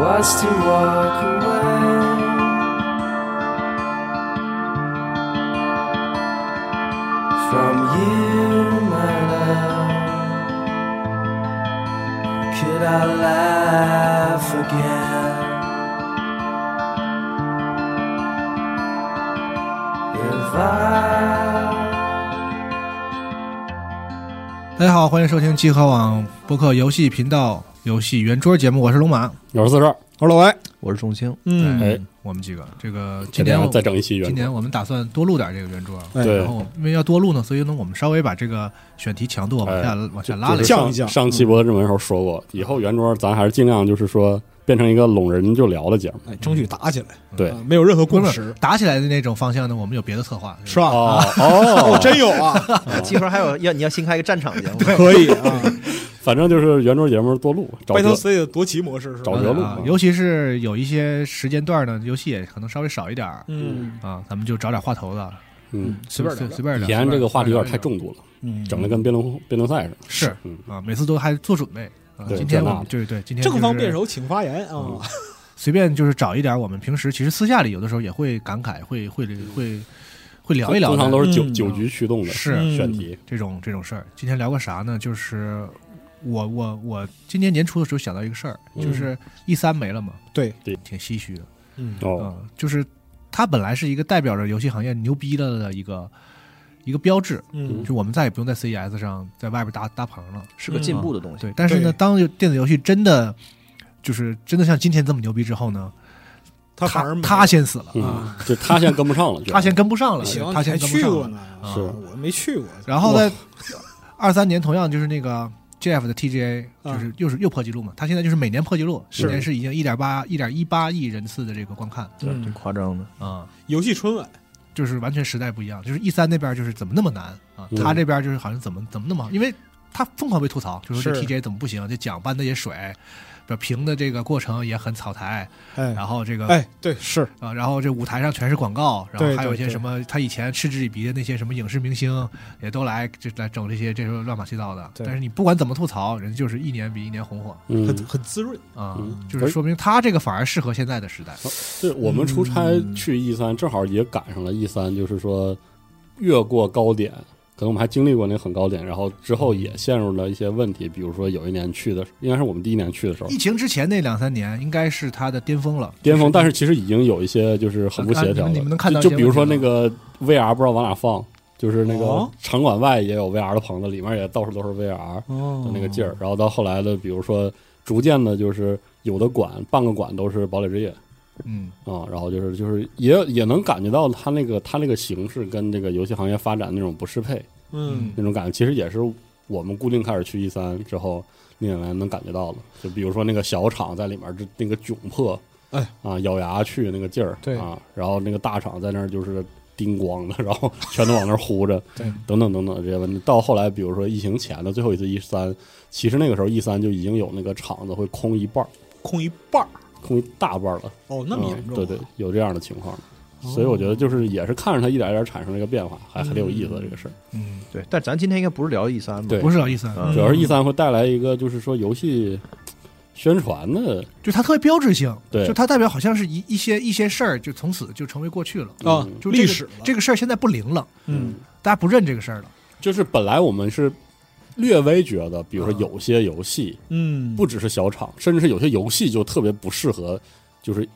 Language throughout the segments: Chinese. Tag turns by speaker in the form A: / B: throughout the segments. A: was to walk away. From you, my love, could I laugh again? If I
B: 大家好，欢迎收听集合网播客游戏频道游戏圆桌节目，我是龙马，
C: 我是四十二，我是老白，
D: 我是仲青，
B: 嗯
C: 哎
B: 我们几个这个
C: 今
B: 今年
C: 天
B: 我
C: 再整一期
B: 今
C: 原
B: 年我们打算多录点这个圆桌，啊
E: 哎
C: 对
B: 然后因为要多录呢，所以呢我们稍微把这个选题强度往下、往下拉了
C: 哎就
B: 一下，
C: 是上
E: 降一降
C: 上期博德之门的时候说过，以后圆桌咱还是尽量就是说变成一个拢人就聊的节目。
E: 哎，争取打起来。
B: 嗯
C: 对
E: 啊没有任何共
B: 不是
E: 识，
B: 打起来的那种方向呢，我们有别的策划，
E: 是吧？
B: 啊
C: 哦
E: 哦，
C: 哦，
E: 真有啊，
D: 集合还有要你要新开一个战场节目，
E: 可以啊。
C: 反正就是圆桌节目多录，找
E: Battle
C: 辙
E: C 的夺旗模式是吧
C: 找？着路
B: 啊
C: 啊
B: 尤其是有一些时间段呢，游戏也可能稍微少一点儿
E: 嗯
B: 啊，咱们就找点话头的，
C: 嗯，
E: 随便聊聊
B: 随便
C: 以
B: 聊。
C: 前这个话题有点太
B: 重，
C: 重度了，
E: 嗯，
C: 整的跟辩论辩论赛似的。
B: 是
C: 嗯
B: 啊，每次都还做准备。啊
C: 对
B: 今天我
C: 这那
B: 们
C: 的
B: 对对，今天
E: 正方
B: 就是
E: 辩手请发言啊。
B: 随便就是找一点我们平时其实私下里有的时候也会感慨，会会会会聊一聊的，
C: 通常都是九
E: 嗯
C: 九局驱动的
B: 是
E: 嗯
C: 选题。
B: 这种这种事儿。今天聊个啥呢？就是我我我今年年初的时候想到一个事儿，
C: 嗯
B: 就是一三没了嘛，
E: 对
C: 对
B: 挺唏嘘的。
E: 嗯
C: 哦，
B: 嗯，就是它本来是一个代表着游戏行业牛逼的一个一个标志，
E: 嗯
B: 就我们再也不用在 CES 上在外边搭搭棚了。
D: 是个进步的东西。
B: 嗯对，但是呢，
E: 对
B: 当电子游戏真的就是真的像今天这么牛逼之后呢，
E: 他反而
B: 他
E: 没
B: 他先死了，
C: 嗯，就他先跟不上了，觉得
B: 啊 他先跟不上了，
E: 行，
B: 他先
E: 你还
B: 跟不上
E: 去
B: 了
E: 过呢？
B: 啊
C: 是
E: 我没去过。
B: 然后呢，二三年同样就是那个 JF 的 TGA，就是又是又破纪录嘛，他现在就是每年破纪录，
E: 啊是
B: 今年是已经一点八一点一八亿人次的这个观看
E: 嗯
D: 挺夸张的。
B: 啊，
E: 游戏春晚，
B: 就是完全时代不一样，就是 E 三那边就是怎么那么难啊，
C: 嗯
B: 他这边就是好像怎么怎么那么好，因为他疯狂被吐槽，就说这
E: 是
B: TGA 怎么不行，这奖颁的也水。这评的这个过程也很草台，
E: 哎
B: 然后这个
E: 哎，对，是
B: 啊，然后这舞台上全是广告，然后
E: 对
B: 还有一些
E: 对对
B: 什么他以前嗤之以鼻的那些什么影视明星，也都来这来整这些这种乱码七糟的。
E: 对
B: 但是你不管怎么吐槽，人家就是一年比一年红火
C: 嗯
E: 很很滋润。
B: 啊，
C: 嗯
B: 就是
E: 哎
B: 说明他这个反而适合现在的时代。
C: 对，我们出差去 E 三，正好也赶上了 E 三，就是说越过高点，可能我们还经历过那个很高点，然后之后也陷入了一些问题，比如说有一年去的，应该是我们第一年去的时候
B: 疫情之前那两三年应该是他的巅峰了，
C: 巅峰，但
B: 是
C: 是其实已经有一些就是很不协调
B: 啊
C: 了。
B: 你们你们能看到一些
C: 就就比如说
B: 问
C: 那
B: 题
C: 个 VR 不知道往哪放，就是那个
E: 哦
C: 场馆外也有 VR 的棚子，里面也到处都是 VR
E: 哦
C: 的那个劲儿，然后到后来的，比如说逐渐的，就是有的馆半个馆都是堡垒之夜。
B: 嗯，
C: 啊、然后就是就是也也能感觉到它那个它那个形式跟这个游戏行业发展那种不适配
E: 嗯
C: 那种感觉，其实也是我们固定开始去 E 三之后那年来能感觉到的。就比如说那个小厂在里面这那个窘迫，
E: 哎
C: 啊，咬牙去那个劲儿，
E: 对
C: 啊，然后那个大厂在那儿就是叮咣的，然后全都往那儿呼着，
E: 对，
C: 等等等等的这些问题。到后来，比如说疫情前的最后一次 E 三，其实那个时候 E 三就已经有那个厂子会空一半儿，
E: 空一半儿，
C: 空一大半儿了。
E: 哦，那么严重
C: 嗯
E: 啊？哦
C: 对对，有这样的情况，所以我觉得就是也是看着它一点一点产生这个变化，还还挺有意
E: 嗯
C: 思的这个事儿。
D: 对，但咱今天应该不是聊 E 三吧？
C: 对
B: 不是老意思啊，
D: 嗯
C: 主要是 E 三会带来一个就是说游戏宣传
E: 嗯
C: 的，
B: 就它特别标志性，
C: 对
B: 就它代表好像是一一些一些事儿就从此就成为过去了，
E: 啊
C: 嗯，
B: 就这个
E: 历史了
B: 这个事儿现在不灵了，
E: 嗯
B: 大家不认这个事儿了。
C: 就是本来我们是略微觉得，比如说有些游戏
E: 嗯
C: 不只是小厂，甚至是有些游戏就特别不适合，就是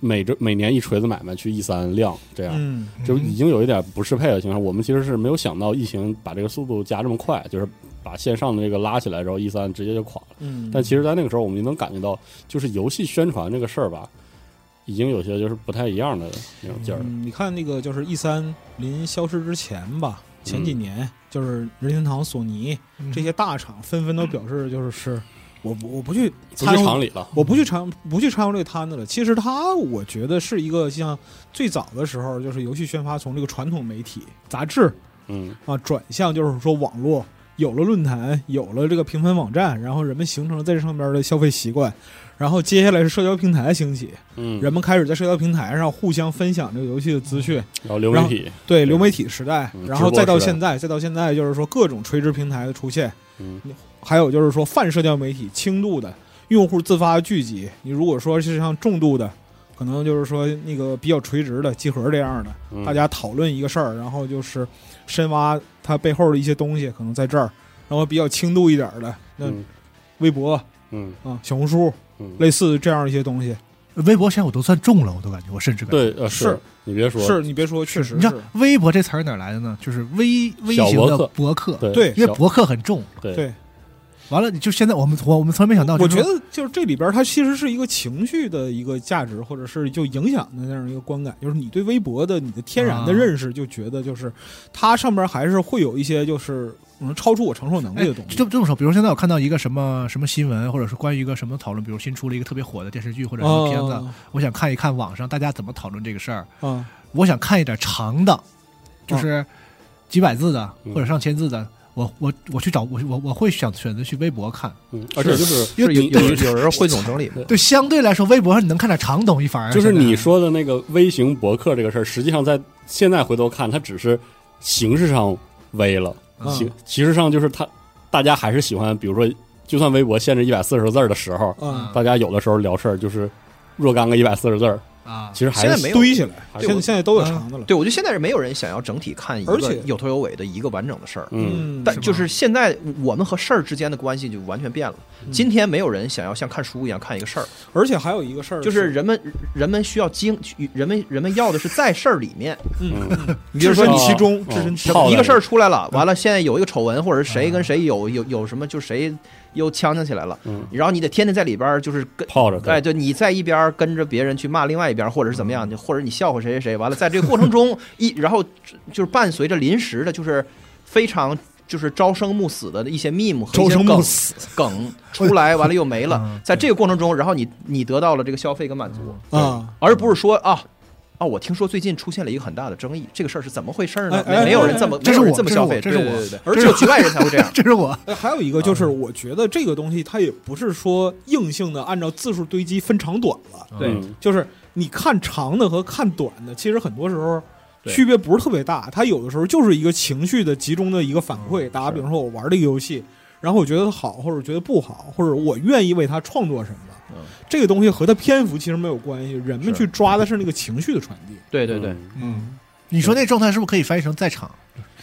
C: 每周每年一锤子买卖去 E 三亮这样。
E: 嗯
C: 就已经有一点不适配的情况下，我们其实是没有想到疫情把这个速度加这么快，就是把线上的这个拉起来之后，E 三直接就垮了。
E: 嗯，
C: 但其实，在那个时候，我们就能感觉到，就是游戏宣传这个事儿吧，已经有些就是不太一样的那种劲儿了。
E: 嗯，你看那个就是 E 三临消失之前吧，前几年、就是任天堂、索尼
B: 嗯
E: 这些大厂纷纷都表示，就是是嗯我不我不去
C: 不
E: 掺
C: 是
E: 和，
C: 常理了，
E: 我不去掺不去掺和这个摊子了。其实它我觉得是一个像最早的时候，就是游戏宣发从这个传统媒体、杂志
C: 嗯，
E: 啊转向，就是说网络。有了论坛，有了这个评分网站，然后人们形成了在这上边的消费习惯，然后接下来是社交平台的兴起，
C: 嗯，
E: 人们开始在社交平台上互相分享这个游戏的资讯，
C: 然后流媒体，
E: 对流媒体时代
C: 嗯，
E: 然
C: 直
E: 后
C: 播
E: 再到
C: 时代
E: 现在，再到现在就是说各种垂直平台的出现，
C: 嗯
E: 还有就是说泛社交媒体轻度的、用户自发聚集。你如果说是像重度的，可能就是说那个比较垂直的集合这样的，
C: 嗯
E: 大家讨论一个事儿，然后就是深挖它背后的一些东西，可能在这儿。然后比较轻度一点儿的，那
C: 嗯
E: 微博啊、
C: 嗯
E: 小红书
C: 嗯，
E: 类似这样一些东西，
B: 微博现在我都算重了，我都感觉，我甚至感觉。
C: 对，呃，
E: 是
C: 你别说，
E: 是你别说，确实
B: 你知道
E: 是，
B: 微博这词儿哪来的呢？就是微微
C: 小
B: 型
C: 博
B: 的
C: 客
B: 博客，
C: 对
E: 对
B: 因为
C: 小
B: 博客很重。
C: 对
E: 对。
B: 完了，就现在我们我我们从来没想到，
E: 我
B: 就
E: 觉
B: 是
E: 得就是这里边儿它其实是一个情绪的一个价值，或者是就影响的那样一个观感，就是你对微博的你的天然
B: 啊
E: 的认识，就觉得就是它上边儿还是会有一些就是能超出我承受能力的东
B: 哎，
E: 西。
B: 这这么说，比如现在我看到一个什么什么新闻，或者是关于一个什么讨论，比如新出了一个特别火的电视剧或者什么片子，
E: 啊
B: 我想看一看网上大家怎么讨论这个事儿，
E: 啊，
B: 我想看一点长的，就是几百字的
C: 嗯
B: 或者上千字的。我我我去找我我我会想选择去微博看，
C: 嗯，而且就是
D: 是有
C: 你
D: 有有人汇总整理，
C: 对
B: 对，相对来说微博上你能看点长东西，反而
C: 就是
B: 现在
C: 你说的那个微型博客这个事儿，实际上在现在回头看，它只是形式上微了，
E: 嗯
C: 形其实上就是它大家还是喜欢，比如说，就算微博限制一百四十字儿的时候，
B: 嗯
E: 啊
C: 大家有的时候聊事儿就是若干个一百四十字儿，
B: 啊，
C: 其实还
D: 现在
C: 是
D: 没有
E: 堆起来，
C: 还是
E: 现在现在都有长的了。
D: 对我觉得现在是没有人想要整体看一
E: 而
D: 个
E: 且
D: 有头有尾的一个完整的事儿，
C: 嗯，
D: 但
B: 是吗
D: 就是现在我们和事儿之间的关系就完全变了。今天没有人想要像看书一样看一个事儿，
E: 而且还有一个事儿
D: 就是人们人们需要经，人们人们要的是在事儿里面，
C: 嗯，
D: 你比
E: 置
D: 如说
E: 身
D: 你
C: 哦
E: 其中，置
C: 哦
E: 身其
C: 泡
E: 中
C: 在
D: 一个事儿
C: 里
D: 出来了，完了现在有一个丑闻，或者谁跟谁有有有什么，就谁又呛呛起来了，
C: 嗯
D: 然后你得天天在里边儿就是跟。
C: 泡着，对
D: 哎，对，你在一边儿跟着别人去骂另外一边儿，或者是怎么样，或者你笑话谁谁谁，完了，在这个过程中一，然后就是伴随着临时的，就是非常就是朝生暮死的一些 meme 和一些梗
E: 死
D: 梗出来，完了又没了
B: 嗯，
D: 在这个过程中，然后你你得到了这个消费跟满足，
E: 啊！
D: 而不是说啊。啊，我听说最近出现了一个很大的争议，这个事儿是怎么回事呢？
E: 哎哎
D: 没有人这么，
B: 这是
D: 没有人
B: 我
D: 这
B: 这
D: 么
B: 是
D: 消
B: 我
D: 费，
B: 这是
D: 对
B: 我。
D: 对对 对，而只有局外人才会这样
B: 这是我
E: 哎，还有一个就是，我觉得这个东西它也不是说硬性的按照字数堆积分长短了，
D: 对
C: 嗯
E: 就是你看长的和看短的，其实很多时候
D: 对
E: 区别不是特别大。它有的时候就是一个情绪的集中的一个反馈。大家比如说我玩这个游戏，然后我觉得好，或者觉得不好，或者我愿意为它创作什么，
D: 嗯
E: 这个东西和它篇幅其实没有关系。人们
D: 是
E: 去抓的是那个情绪的传递。
D: 对对对，，
B: 嗯，你说那状态是不是可以翻译成在场？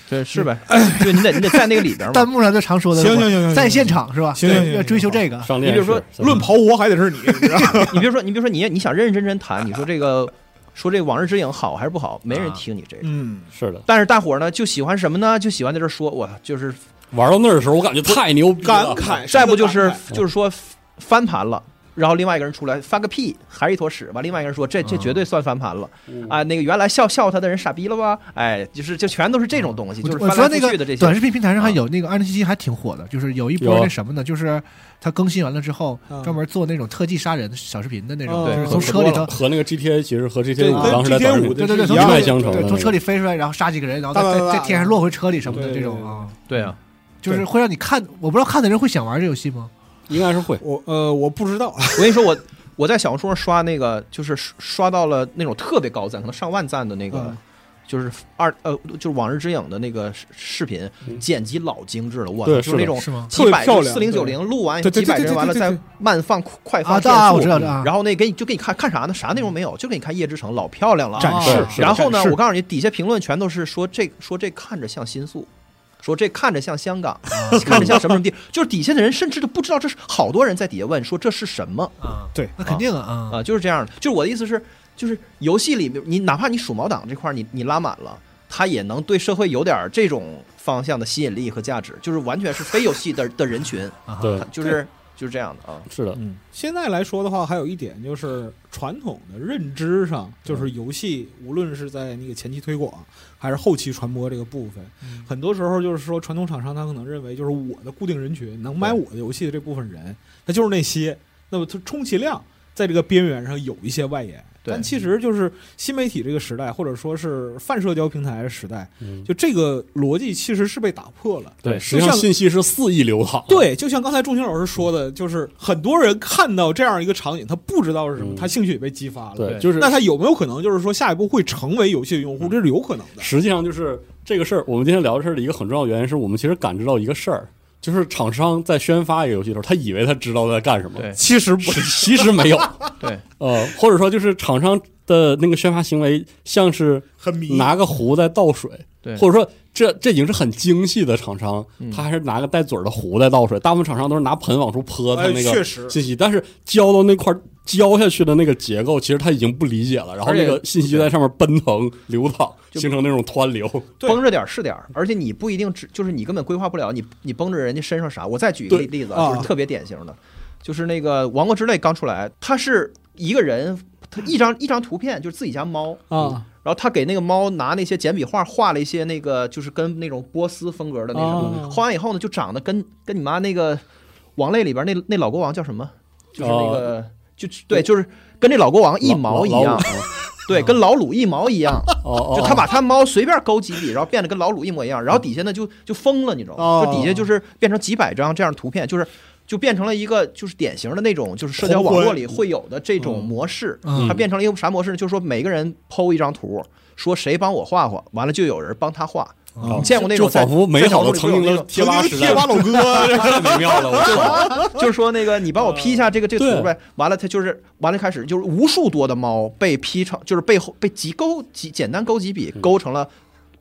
D: 对是呗，对你得你得在那个里边
B: 弹
D: 嘛。
B: 幕上就常说的
E: 行行行行，
B: 在
E: 行
B: 现场是吧？
E: 行行
B: 对
E: 行
B: 要追求这个。
C: 上链
D: 你比如说
C: 是
E: 论，刨活还得是你，你知道吗
D: 你比如说，你比如说你你想认认真真谈，你说这个说这《往日之影》好还是不好，没
B: 啊
D: 人听你这个。
E: 嗯，
C: 是的，
D: 但是大伙儿呢就喜欢什么呢？就喜欢在这儿说，我就是
C: 玩到那儿的时候，我感觉太牛逼
E: 感
C: 了，
E: 慨。
D: 再不就是
E: 感慨
D: 就是说翻盘了。然后另外一个人出来翻个屁，还是一坨屎吧。另外一个人说：“这这
B: 嗯
D: 绝对算翻盘了
C: 嗯
D: 啊！那个原来笑笑他的人傻逼了吧？哎，就是就全都是这种东西，
B: 我
D: 就是
B: 我
D: 翻
B: 说
D: 来
B: 那
D: 覆去
B: 个
D: 的这些
B: 短。视频平台上还
D: 啊
B: 有那个二零七七还挺火的，就是有一
C: 有
B: 波
C: 啊
B: 那什么呢，就是他更新完了之后
E: 嗯，
B: 专门做那种特技杀人的小视频的那种，
E: 哦
B: 就是从车里头，
C: 和那个 GTA 其实和 GTA
E: 对
C: 五
E: 跟
C: 当时在
E: GTA
C: 短视
E: 五
C: 频
B: 对
E: 的
B: 对对，
E: 是
B: 从
E: 一样
B: 车
C: 脉
B: 里
C: 相承的
B: 对
C: 那
B: 从
C: 个
B: 车里飞出来，然后杀几个人，然后
E: 哒哒
B: 在
E: 哒
B: 在
E: 哒
B: 天上落回车里什么的
E: 对
B: 这种
E: 对
B: 啊，
D: 对啊，
B: 就是
E: 对
B: 会让你看，我不知道看的人会想玩这游戏吗？
C: 应该是会，
E: 我呃，我不知道，
D: 我跟你说，我我在小红书上刷那个，就是刷到了那种特别高赞，可能上万赞的那个，
E: 嗯
D: 就是二呃，就是《往日之影》的那个视视频，
C: 嗯
D: 剪辑老精致了，哇，
C: 对
D: 就是
C: 是的
D: 那种啊
B: 是吗？
E: 特
D: 几
E: 别
D: 百
E: 漂
D: 个
E: 亮
D: 四零九
E: 对
D: 零录完
E: 对对
D: 几百
E: 对
D: 人，
E: 对
D: 完了
E: 对对
D: 再慢放快快
B: 啊，
D: 放
B: 对啊，我
D: 限
B: 知道
D: 速。
B: 的啊。
D: 然后那给你就给你看看啥呢？啥内容没有，就给你看叶之城老漂亮了啊，
E: 展
B: 是
E: 示
B: 是。
D: 然后呢，
E: 展示
D: 我告诉你，底下评论全都是说这说这看着像新宿，说这看着像香港，看着像什么什么地，就是底下的人甚至都不知道这是好多人在底下问说这是什么
B: 啊，
E: 对
B: 那肯定啊
D: 啊，就是这样的。就是我的意思是，就是游戏里面你哪怕你数毛党这块儿你你拉满了，它也能对社会有点儿这种方向的吸引力和价值，就是完全是非游戏的的人群，
B: 啊，
C: 对
D: 它，就是就是这样的啊。
C: 是的，
E: 嗯，现在来说的话，还有一点就是传统的认知上，就是游戏无论是在那个前期推广还是后期传播这个部分，
B: 嗯
E: 很多时候就是说传统厂商他可能认为就是我的固定人群能买我的游戏的这部分人，他就是那些，那么它充其量在这个边缘上有一些外延。
D: 对
E: 但其实就是新媒体这个时代，或者说是泛社交平台的时代，
C: 嗯
E: 就这个逻辑其实是被打破了。
C: 对，实
E: 就
C: 际上
E: 像
C: 信息是肆意流淌，，
E: 对，就像刚才钟情老师说的，就是很多人看到这样一个场景，他不知道是什么，
C: 嗯
E: 他兴趣也被激发了。
C: 对，嗯
D: 对
C: 就是
E: 那他有没有可能就是说下一步会成为游戏的用户？这是有可能的。
C: 实际上就是这个事儿。我们今天聊的事儿的一个很重要的原因是我们其实感知到一个事儿，就是厂商在宣发一个游戏的时候，他以为他知道在干什么
D: 对，
C: 其实 不，其实没有。
D: 对，
C: 呃，或者说就是厂商的那个宣发行为，像是
E: 很迷。
C: 拿个壶在倒水，
D: 对
C: 或者说这这已经是很精细的厂商，
D: 嗯
C: 他还是拿个带嘴儿的壶在倒水。大部分厂商都是拿盆往出泼他
E: 哎，
C: 那
E: 确
C: 个
E: 实，
C: 信息，但是浇到那块儿浇下去的那个结构，其实他已经不理解了，然后
D: 而且
C: 那个信息就在上面奔腾流淌，
D: 就
C: 形成那种湍流。
E: 对
D: 绷着点儿是点儿，而且你不一定只就是你根本规划不了，你你绷着人家身上啥。我再举一个
C: 对
D: 例例子
E: 啊
D: 就是特别典型的，就是那个《王国之泪》刚出来，他是一个人，他一张一张图片，就是自己家猫，
C: 嗯
E: 啊，
D: 然后他给那个猫拿那些简笔画画了一些那个就是跟那种波斯风格的那种，
E: 啊
D: 画完以后呢，就长得跟跟你妈那个《王泪》里边那那老国王叫什么？就是那个、就对，就是跟那老国王一毛一
C: 老
D: 样，，
C: 老
D: 对，跟老鲁一毛一样。
C: 哦哦，
D: 就他把他猫随便勾几笔，然后变得跟老鲁一模一样，然后底下呢就就疯了，你知道吗？
E: 哦
D: 就底下就是变成几百张这样的图片，就是就变成了一个就是典型的那种就是社交网络里会有的这种模式。
B: 嗯
D: 它变成了一个啥模式呢？就是说每个人剖一张图，说谁帮我画画，完了就有人帮他画。
C: 哦
E: 嗯
D: 你见过那
C: 就
D: 种在
C: 仿佛美好的曾经的贴
E: 曾
C: 吧
E: 经
C: 时代，
E: 贴吧老 哥，
C: 太美妙了，我觉得
D: 就是说那个你帮我 P 一下这个这个
C: 对
D: 图呗，完了他就是完了开始就是无数多的猫被 P 成就是被被几勾几简单勾几笔
C: 嗯
D: 勾成了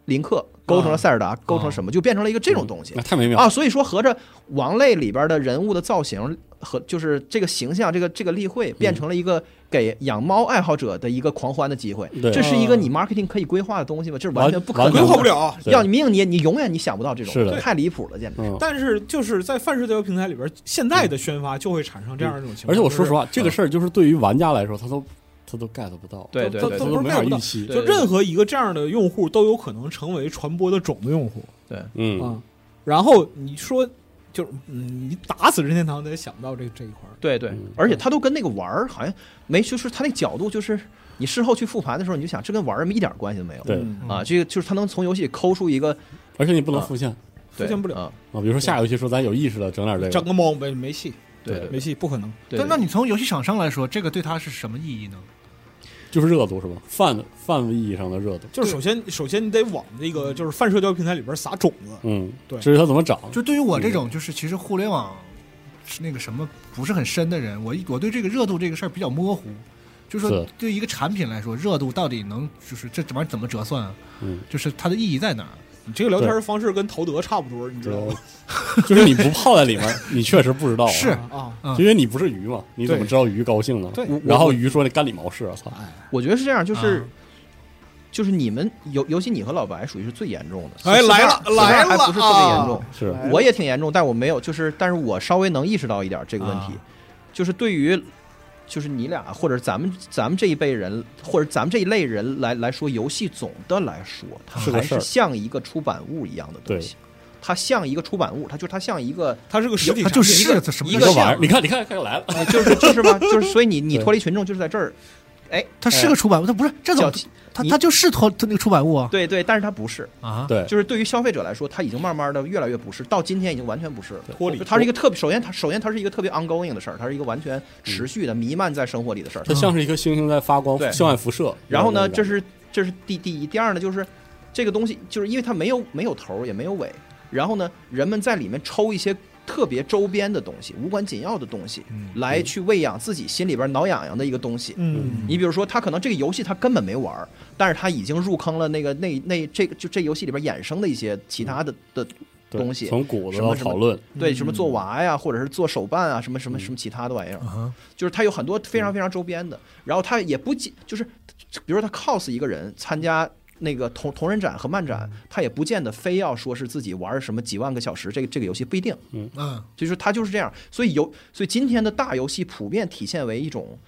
D: 林克，勾成了塞尔达，勾成
B: 啊
D: 什么就变成了一个这种东西
C: 那哎太美妙了。
D: 啊，所以说合着王类里边的人物的造型和就是这个形象这个这个例会
C: 嗯
D: 变成了一个给养猫爱好者的一个狂欢的机会，
C: 对
D: 这是
E: 啊
D: 一个你 marketing 可以规划的东西吗？这是完全不可
C: 完
E: 规
D: 能
E: 划
D: 的。
E: 不了。啊
C: 对
D: 要你命你也你永远你想不到这种，
C: 是的
D: 太离谱了，简直。
C: 嗯，
E: 但是就是在泛社交平台里边，现在的宣发就会产生这样一种情况。
C: 而且我说实
E: 话，
C: 话，这个事儿就是对于玩家来说，他都他都 get 不到，
D: 对
E: 都
D: 对
E: 都
D: 对
C: 他
E: 都
D: 对
C: 都
E: 不
C: 没
E: 是
C: 法
E: get 不
C: 预
E: 到。
C: 期。
E: 就任何一个这样的用户都有可能成为传播的种子用户
C: 嗯
E: 啊。然后你说，就是嗯，你打死任天堂，得想到这这一块儿。
D: 对对
C: 嗯，
D: 而且他都跟那个玩儿好像没，就是他那角度就是你事后去复盘的时候，你就想这跟玩儿一点关系都没有。
C: 对
E: 嗯，
D: 啊，这个就是他能从游戏里抠出一个
C: 而且你不能复现
D: 对
E: 复现不了
D: 啊
C: 啊，比如说下游戏说咱有意识的整点这
E: 整
C: 个，
E: 个猫没没戏，
D: 对对
E: 没戏，不可能。
D: 对
B: 但那你从游戏厂商来说，这个对他是什么意义呢？
C: 就是热度是吧？泛泛意义上的热度，
E: 就是首先，首先你得往这个就是泛社交平台里边撒种子。
C: 嗯，
E: 对
C: 至于它怎么长，
B: 就对于我这种，就是其实互联网是那个什么不是很深的人，我一我对这个热度这个事儿比较模糊。就是说
C: 是，
B: 对一个产品来说，热度到底能就是这玩意儿怎么折算啊？
C: 嗯，
B: 就是它的意义在哪儿？
E: 你这个聊天方式跟陶德差不多，你知道吗？
C: 就是你不泡在里面， 你确实不知道
D: 哦
C: 啊，
B: 是
E: 啊，
C: 因为你不是鱼嘛，你怎么知道鱼高兴呢？
E: 对
D: 我
C: 然后鱼说那干你毛事啊，操！
D: 我觉得是这样，就是、
B: 啊
D: 就是你们尤尤其你和老白属于是最严重的。
E: 哎
D: 四十二
E: 来了
D: 四十二
E: 来
D: 还
E: 了啊
D: 不是特别严重，
C: 是
E: 来了
D: 我也挺严重，但我没有，就是但是我稍微能意识到一点这个问题，
B: 啊
D: 就是对于。就是你俩或者咱们咱们这一辈人，或者咱们这一类人来来说，游戏总的来说，它
C: 是个
D: 还
C: 事
D: 是
C: 儿
D: 像一个出版物一样的东
C: 对
D: 西，它像一个出版物，它就它像一个
E: 它是个实体
B: 它
E: 产品，
B: 就是一个它什么
D: 一
C: 你
B: 叫
D: 个
C: 个
D: 像
C: 玩意儿，你看，你看，看又来了，
D: 啊，就是就是嘛，就是所以你你
C: 对
D: 脱离群众就是在这儿，哎，
B: 它是个出版物，它不是这
D: 叫
B: 种，它它就是脱它那个出版物啊
D: 对对，但是它不是，
B: 啊！
C: 对，
D: 就是对于消费者来说，它已经慢慢的越来越不是，到今天已经完全不是了。
E: 脱离。
D: 它是一个特别，首先它首先它是一个特别 ongoing 的事儿，它是一个完
E: 嗯
D: 全持续的弥漫在生活里的事儿。
C: 它像是一颗星星在发光
D: 对，
C: 向外辐射。
D: 然后呢，
C: 有那种感觉
D: 这是这是第第一，第二呢就是这个东西就是因为它没有没有头儿也没有尾，然后呢人们在里面抽一些特别周边的东西，无关紧要的东西
B: 嗯
D: 来去喂养自己心里边挠痒痒的一个东西。
E: 嗯，
D: 你比如说，他可能这个游戏他根本没玩儿，但是他已经入坑了那个那那这个就这游戏里边衍生的一些其他的的
C: 对
D: 东西
C: 从骨子
D: 什
C: 到
D: 么什么
C: 讨论，
D: 对什么做娃呀，或者是做手办啊，什么什么什么其他的玩意儿，
B: 啊，
D: 就是他有很多非常非常周边的。然后他也不仅就是，比如说他 cos 一个人参加。那个同同人展和漫展，他也不见得非要说是自己玩儿什么几万个小时，这个这个游戏不一定，
B: 嗯，
D: 就是他就是这样。所以游，所以今天的大游戏普遍体现为一种，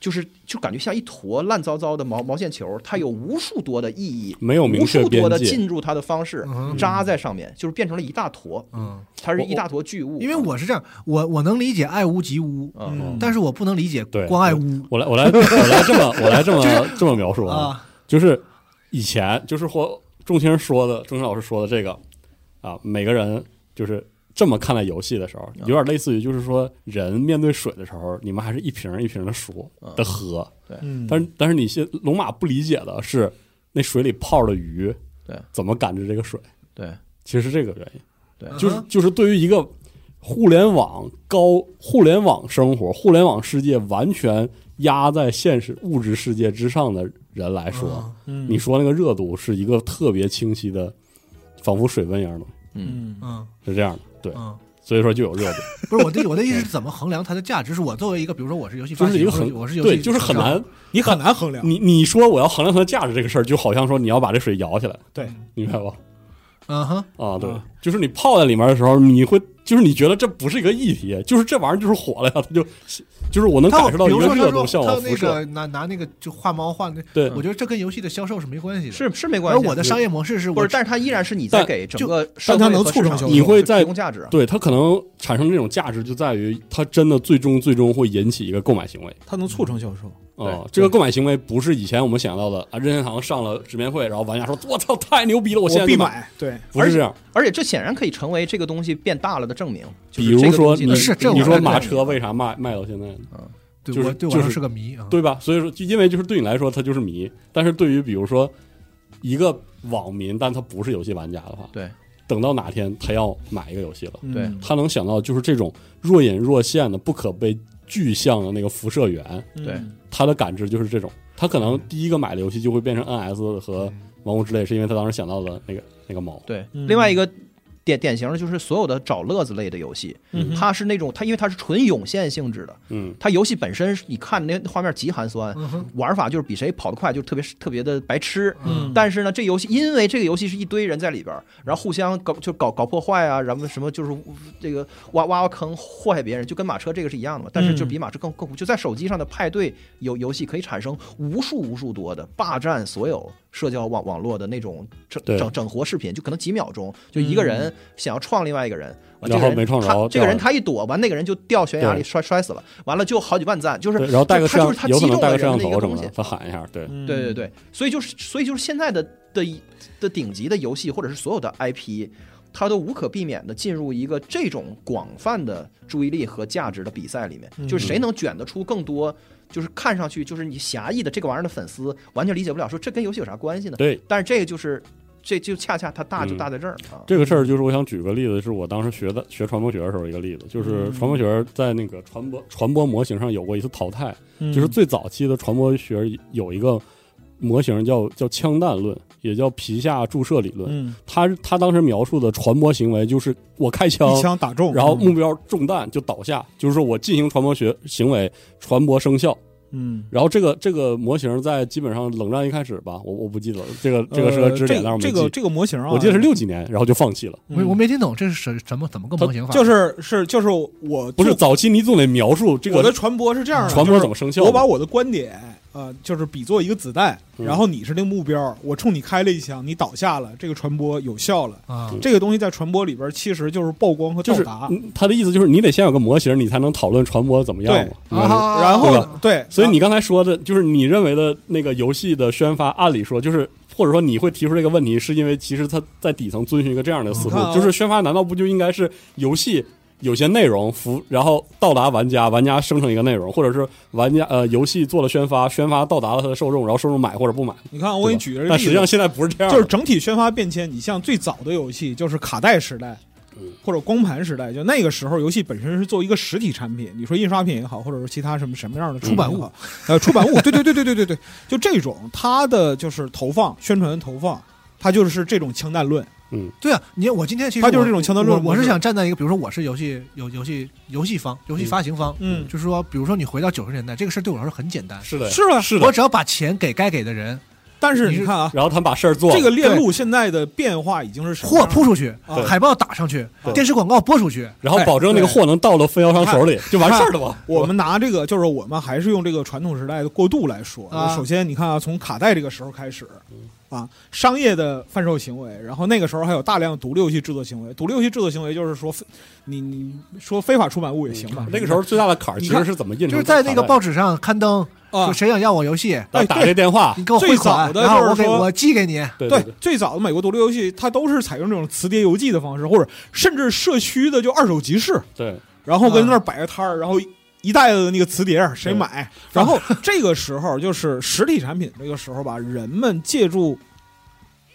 D: 就是就感觉像一坨烂糟糟的毛毛线球，它有无数多的意义，
C: 没有明
D: 无
C: 确
D: 数
C: 边
D: 多的
C: 界。
D: 进入它的方式
B: 嗯
D: 扎在上面，就是变成了一大坨，
B: 嗯，
D: 它是
C: 我
D: 一大坨巨物。啊
B: 因为我是这样，我我能理解爱屋及乌，
D: 嗯，
B: 但是我不能理解
C: 对
B: 关爱屋
C: 我来，我来，我来这么，我来这么这么描述啊，
B: 啊，
C: 就是以前就是或仲卿说的，仲卿老师说的这个啊，每个人就是这么看待游戏的时候，有点类似于就是说人面对水的时候，你们还是一瓶一瓶的数
D: 嗯
C: 的喝，
E: 嗯，
C: 但是但是你现龙马不理解的是，那水里泡着鱼，
D: 对，
C: 怎么感知这个水？
D: 对，
C: 其实是这个原因。
D: 对
C: 就是就是对于一个互联网高、互联网生活、互联网世界完全压在现实物质世界之上的人来说，
B: 嗯
E: 嗯
C: 你说那个热度是一个特别清晰的，仿佛水温一样的，
D: 嗯，
E: 嗯
B: 嗯
C: 是这样的。对，
B: 嗯，
C: 所以说就有热度，
B: 不是我的我的意思是怎么衡量它的价值？是我作为一个，比如说我是游戏
C: 就
B: 发
C: 是
B: 行，
C: 一个
B: 我
C: 很
B: 我是游戏，
C: 对，就是很难。。
E: 你很难衡量。
C: 你你说我要衡量它的价值这个事儿，就好像说你要把这水摇起来，
E: 对，
C: 明白吧？
B: 嗯哼，
C: 啊，对
E: 啊，
C: 就是你泡在里面的时候，你会就是你觉得这不是一个议题，就是这玩意儿就是火了呀，它就就是我能
B: 他
C: 感受到
B: 比
C: 一
B: 如
C: 个
B: 说
C: 热
B: 他说
C: 度向
B: 他
C: 我
B: 那
C: 辐
B: 个
C: 射，
B: 拿拿那个就画猫画那，
C: 对，
B: 我觉得这跟游戏的销售是没关系的。，
D: 是是没关
B: 而
D: 系。
B: 我的商业模式是
D: 不
B: 我
D: 是，但是它依然是你在
C: 但
D: 给整
B: 就
D: 个社
E: 但它
D: 会
E: 能
D: 和市
E: 促成
D: 场
E: 销售
C: 你会
D: 就
C: 在
D: 提供价值啊。
C: 对它可能产生这种价值，就在于它真的最终最终会引起一个购买行为。
E: 它能促成销售，
C: 啊、
D: 对
C: 这个购买行为不是以前我们想到的啊，任天堂上了直面会，然后玩家说：“我操，太牛逼了，我现在
E: 必
C: 就买。
E: 买。对，”
C: 不是这样，
D: 而且这显然可以成为这个东西变大了的证明。就
C: 比
D: 是这
C: 如
D: 个东
C: 说
D: 西
C: 你
D: 的
B: 是这
C: 你
B: 我
C: 说
B: 来
C: 马
B: 看
C: 车为啥卖卖到现在呢？
B: 对
C: 就是
B: 我对我
C: 就是
B: 来说是个谜啊。
C: 对吧？所以说，就因为就是对你来说它就是谜，但是对于比如说一个网民，但他不是游戏玩家的话，
D: 对，
C: 等到哪天他要买一个游戏了，
D: 对
E: 嗯
C: 他能想到就是这种若隐若现的、不可被具象的那个辐射源，
D: 对
E: 嗯
C: 他的感知就是这种。他可
D: 嗯
C: 能第一个买的游戏就会变成 NS 和《王国之泪》，是因为他当时想到的那个那个猫。
D: 对，
E: 嗯
D: 另外一个典典型的就是所有的找乐子类的游戏，
E: 嗯
D: 它是那种它因为它是纯涌现性质的，
C: 嗯，
D: 它游戏本身是你看那画面极寒酸，
B: 嗯哼，
D: 玩法就是比谁跑得快，就是特别特别的白痴。
E: 嗯
D: 但是呢，这游戏因为这个游戏是一堆人在里边儿，然后互相搞就搞搞破坏啊，然后什么就是这个挖挖挖坑祸害别人，就跟马车这个是一样的嘛。但是就比马车更更就在手机上的派对游游戏可以产生无数无数多的霸占所有社交网网络的那种整
C: 对
D: 整整活视频，就可能几秒钟，就一个人想要创另外一个人。完
C: 然后
D: 这个人
C: 没撞着
D: 他
C: 掉了
D: 这个人他一躲，完那个人就掉悬崖里
C: 对
D: 摔摔死了，完了就好几万赞，就是
C: 对，然后带个摄
D: 就
C: 像
D: 他，就
C: 有
D: 是
C: 可
D: 他击
C: 能
D: 中了
C: 带个
D: 人
C: 摄像
D: 的一
C: 头什
D: 个东
C: 么
D: 西嗯
C: 的，，他喊一下，对，
E: 嗯
D: 对对，对，所以就是所以就是现在的的一的顶级的游戏或者是所有的 IP，它都无可避免的进入一个这种广泛的注意力和价值的比赛里面，就是谁能卷得出更多，就是看上去就是你狭义的这个玩意儿的粉丝完全理解不了，说这跟游戏有啥关系呢？
C: 对，
D: 但是这个就是这就恰恰它大就
C: 嗯
D: 大在这儿啊，
C: 这个
E: 嗯
C: 事儿就是我想举个例子，是我当时学的学传播学的时候一个例子，就是
E: 嗯
C: 传播学在那个传播传播模型上有过一次淘汰，
E: 嗯
C: 就是最早期的传播学有一个模型叫叫枪弹论，也叫皮下注射理论。
E: 嗯，
C: 他他当时描述的传播行为就是我开枪
E: 一，枪打中，嗯
C: 然后目标中弹就倒下，就是说我进行传播学行为，传播生效。
E: 嗯，
C: 然后这个这个模型在基本上冷战一开始吧，我我不记得了，这个这个是个
E: 呃
C: 支点，但是我没
E: 这
C: 记。
E: 个这个模型啊，
C: 我记得是六几年，然后就放弃了。
E: 嗯，
B: 我我没听懂这是什什么怎么个模型法？
E: 就是是就是我
C: 不是
E: 做
C: 早期你总得描述这
E: 我的
C: 个
E: 传播是这样的，
C: 传播
E: 就是
C: 怎么生效的？
E: 我把我的观点，呃，就是比作一个子弹，
C: 嗯
E: 然后你是那个目标，我冲你开了一枪，你倒下了，这个传播有效了。
B: 啊，
E: 这个东西在传播里边其实就是曝光和
C: 就
E: 到
C: 是
E: 达，
C: 嗯他的意思就是你得先有个模型，你才能讨论传播怎么样嘛。明白吗
B: 啊
C: 对
E: 然后
C: 吧
E: 对，啊
C: 所以你刚才说的就是你认为的那个游戏的宣发，按理说就是或者说你会提出这个问题，是因为其实他在底层遵循一个这样的思路
E: 你看，啊
C: 就是宣发难道不就应该是游戏？有些内容服，然后到达玩家，玩家生成一个内容，或者是玩家呃游戏做了宣发，宣发到达了他的受众，然后受众买或者不买。
E: 你看我给你
C: 对吧
E: 举个例
C: 但
E: 子，
C: 实际上现在不是这样的，
E: 就是整体宣发变迁。你像最早的游戏，就是卡带时代
C: 嗯，
E: 或者光盘时代，就那个时候游戏本身是作为一个实体产品，你说印刷品也好，或者说其他什么什么样的出
B: 版
E: 版物，
C: 嗯
E: 呃，出版物，对对对对对对对，就这种它的就是投放宣传投放，它就是这种枪弹论，
B: 对啊，你看我今天其实
E: 他就是
B: 我
E: 这种强盗论
B: 我我
E: 模
B: 是
E: 式
B: 想站在一个，比如说我是游戏游游戏游戏方、游戏发行方，
E: 嗯
B: 就是说，比如说你回到九十年代，这个事儿对我来说很简单，
C: 是的呀，
E: 是吧？
C: 是的
B: 我。只要把钱给该给的人，
E: 但是
B: 你是
E: 你看啊，
C: 然后他们把事儿做了，
E: 这个链路现在的变化已经是什么
B: 货
E: 样
B: 铺出去
E: 嗯对，
B: 海报打上去
E: 对，
B: 电视广告播出去，
C: 然后保证那个货能到了分销商手里，就完 事儿了吧？
E: 我们拿这个，就是我们还是用这个传统时代的过渡来说。
B: 啊
E: 首先，你看啊，从卡带这个时候开始，啊，商业的贩售行为，然后那个时候还有大量独立游戏制作行为。独立游戏制作行为就是说，你你说非法出版物也行吧？
C: 那个时候最大的坎儿其实是怎么印
B: 就
C: 出
B: 是
C: 这卡
B: 在
C: 带的？
B: 那个报纸上刊登，
E: 啊
B: 说，谁想要我游戏，
C: 打
E: 哎
C: 打
E: 对
C: 这电话
B: 你，给我汇款，
E: 最早的
B: 然后
E: 就
B: 我
E: 是
B: 给
E: 说嗯
B: 我寄给你。
C: 对对，
E: 最早的美国独立游戏，它都是采用这种磁碟邮寄的方式，或者甚至社区的就二手集市，
C: 对，
E: 然后跟那儿摆个摊儿，
C: 嗯
E: 然后一袋子那个磁碟儿谁买？然后这个时候就是实体产品这个时候吧，人们借助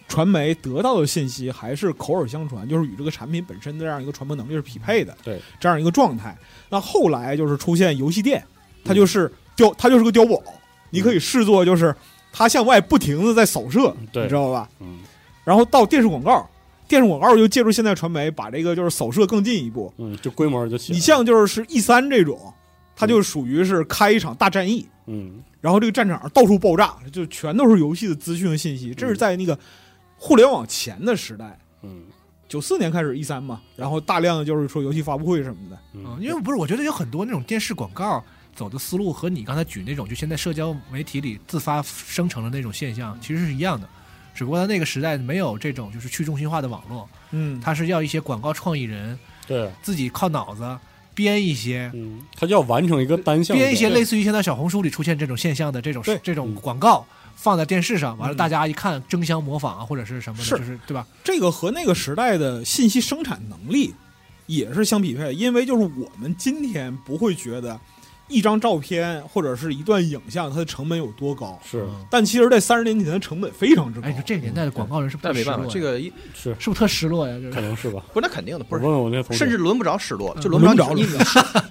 E: 传媒得到的信息还是口耳相传，就是与这个产品本身的这样一个传播能力是匹配的，
C: 对
E: 这样一个状态。那后来就是出现游戏店，它就是
C: 嗯
E: 碉，它就是个碉堡，你可以视作就是它向外不停的在扫射，
C: 对
E: 你知道吧？
C: 嗯
E: 然后到电视广告，电视广告又借助现在传媒把这个就是扫射更进一步。
C: 嗯，就规模就小。
E: 你像就是 E 三这种，它
B: 嗯
E: 就属于是开一场大战役，
C: 嗯
E: 然后这个战场到处爆炸，就全都是游戏的资讯和信息。
B: 嗯
E: 这是在那个互联网前的时代，
C: 嗯
E: 九四年开始 E 三嘛，然后大量的就是说游戏发布会什么的，
B: 嗯
C: 嗯，，
B: 因为不是，我觉得有很多那种电视广告走的思路和你刚才举那种就现在社交媒体里自发生成的那种现象其实是一样的，只不过在那个时代没有这种就是去中心化的网络，
E: 嗯，
B: 它是要一些广告创意人
C: 对，
B: 自己靠脑子编一些。
C: 嗯，他要完成一个单项的，
B: 编一些类似于现在小红书里出现这种现象的这种
E: 对
B: 这种
C: 嗯
B: 广告放在电视上，完了
E: 嗯
B: 大家一看争相模仿啊，或者是什么的，
E: 是
B: 就是对吧？
E: 这个和那个时代的信息生产能力也是相匹配的，因为就是我们今天不会觉得一张照片或者是一段影像它的成本有多高，
C: 是
B: 嗯
E: 但其实，在三十年前的成本非常之高。
B: 哎，你说这个年代的广告人是不是
D: 但
B: 特
D: 没
B: 失
D: 办
B: 落
D: 法，
B: 呀？
D: 这个一
C: 是，
B: 是不是特失落呀？就是
C: 可能是吧。
D: 不是那肯定的，不
C: 我
D: 是
C: 问问我那同事，
D: 甚至轮不着失落，就
B: 嗯
D: 轮不
E: 轮
D: 着
E: 不
D: 你
E: 着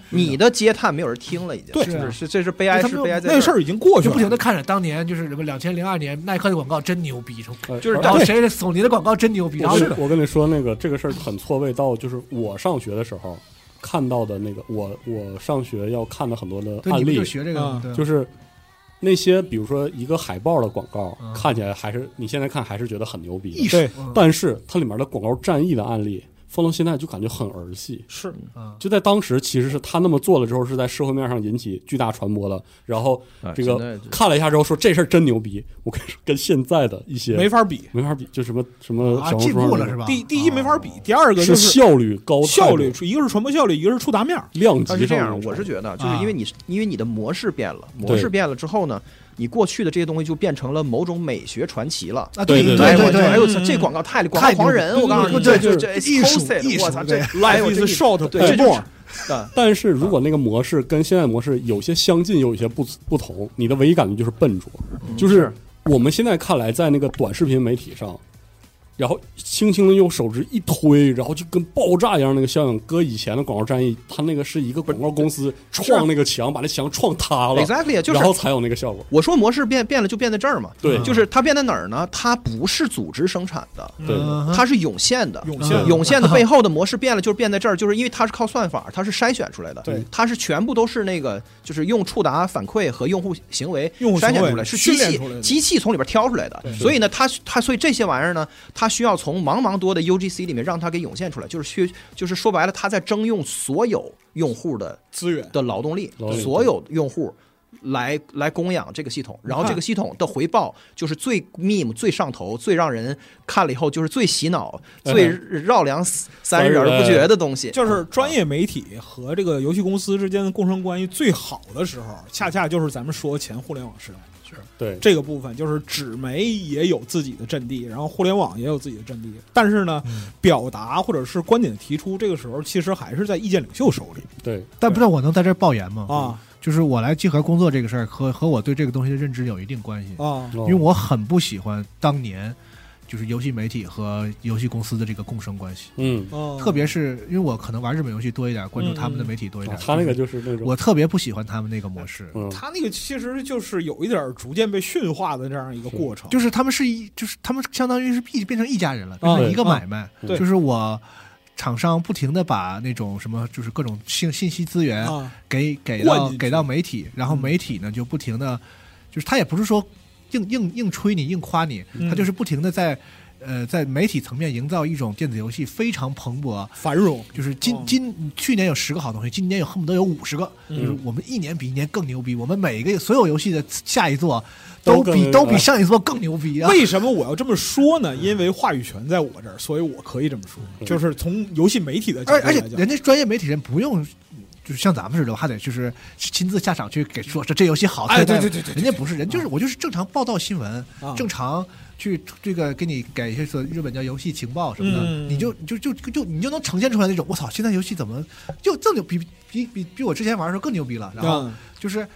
D: 你你的嗟叹没有人听了，已经
E: 对
D: 就是
B: 啊
D: 是这是悲哀
B: 那他
D: 是
B: 们
D: 悲哀在
E: 那
D: 这
E: 事
D: 儿。
E: 儿已经过去
B: 就
E: 了，
B: 不停的看着当年就是什么两千零二年耐克的广告真牛逼，什么
C: 呃
D: 就是
C: 而
B: 然后
E: 对
B: 谁索尼的广告真牛逼，然后
C: 我跟我跟你说，那个这个事儿很错位到，就是我上学的时候看到的那个，我我上学要看的很多的
B: 对
C: 案
B: 你们
C: 例
B: 就，学这个
E: 啊
B: 嘛，对吧
C: 就是那些比如说一个海报的广告，
B: 嗯
C: 看起来还是你现在看还是觉得很牛逼
B: 艺
C: 的，
B: 术
E: 对，
B: 嗯
C: 但是它里面的广告战役的案例放到现在就感觉很儿戏。
E: 是
B: 嗯
C: 就在当时，其实是他那么做了之后，是在社会面上引起巨大传播了。然后
D: 哎
C: 这
D: 现在
C: 个
D: 这
C: 看了一下之后，说这事儿真牛逼。我跟你说，跟现在的一些
E: 没法比。
C: 没法比，就什么什么
B: 啊
C: 小红书
B: 进步
C: 上
B: 了
C: 那
B: 是吧？
E: 第第一没法比
B: 哦，
E: 第二
C: 个
E: 个
C: 是
E: 就是
C: 效率高，
E: 效率，一个是传播效率，一个是触达面儿。
C: 量级
D: 但
C: 上
D: 呃是
C: 的
D: 这样
C: 那，种
D: 我是觉得，就是因为你、因为你的模式变了，模
C: 对
D: 式变了之后呢，你过去的这些东西就变成了某种美学传奇了。
B: 啊，
C: 对
B: 对
C: 对
D: 哎，
B: 对嗯
D: 我就
B: 对，
D: 哎呦，
E: 嗯
D: 这这广告太广告
B: 太牛
D: 狂人，
B: 对
D: 我告诉你，
B: 对
D: 这
C: 对
D: 这
B: 艺术艺术
D: 我操，这
B: 对
E: Life
D: 哎呦，
E: is
D: 这
E: a short
D: 对
E: but
D: 这
E: born
D: 啊
C: 但是如果那个模式跟现在模式有些相近，又有些不不同，你的唯一感觉就是笨拙，
D: 嗯
C: 就是我们现在看来，在那个短视频媒体上，然后轻轻的用手指一推，然后就跟爆炸一样那个效应，搁以前的广告战役，它那个是一个广告公司撞那个墙，把那墙撞塌了
D: ，exactly，就
C: 然后
D: 是
C: 才有那个效果。
D: 我说模式变变了，就变在这儿嘛。
C: 对
D: 就是它变在哪儿呢？它不是组织生产的，
C: 对
B: 嗯
D: 它是涌现的。
E: 涌
B: 嗯
E: 现
D: 涌现的背后的模式变了，就是变在这儿，就是因为它是靠算法，它是筛选出来的，
E: 对
D: 它是全部都是那个，就是用触达反馈和用户行为
E: 用户行
D: 筛
E: 为
D: 选出来，是机
E: 训练
D: 器
E: 出来的
D: 机器从里边挑出来的，所以呢，它它所以这些玩意儿呢，它需要从茫茫多的 UGC 里面让它给涌现出来，就是需就是说白了，它在征用所有用户的
E: 资源，
D: 的劳动力
C: 劳动，力
D: 所有用户来来供养这个系统，然后
E: 你看
D: 这个系统的回报就是最 meme 最上头、最让人看了以后就是最洗脑、
C: 嗯
D: 最绕梁三三日而不绝的东西。
E: 就是专业媒体和这个游戏公司之间的共生关系最好的时候，恰恰就是咱们说前互联网时代
C: 对，
E: 这个部分，就是纸媒也有自己的阵地，然后互联网也有自己的阵地，但是呢，
B: 嗯
E: 表达或者是观点的提出，这个时候其实还是在意见领袖手里
C: 对，
B: 但不知道我能在这儿爆言吗？
E: 啊
B: 就是我来集合工作这个事儿和和我对这个东西的认知有一定关系，
E: 啊，
C: 因
B: 因为我很不喜欢当年就是游戏媒体和游戏公司的这个共生关系，
C: 嗯，
E: 啊
B: 特别是因为我可能玩日本游戏多一点，关注他们的媒体多一点，
C: 嗯哦他那个
B: 就是
C: 就是那种
B: 我特别不喜欢他们那个模式。
C: 嗯
E: 他那个其实就是有一点儿逐渐被驯化的这样一个过程，
B: 就是他们是一，就是他们相当于是一变成一家人了，
C: 哦
E: 啊
B: 变成一个
E: 对
B: 买卖。
E: 对
B: 就是我厂商不停的把那种什么，就是各种信信息资
C: 哦
B: 源
E: 啊，
B: 给给
E: 灌
B: 到
E: 进去
B: 给到媒体，然后媒体呢就不停的，就是他也不是说硬硬硬吹你硬夸你，
E: 嗯
B: 他就是不停的在呃在媒体层面营造一种电子游戏非常蓬勃。
E: 繁荣，
B: 就是今
E: 哦嗯
B: 今去年有十个好东西，今年有恨不得有五十个，就是我们一年比一年更牛逼，我们每一个所有游戏的下一座
C: 都
B: 都比
C: 更
B: 都比上一座更牛逼啊！
E: 为什么我要这么说呢？因为话语权在我这儿，所以我可以这么说。就是从游戏媒体的角
B: 嗯而
E: 度
B: 而且
E: 来讲，
B: 人家专业媒体人不用，就是像咱们似的，还得就是亲自下场去给说这这游戏好。
E: 哎
B: 再
E: 对对对对对
B: 人家不是人，就是我就是正常报道新闻
E: 啊，
B: 正常去这个给你给一些说日本叫游戏情报什么的，
E: 嗯
B: 你就就就就你就能呈现出来那种我操，现
E: 啊
B: 在游戏怎么就这么牛比比比比我之前玩的时候更牛逼了，然后
E: 嗯
B: 就是。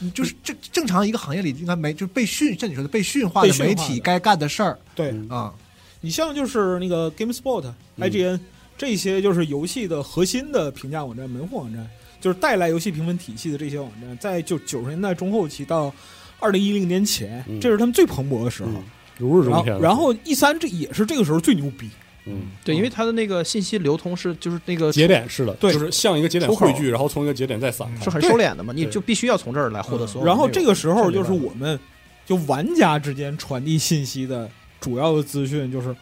B: 你就是正正常一个行业里应该没，就是被驯，像你说的被驯化的
E: 被驯化
B: 媒
E: 的
B: 体该干的事儿
E: 对
C: 嗯
B: 啊。
E: 你像就是那个
B: 嗯
E: GameSpot、IGN 这些就是游戏的核心的评价网站、门户网站，就是带来游戏评分体系的这些网站，在就九十年代中后期到二零一零年前，
C: 嗯
E: 这是他们最蓬勃的时候。
C: 嗯，如日
E: 然
C: 中天
E: 后，。然，后 E 三这也是这个时候最牛逼，
C: 嗯，
D: 对，因为它的那个信息流通是就是那个
C: 节点式的，
E: 对
C: 就是像一个节点
D: 出口
C: 汇聚，然后从一个节点再散开。
D: 是很
E: 对
D: 收敛的嘛，你
C: 对
D: 就必须要从这儿来获得所有的内容。
E: 然后这个时候就是
C: 这没办
E: 我们就玩家之间传递信息的主要的资讯，就是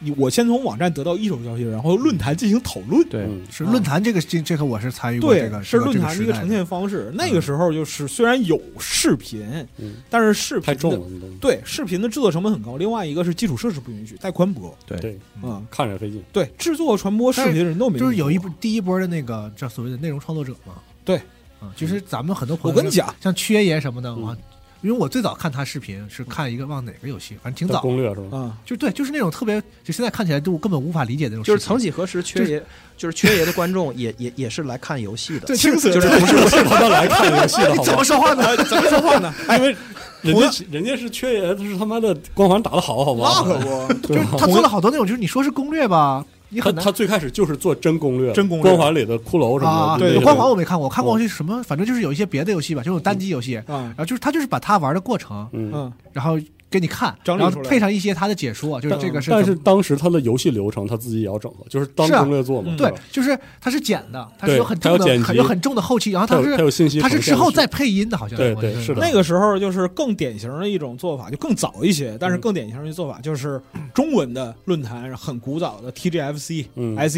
E: 你我先从网站得到一手消息，然后论坛进行讨论。
D: 对
C: 嗯，
B: 是
E: 啊
B: 论坛这个这这个我是参与过
E: 对，
B: 这个，
E: 是
B: 这个
E: 论坛
B: 这
E: 的一
B: 个
E: 个
B: 时代嗯
E: 呈现方式。那个时候就是虽然有视频，
C: 嗯
E: 但是视频
C: 太重
E: 的
C: 了，那东西
E: 对视频的制作成本很高。另外一个是基础设施不允许，带宽播。
C: 对，
E: 嗯，
C: 看着也费劲。
E: 对，制作传播视频的人都没。
B: 就是有一波第一波的那个叫所谓的内容创作者嘛。
E: 对，
B: 啊，其实咱们很多朋友，
E: 我跟你讲，
B: 像缺爷什么的，
C: 嗯
B: 我因为我最早看他视频是看一个忘哪个游戏，反正挺
C: 它
B: 早，
C: 攻略是吧？
E: 啊，
B: 就对，就是那种特别，就现在看起来都根本无法理解的那种视频，
D: 就是曾几何时，缺爷就是缺爷的观众也也也是来看游戏的
B: 对，。就是
E: 青涩
B: 就是
C: 不 是 不是他们来看游戏的，好
B: 怎
C: 吧哎
B: 么？说话呢？哎
E: 怎么说话呢？
C: 因为人家人家是缺爷，是他妈的光环打得好，好吧？
E: 那 可
B: 就
E: 不，
B: 是他做了好多那种，就是你说是攻略吧，你
C: 他
B: 很难
C: 他最开始就是做真攻略，
E: 真攻略
C: 光环里的骷髅什么
B: 啊。
C: 的，
E: 对
B: 光环我
C: 我
B: 没看过，我看过是什么，反正就是有一些别的游戏吧，就那种单机游戏，
E: 啊
B: 然，后就是他就是把他玩的过程，
C: 嗯。
E: 嗯，
B: 然后给你看，
E: 整理
B: 然
E: 出
B: 后
E: 来
B: 配上一些他的解说，就是
C: 但
B: 这个是
C: 但
B: 怎
C: 是
B: 么
C: 当时他的游戏流程他自己也要整合，就是当
B: 是啊
C: 攻略做嘛。
E: 嗯
B: 对
C: 是吧，
B: 就是它是剪的，它
C: 对
B: 是有很重
C: 它有剪
B: 的、
C: 辑
B: 很有很重的后期，然后
C: 他
B: 它
C: 有他
B: 是
C: 有信息
B: 它
C: 呈
B: 是
C: 现的，
B: 之后再配音的，好像
C: 对
B: 我
C: 对
B: 觉得
C: 是的
E: 那个时候就是更典型的一种做法，就更早一些，但是更典型的做法就是中文的论坛很古早的 TGFC、
C: 嗯
E: SE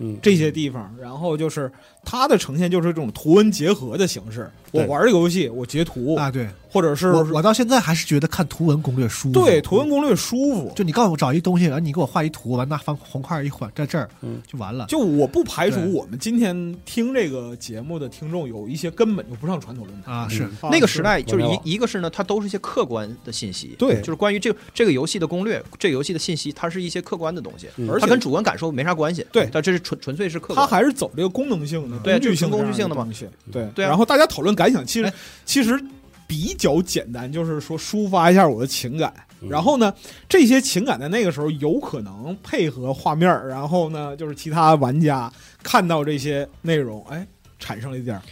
C: 嗯
E: E，这些地方，然后就是它的呈现就是这种图文结合的形式。我
C: 对
E: 玩这个游戏，我截图，
B: 啊，对
E: 或者是
B: 我我到现在还是觉得看图文攻略舒服。
E: 对图文攻略舒服。
B: 就你告诉我找一东西，然后你给我画一图，完拿方红块一画在这儿
C: 嗯
B: 就完了。
E: 就我不排除
B: 对
E: 我们今天听这个节目的听众有一些根本就不上传统论坛，
B: 啊，是
C: 嗯
E: 啊
D: 那个时代就是
C: 互联网
D: 一一个是呢，它都是一些客观的信息，
E: 对
D: 就是关于这个这个游戏的攻略，这个游戏的信息，它是一些客观的东西，
C: 嗯
E: 而
D: 它
E: 且
D: 跟主观感受没啥关系。
E: 对
D: 但这是纯纯粹是客
E: 它
D: 观。
E: 还是走这个功能性的、
D: 对
E: 工具性、
D: 就是工具性的嘛
E: 东西。对
D: 对啊
E: 然后大家讨论感想，其实
B: 哎
E: 其实比较简单，就是说抒发一下我的情感。
C: 嗯
E: 然后呢，这些情感在那个时候有可能配合画面儿，然后呢，就是其他玩家看到这些内容，哎，产生了一点儿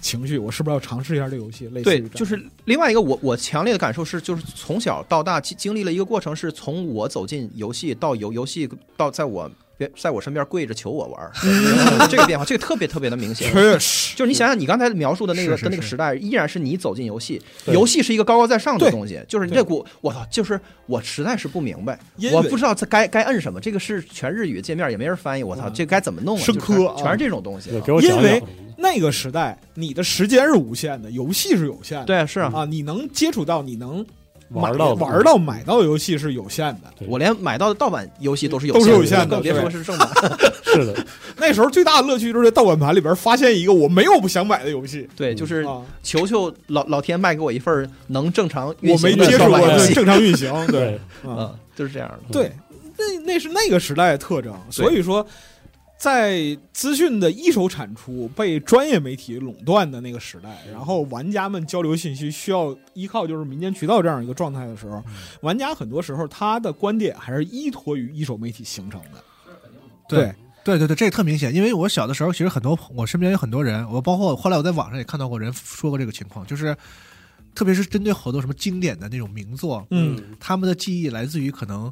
E: 情绪，我是不是要尝试一下这个游戏？类似于
D: 对
E: 这，样
D: 就是另外一个我我强烈的感受是，就是从小到大经经历了一个过程，是从我走进游戏到游游戏到在我边在我身边跪着求我玩儿，这个变化，这个特别特别的明显。
E: 确实，
D: 就是你想想，你刚才描述的那个
B: 是是
D: 跟那个
B: 是
D: 时代，依然是你走进游戏，
C: 对
D: 游戏是一个高高在上的
E: 对
D: 东西。就是你
E: 对
D: 这股，我操，就是我实在是不明白
E: 因，为
D: 我不知道这该该摁什么。这个是全日语界面，也没人翻译，我操，
E: 嗯
D: 这该怎么弄啊？
E: 深
D: 就是
E: 刻啊
D: 全是这种东西
C: 对
D: 啊。
C: 给我讲
E: 因为
C: 讲什么的
E: 那个时代你的时间是无限的，游戏是有限的。
D: 对，是啊，
E: 啊，你能接触到，你能买
C: 玩到
E: 玩到买到游戏是有限的。
C: 对
D: 我连买到的盗版游戏都是有
E: 都是有
D: 限
E: 限的
D: 更别说
E: 对
D: 是正版。
C: 是的，
E: 那时候最大的乐趣就是在盗版盘里边发现一个我没有不想买的游戏
D: 对，就是
E: 啊，
D: 求求老老天卖给我一份儿能正常运
E: 我没
D: 行
E: 接触
D: 的
E: 过
D: 盗版游
E: 对
D: 戏。
E: 正常运行，对
C: 对，
E: 啊，
D: 嗯，就是这样的。
E: 对，那那是那个时代的特征，所以说。在资讯的一手产出被专业媒体垄断的那个时代，然后玩家们交流信息需要依靠就是民间渠道这样一个状态的时候，玩家很多时候他的观点还是依托于一手媒体形成的。对
B: 对对对对，这个特明显，因为我小的时候，其实很多朋我身边有很多人，我包括后来我在网上也看到过人说过这个情况，就是特别是针对好多什么经典的那种名作，
E: 嗯，
B: 他们的记忆来自于可能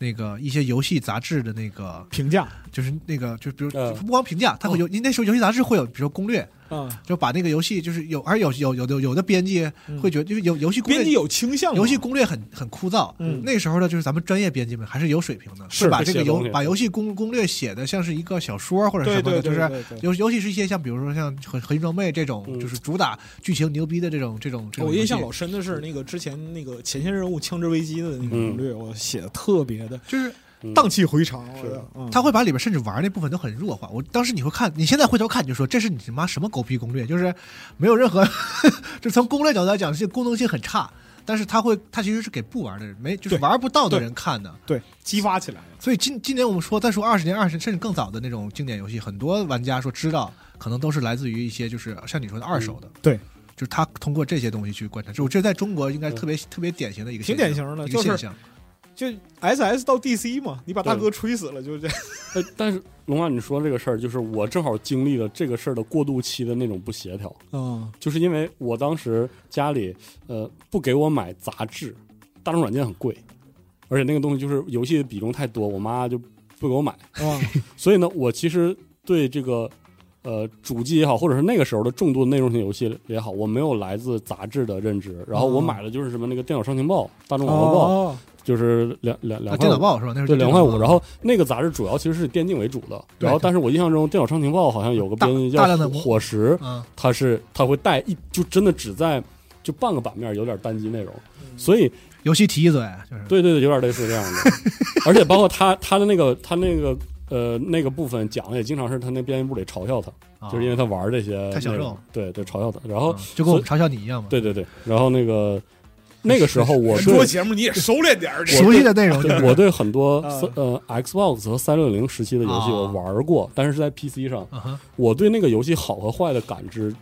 B: 那个一些游戏杂志的那个，
E: 评价
B: 就是那个就比如
C: 嗯
B: 不光评价，他会
E: 哦
B: 有、那时候游戏杂志会有，比如说攻略，
E: 啊，
B: 就把那个游戏就是有，而有有有的有的编辑会觉得，就是游游戏攻
E: 嗯编辑
B: 略。
E: 有倾向吗，
B: 游戏攻略很很枯燥，
E: 嗯
B: 那时候呢，就是咱们专业编辑们还是有水平的，
C: 是
B: 会把
C: 会
B: 这个
C: 写东
B: 游
C: 西
B: 把游戏攻攻略写的像是一个小说或者什
E: 对
B: 么
E: 对
B: 的，
E: 对，
B: 就是
E: 对对
B: 尤尤其是一些像比如说像核核心装备这种，
C: 嗯
B: 就是主打剧情牛逼的这种这种这种游
E: 我
B: 戏。
E: 印象老深的是那个之前那个前线任务《枪支危机》的那个攻略，我写的特别的
B: 就是
E: 荡气回肠。
C: 是
E: 我觉得嗯
B: 嗯他会把里边甚至玩那部分都很弱化。我当时你会看，你现在回头看，你就说这是你他妈什么狗屁攻略，就是没有任何， 就从攻略角度来讲，这功能性很差。但是他会，他其实是给不玩的人，没就是
E: 对
B: 玩不到的
E: 对
B: 人看的。
E: 对激发起来了。
B: 所以今今年我们说再说二十年、二十甚至更早的那种经典游戏，很多玩家说知道，可能都是来自于一些就是像你说的二手的。
E: 对，
B: 就是他通过这些东西去观察，就我觉得在中国应该是特别、特别典型的一个现
E: 挺典
B: 象
E: 型的
B: 一
E: 就
B: 个
E: 是
B: 现象。
E: 就 S S 到 D C 嘛，你把大哥吹死了，就是这样。
C: 呃，但是龙妈，你说这个事儿，就是我正好经历了这个事儿的过渡期的那种不协调，
E: 嗯
C: 就是因为我当时家里呃不给我买杂志，大众软件很贵，而且那个东西就是游戏的比重太多，我妈就不给我买，
E: 啊，
B: 嗯
C: 所以呢，我其实对这个呃主机也好，或者是那个时候的众多内容型游戏也好，我没有来自杂志的认知，然后我
E: 哦
C: 买的就是什么那个电脑商情报、大众网络报，
E: 哦就是
C: 两两两
B: 啊，
C: 块
B: 电
C: 五
B: 脑报是吧？那是
C: 对，两块五。然
B: 后
C: 后那个杂志主要其实是电竞为主的，
B: 对
C: 然后但是我印象中《电脑商情报》好像有个
B: 大
C: 编辑
B: 大
C: 叫
B: 量的
C: 火火石，
B: 嗯，
C: 它是它会带一就真的只在就半个版面有点单机内容，
B: 嗯
C: 所以
B: 游戏提一嘴就是
C: 对对对，有点类似这样的，而且包括他他的那个他那个呃那个部分讲的也经常是他那编辑部里嘲笑他，
B: 啊
C: 就是因为他玩这些
B: 太小
C: 内容
B: 众，
C: 对对嘲笑他，然后
B: 嗯就跟我们嘲笑你一样嘛。
C: 哦对对对，然后那个那个时候我
E: 人
C: 对
E: 多节目你也收敛点儿，这
B: 熟悉的内容就
C: 对
B: 是
C: 我对很 多
E: 啊
C: 三呃 Xbox 和三六零时期的游戏
B: 啊
C: 我玩过，但是是在 PC 上，
B: 嗯哼
C: 我对那个游戏好和坏的感知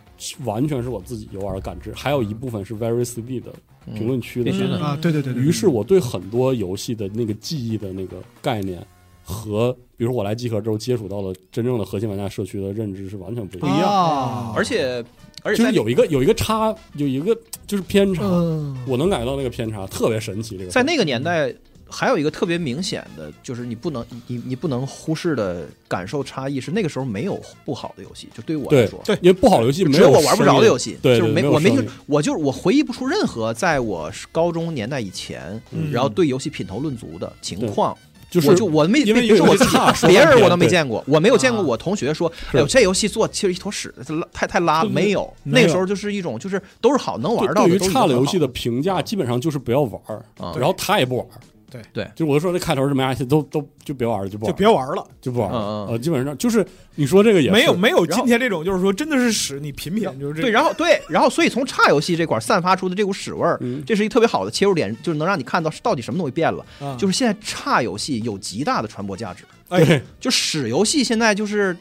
C: 完全是我自己游玩的感知，还有一部分是 Very Speed 的评论区的
D: 嗯必须的
C: 感知
B: 啊，对对对对。
C: 嗯于是我对很多游戏的那个记忆的那个概念和，比如说我来集合之后接触到了真正的核心玩家社区的认知是完全不一样，
B: 啊，
D: 而且而且
C: 就是
D: 在
C: 有一个有一个差，有一个就是偏差，
B: 嗯，
C: 我能感觉到那个偏差特别神奇。这个
D: 在那个年代，还有一个特别明显的，就是你不能你你不能忽视的感受差异是，那个时候没有不好的游戏，就对于我来
C: 对
D: 说，
E: 对
C: 因为不好的游戏没
D: 只
C: 有
D: 我玩不着的游
C: 声
D: 戏
C: 音，对，
D: 就是
C: 对
D: 没
C: 有
D: 我没
C: 声
D: 就
C: 音
D: 我就是我回忆不出任何在我高中年代以前，
E: 嗯
D: 然后对游戏品头论足的情况，
C: 就是
D: 我就我没
C: 因为
D: 不是
C: 游戏
D: 我自己
C: 差，说
D: 别
C: 半
D: 人
C: 天
D: 我都没
C: 对
D: 见过，我没有见过
B: 啊
D: 我同学说，
C: 是
D: 哎呦这游戏做其实一坨屎，这拉太太拉，
C: 对对对
D: 没有，
C: 没
D: 那
C: 有
D: 个时候就是一种就是都是好能玩
C: 对
D: 到
C: 对
D: 的，
C: 于
D: 都已经
C: 差的
D: 很
C: 游
D: 好
C: 戏的评价，基本上就是不要玩儿，
D: 啊
C: 然后他也不玩儿。
E: 对
D: 对
C: 就是我就说这开头是没啥戏，都都就别玩儿了，就不玩儿
E: 就别玩了。
C: 就不玩儿
D: 嗯嗯
C: 了。呃，基本上就是你说这个也是
E: 没有没有
D: 然后
E: 今天这种，就是说真的是屎，你品品就是这
D: 对，然后对，然后所以从差游戏这块儿散发出的这股屎味儿，
C: 嗯
D: 这是一个特别好的切入点，就是能让你看到到底什么东西变了。
E: 啊
D: 就是现在差游戏有极大的传播价值，
E: 哎
D: 就屎游戏现在就是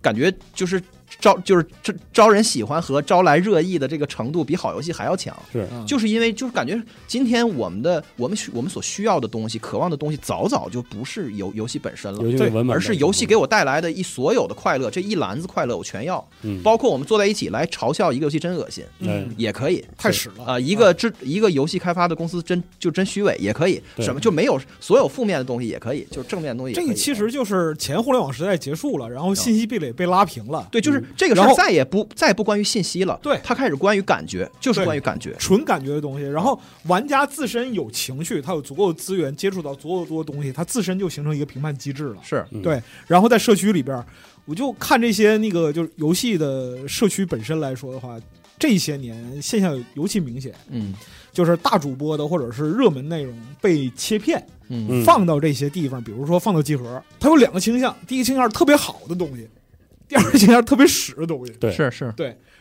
D: 感觉就是招就是招招人喜欢和招来热议的这个程度比好游戏还要强。
C: 是
E: 嗯
D: 就是因为就是感觉今天我们的我们需我们所需要的东西、渴望的东西，早早就不是游游戏本身了
C: 游。戏
E: 对
C: 的文本
D: 而
C: 的
D: 是游戏给我带来的一所有的快乐，这一篮子快乐我全要，
C: 嗯
D: 包括我们坐在一起来嘲笑一个游戏真恶心，
C: 哎
E: 嗯
D: 也可以
E: 太屎了
D: 啊、一个制一个游戏开发的公司真就真虚伪也可以，
C: 对
D: 什么就没有所有负面的东西也可以，就是正面的东西也可
E: 这
D: 以。嗯
E: 个其实就是前互联网时代结束了，然后信息壁垒被拉平了，
D: 对，就是这个
E: 嗯
D: 事
E: 然
D: 儿
E: 后
D: 再也不再也不关于信息了，
E: 对
D: 它开始关于感觉，就是
E: 对
D: 关于感觉。
E: 纯感觉的东西。然后玩家自身有情绪，他有足够的资源，接触到足够多的东西，他自身就形成一个评判机制了。
D: 是
C: 嗯
E: 对，然后在社区里边儿，我就看这些那个就是游戏的社区本身来说的话，这些年现象尤其明显，
D: 嗯
E: 就是大主播的或者是热门内容被切片，
D: 嗯
C: 嗯
E: 放到这些地方，比如说放到集合，它有两个倾向，第一个倾向是特别好的东西，第二个倾向是特别屎的东西，
C: 对
D: 是是，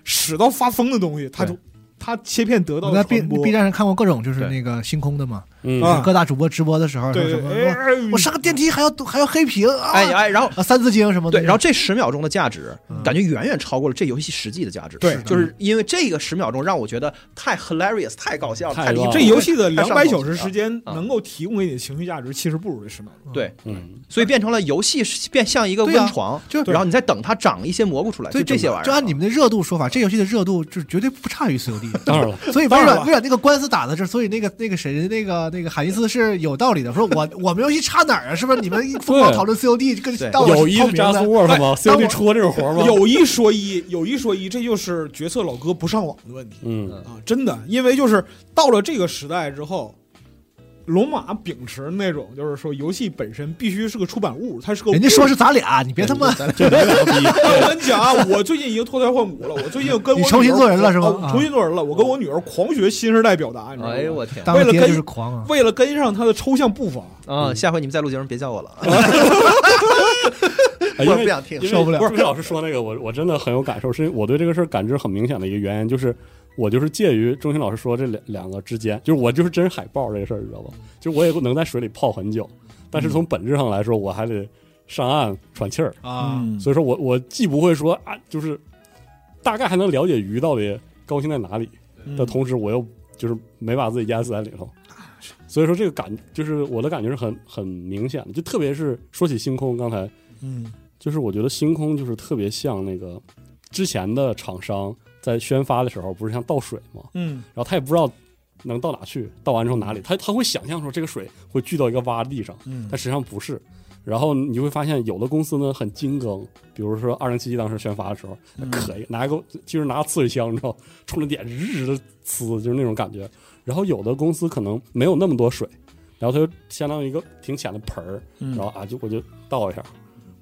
E: 屎到发疯的东西，它
C: 对
E: 就它切片得到
B: 我在
E: 的
B: B
E: 传播
B: B 站上看过各种就是
D: 对
B: 那个星空的嘛，
C: 嗯
E: 啊
B: 各大主播直播的时候说
E: 对
B: 什
E: 对
B: 么
E: 对，
B: 我
E: 哎
B: 我上个电梯还要还要黑屏啊，
D: 哎哎，然后
B: 啊三字经什么的，
D: 对，然后这十秒钟的价值
B: 嗯，
D: 感觉远远超过了这游戏实际的价值。
E: 对
D: 就是因为这个十秒钟让我觉得太 hilarious，太搞笑了，
C: 太
D: 太离谱
C: 棒
D: 了
E: 哎这游戏的
D: 太
E: 两
D: 上
E: 百
D: 头
E: 小
D: 了
E: 时时间
D: 啊
E: 能够提供给你的情绪价值，其实不如这十秒钟。
D: 对，
C: 嗯，
D: 所以变成了游戏是变像一个
B: 对啊
D: 温床，
B: 就
D: 然后你再等它长一些蘑菇出来，
B: 对
D: 就这些玩意儿。啊
B: 就按你们的热度说法，这游戏的热度就是绝对不差于 COD。
C: 当然了，
B: 所以微
E: 当然了
B: 软微软那个官司打到这儿，所以那个那个谁那个那个海因斯是有道理的，说我我们游戏差哪儿啊？是不是你们一疯狂讨论 COD
D: 对
B: 跟当我
C: 有
B: 是
C: 一
B: 透
C: 是
B: 明
C: 扎
B: 的
C: 苏？沃尔吗
B: 当我
C: ？COD 出过这种活吗？，
E: 哎有一说一，有一说一，这就是角色老哥不上网的问题
C: 嗯，
E: 啊！真的，因为就是到了这个时代之后，龙马秉持那种就是说，游戏本身必须是个出版物，它是 个
B: 人家说
E: 是。
B: 是咱俩，你别他妈
C: 这个 牛逼，
E: 我跟你讲啊，我最近已经脱胎换骨了，我最近跟我
B: 你重新
E: 女儿
B: 做人了是吗
E: 啊我重新做人了，我跟我女儿狂学新时代表达，你知道吗？
D: 哎呦我天
B: 当
E: 为了
B: 爹
E: 跟
B: 就是狂啊！
E: 为了跟上她的抽象步伐，
B: 嗯
D: 啊！下回你们再录节目别叫我了，
C: 哎
D: 我
C: 因
D: 不
C: 为
D: 想听
C: 因。为
B: 受不了
C: 朱老师说那个，我我真的很有感受，是我对这个事儿感知很明显的一个原因，就是我就是介于钟欣老师说这两两个之间，就是我就是真海豹这个事儿，你知道吧？就是我也能在水里泡很久，但是从本质上来说，我还得上岸喘气儿，
B: 啊，
C: 所以说我我既不会说啊，就是大概还能了解鱼到底高兴在哪里，
E: 嗯
C: 但同时我又就是没把自己压死在里头，所以说这个感就是我的感觉是很很明显的，就特别是说起星空，刚才
E: 嗯
C: 就是我觉得星空就是特别像那个之前的厂商在宣发的时候，不是像倒水吗？
E: 嗯
C: 然后他也不知道能到哪去，倒完之后哪里，他他会想象说这个水会聚到一个洼地上，
E: 嗯
C: 但实际上不是。然后你就会发现，有的公司呢很精耕，比如说二零七七当时宣发的时候，
E: 嗯
C: 可以拿个就是拿刺水枪，你知道，冲着点日的呲，就是那种感觉。然后有的公司可能没有那么多水，然后它就相当于一个挺浅的盆儿，
E: 嗯
C: 然后啊就我就倒一下，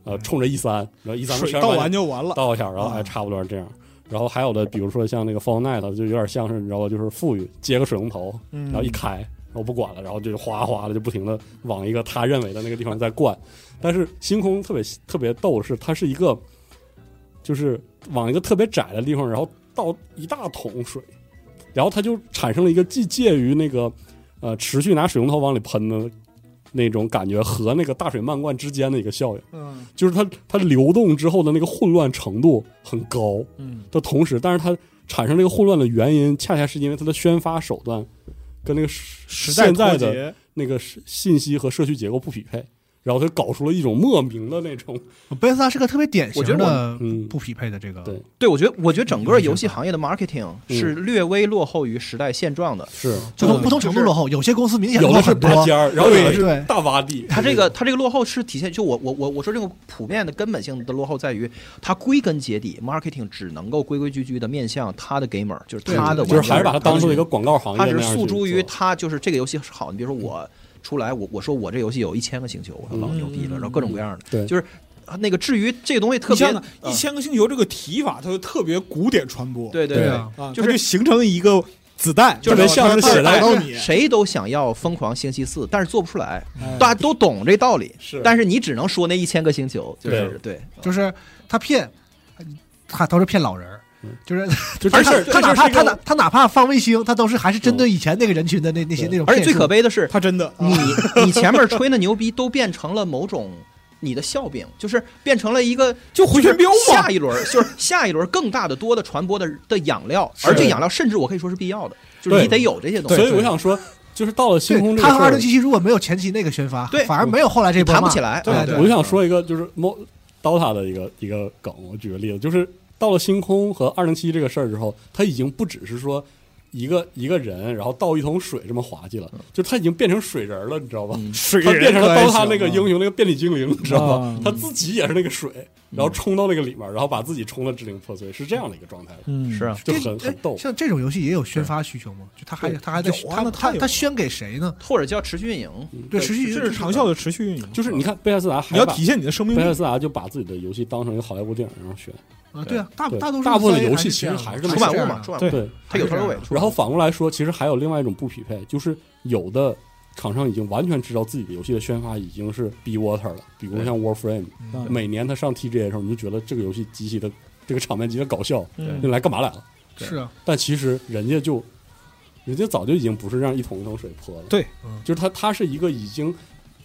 C: 呃，冲着一三，然后一三
E: 水倒完就完了，
C: 倒一下，然后还
E: 啊
C: 差不多是这样。然后还有的，比如说像那个 Fall Night，就有点像是你知道吧，就是富裕接个水龙头，
E: 然
C: 然后一开，然后不管了，然后就哗哗的就不停的往一个他认为的那个地方在灌。但是星空特别特别逗的是，它是一个就是往一个特别窄的地方，然后倒一大桶水，然后它就产生了一个既介于那个呃持续拿水龙头往里喷的那种感觉和那个大水漫灌之间的一个效应。
E: 嗯
C: 就是它它流动之后的那个混乱程度很高
E: 嗯
C: 的同时，但是它产生这个混乱的原因，恰恰是因为它的宣发手段跟那个时
E: 时代
C: 现在
E: 脱
C: 的
E: 节，
C: 那个是信息和社区结构不匹配，然后它搞出了一种莫名的那 种，
B: 嗯贝萨是个特别典型
D: 我觉得
B: 的
C: 嗯，
B: 不匹配的这个，
C: 对
D: 对，我觉得我觉得整个游戏行业的 marketing
B: 嗯
D: 是略微落后于时代现状的。
C: 是
B: 就
D: 嗯
B: 从不同程度落后，有些公司明显
C: 有
B: 落后
C: 的是
B: 很多
C: 拔尖儿，然后有的
B: 对
C: 是
B: 对，
C: 大洼地，
D: 它这个它这个落后是体现，就我我我我说这种普遍的根本性的落后在于，它归根结底，marketing 只能够规规矩矩的面向它的 gamer，就是
B: 对
D: 它的玩家，
C: 就是还是把它当做一个广告行业
D: 它
C: 那
D: 只
C: 样去
D: 是
C: 做，
D: 诉诸于它就是这个游戏是好的。你比如说我出来，我我说我这游戏有一千个星球，我老牛逼了，
E: 嗯
D: 然后各种各样的，
C: 对
D: 就是啊那个至于这个东西特
E: 你
D: 别
E: 像呢，一千个星球这个提法，它就特别古典传播，
D: 对对
C: 对
D: 对。
B: 啊，
E: 啊，
D: 就
E: 它
D: 是
E: 就形成一个子弹，
D: 就是
E: 知道吗
C: 像是
E: 它它
C: 写在
E: 打到
D: 哎
E: 你，
D: 谁都想要疯狂星期四，但是做不出来，
E: 哎
D: 大家都懂这道理，
C: 是
D: 但是你只能说那一千个星球，就是对，
B: 就是他骗，他都是骗老人儿
C: 嗯，
B: 就是
C: 就这
B: 而
C: 事
B: 且
C: 儿，
B: 他
C: 这
B: 哪怕
C: 事儿是一
B: 他
C: 个
B: 哪他哪怕放卫星，他都是还是针对以前那个人群的那那些
C: 对
B: 那种
D: 而
B: 骗术。
D: 且最可悲的是，
E: 他真的啊
D: 你你前面吹的牛逼都变成了某种你的笑柄，就是变成了一个
E: 就回旋镖嘛
D: 就是下一轮就是下一轮更大的多的传播的的养料，而这养料甚至我可以说是必要的，就是
C: 对
D: 你得有这些东
C: 所以
D: 西，
C: 我想说，就是到了星空
B: 对，
C: 这个
B: 他
C: 事
B: 和二
C: 儿
B: 零。七七如果没有前期那个宣发，
D: 对
B: 反而没有后来这波
D: 谈不
B: 骂
D: 起。来。
B: 对
D: 啊
B: 对
C: 我就想说一个，就是 mo Dota 的一个一个梗，我举个例子，就是到了星空和二零七这个事儿之后，它已经不只是说一个一个人，然后倒一桶水这么滑稽了，
E: 嗯
C: 就它已经变成水人了，你知道吧？
E: 水
C: 它变成了
E: 人可还
C: DOTA 那个
E: 行
C: 英
E: 啊
C: 雄那个便利精灵，你知道吧
E: 嗯？
C: 他自己也是那个水，然后冲到那个里面，然后把自己冲得支离破碎，是这样的一个状态，
E: 嗯
D: 是啊，
C: 就
B: 这
C: 很很逗。
B: 像这种游戏也有宣发需求吗？就他还
E: 对
B: 他还在
E: 有啊
B: 他
E: 那
B: 他
E: 太有
B: 他宣给谁呢？
D: 或者叫持续运营，
C: 嗯
B: 对，
D: 对
B: 持续
E: 这是长效的持续运营，
C: 就是你看贝塞斯达还
E: 你要
C: 把
E: 体现你的生命
C: 贝塞
E: 力。
C: 斯达就把自己的游戏当成一个好莱坞电影上选，
B: 啊，对啊，大
C: 对
B: 多数
C: 大部分的
B: 3A
C: 游戏
B: 是这样
C: 其实还是这么
D: 出
B: 还
D: 版
B: 这
D: 物
B: 样
D: 嘛，
B: 的
D: 出版物，
C: 对。啊
D: 它有头有尾。出
C: 然后反过来说，其实还有另外一种不匹配，就是有的厂商已经完全知道自己的游戏的宣发已经是 B Water 了，比如像 Warframe，
E: 嗯
C: 每年他上 TGA 的时候，你就觉得这个游戏极其的这个场面极其的搞笑，
E: 嗯
C: 你来干嘛来了？
B: 是啊，
C: 但其实人家就，人家早就已经不是让一桶一桶水泼了，
E: 对
B: 嗯
C: 就是它它是一个已经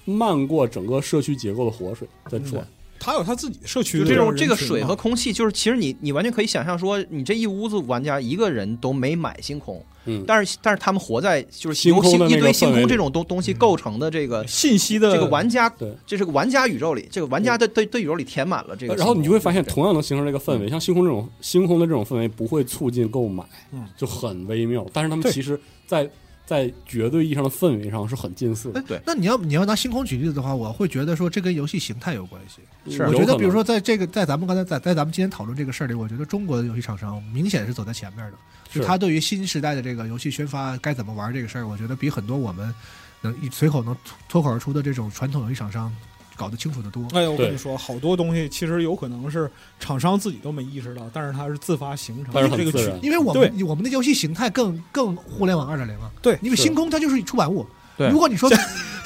C: 漫过整个社区结构的活水在转，
E: 他有他自己的社区
D: 就
E: 的
D: 这
E: 人群嘛，
D: 种这个水和空气，就是其实你你完全可以想象说，你这一屋子玩家一个人都没买星空，
C: 嗯
D: 但是但是他们活在就是
C: 星
D: 由
C: 空
D: 星
C: 的那
D: 一
C: 个
D: 堆星
C: 氛围
D: 空
C: 里嗯
D: 这种东东西构成的这个
E: 哎信息的
D: 这个玩家
C: 呃对，
D: 这是个玩家宇宙里，这个玩家的对对宇宙里填满了这个星空。
C: 呃然后你就会发现，
D: 对
C: 同样能形成这个
D: 嗯
C: 氛围，像星空这种星空的这种氛围不会促进购买，
E: 嗯
C: 就很微妙。但是他们
E: 对
C: 其实在在绝对意义上的氛围上是很近似的
B: 哎。
D: 对
B: 那你要你要拿星空举例子的话，我会觉得说这跟游戏形态有关系。
D: 是
B: 啊我觉
C: 啊有可
B: 得
C: 能
B: 比如说在这个在咱们刚才在在咱们今天讨论这个事儿里，我觉得中国的游戏厂商明显是走在前面的，就是他对于新时代的这个游戏宣发该怎么玩这个事儿，我觉得比很多我们能一随口能脱脱口而出的这种传统游戏厂商搞得清楚得多。
E: 哎呀，我
C: 对
E: 跟你说，好多东西其实有可能是厂商自己都没意识到，但是它是自发形成
C: 但是
E: 的
C: 很
E: 这个
C: 自
E: 群
C: 然。
B: 因为我们我们的游戏形态更更互联网二点零啊，
E: 对
B: 因为
C: 是
B: 星空它就是出版物。
D: 对
B: 如果你 说就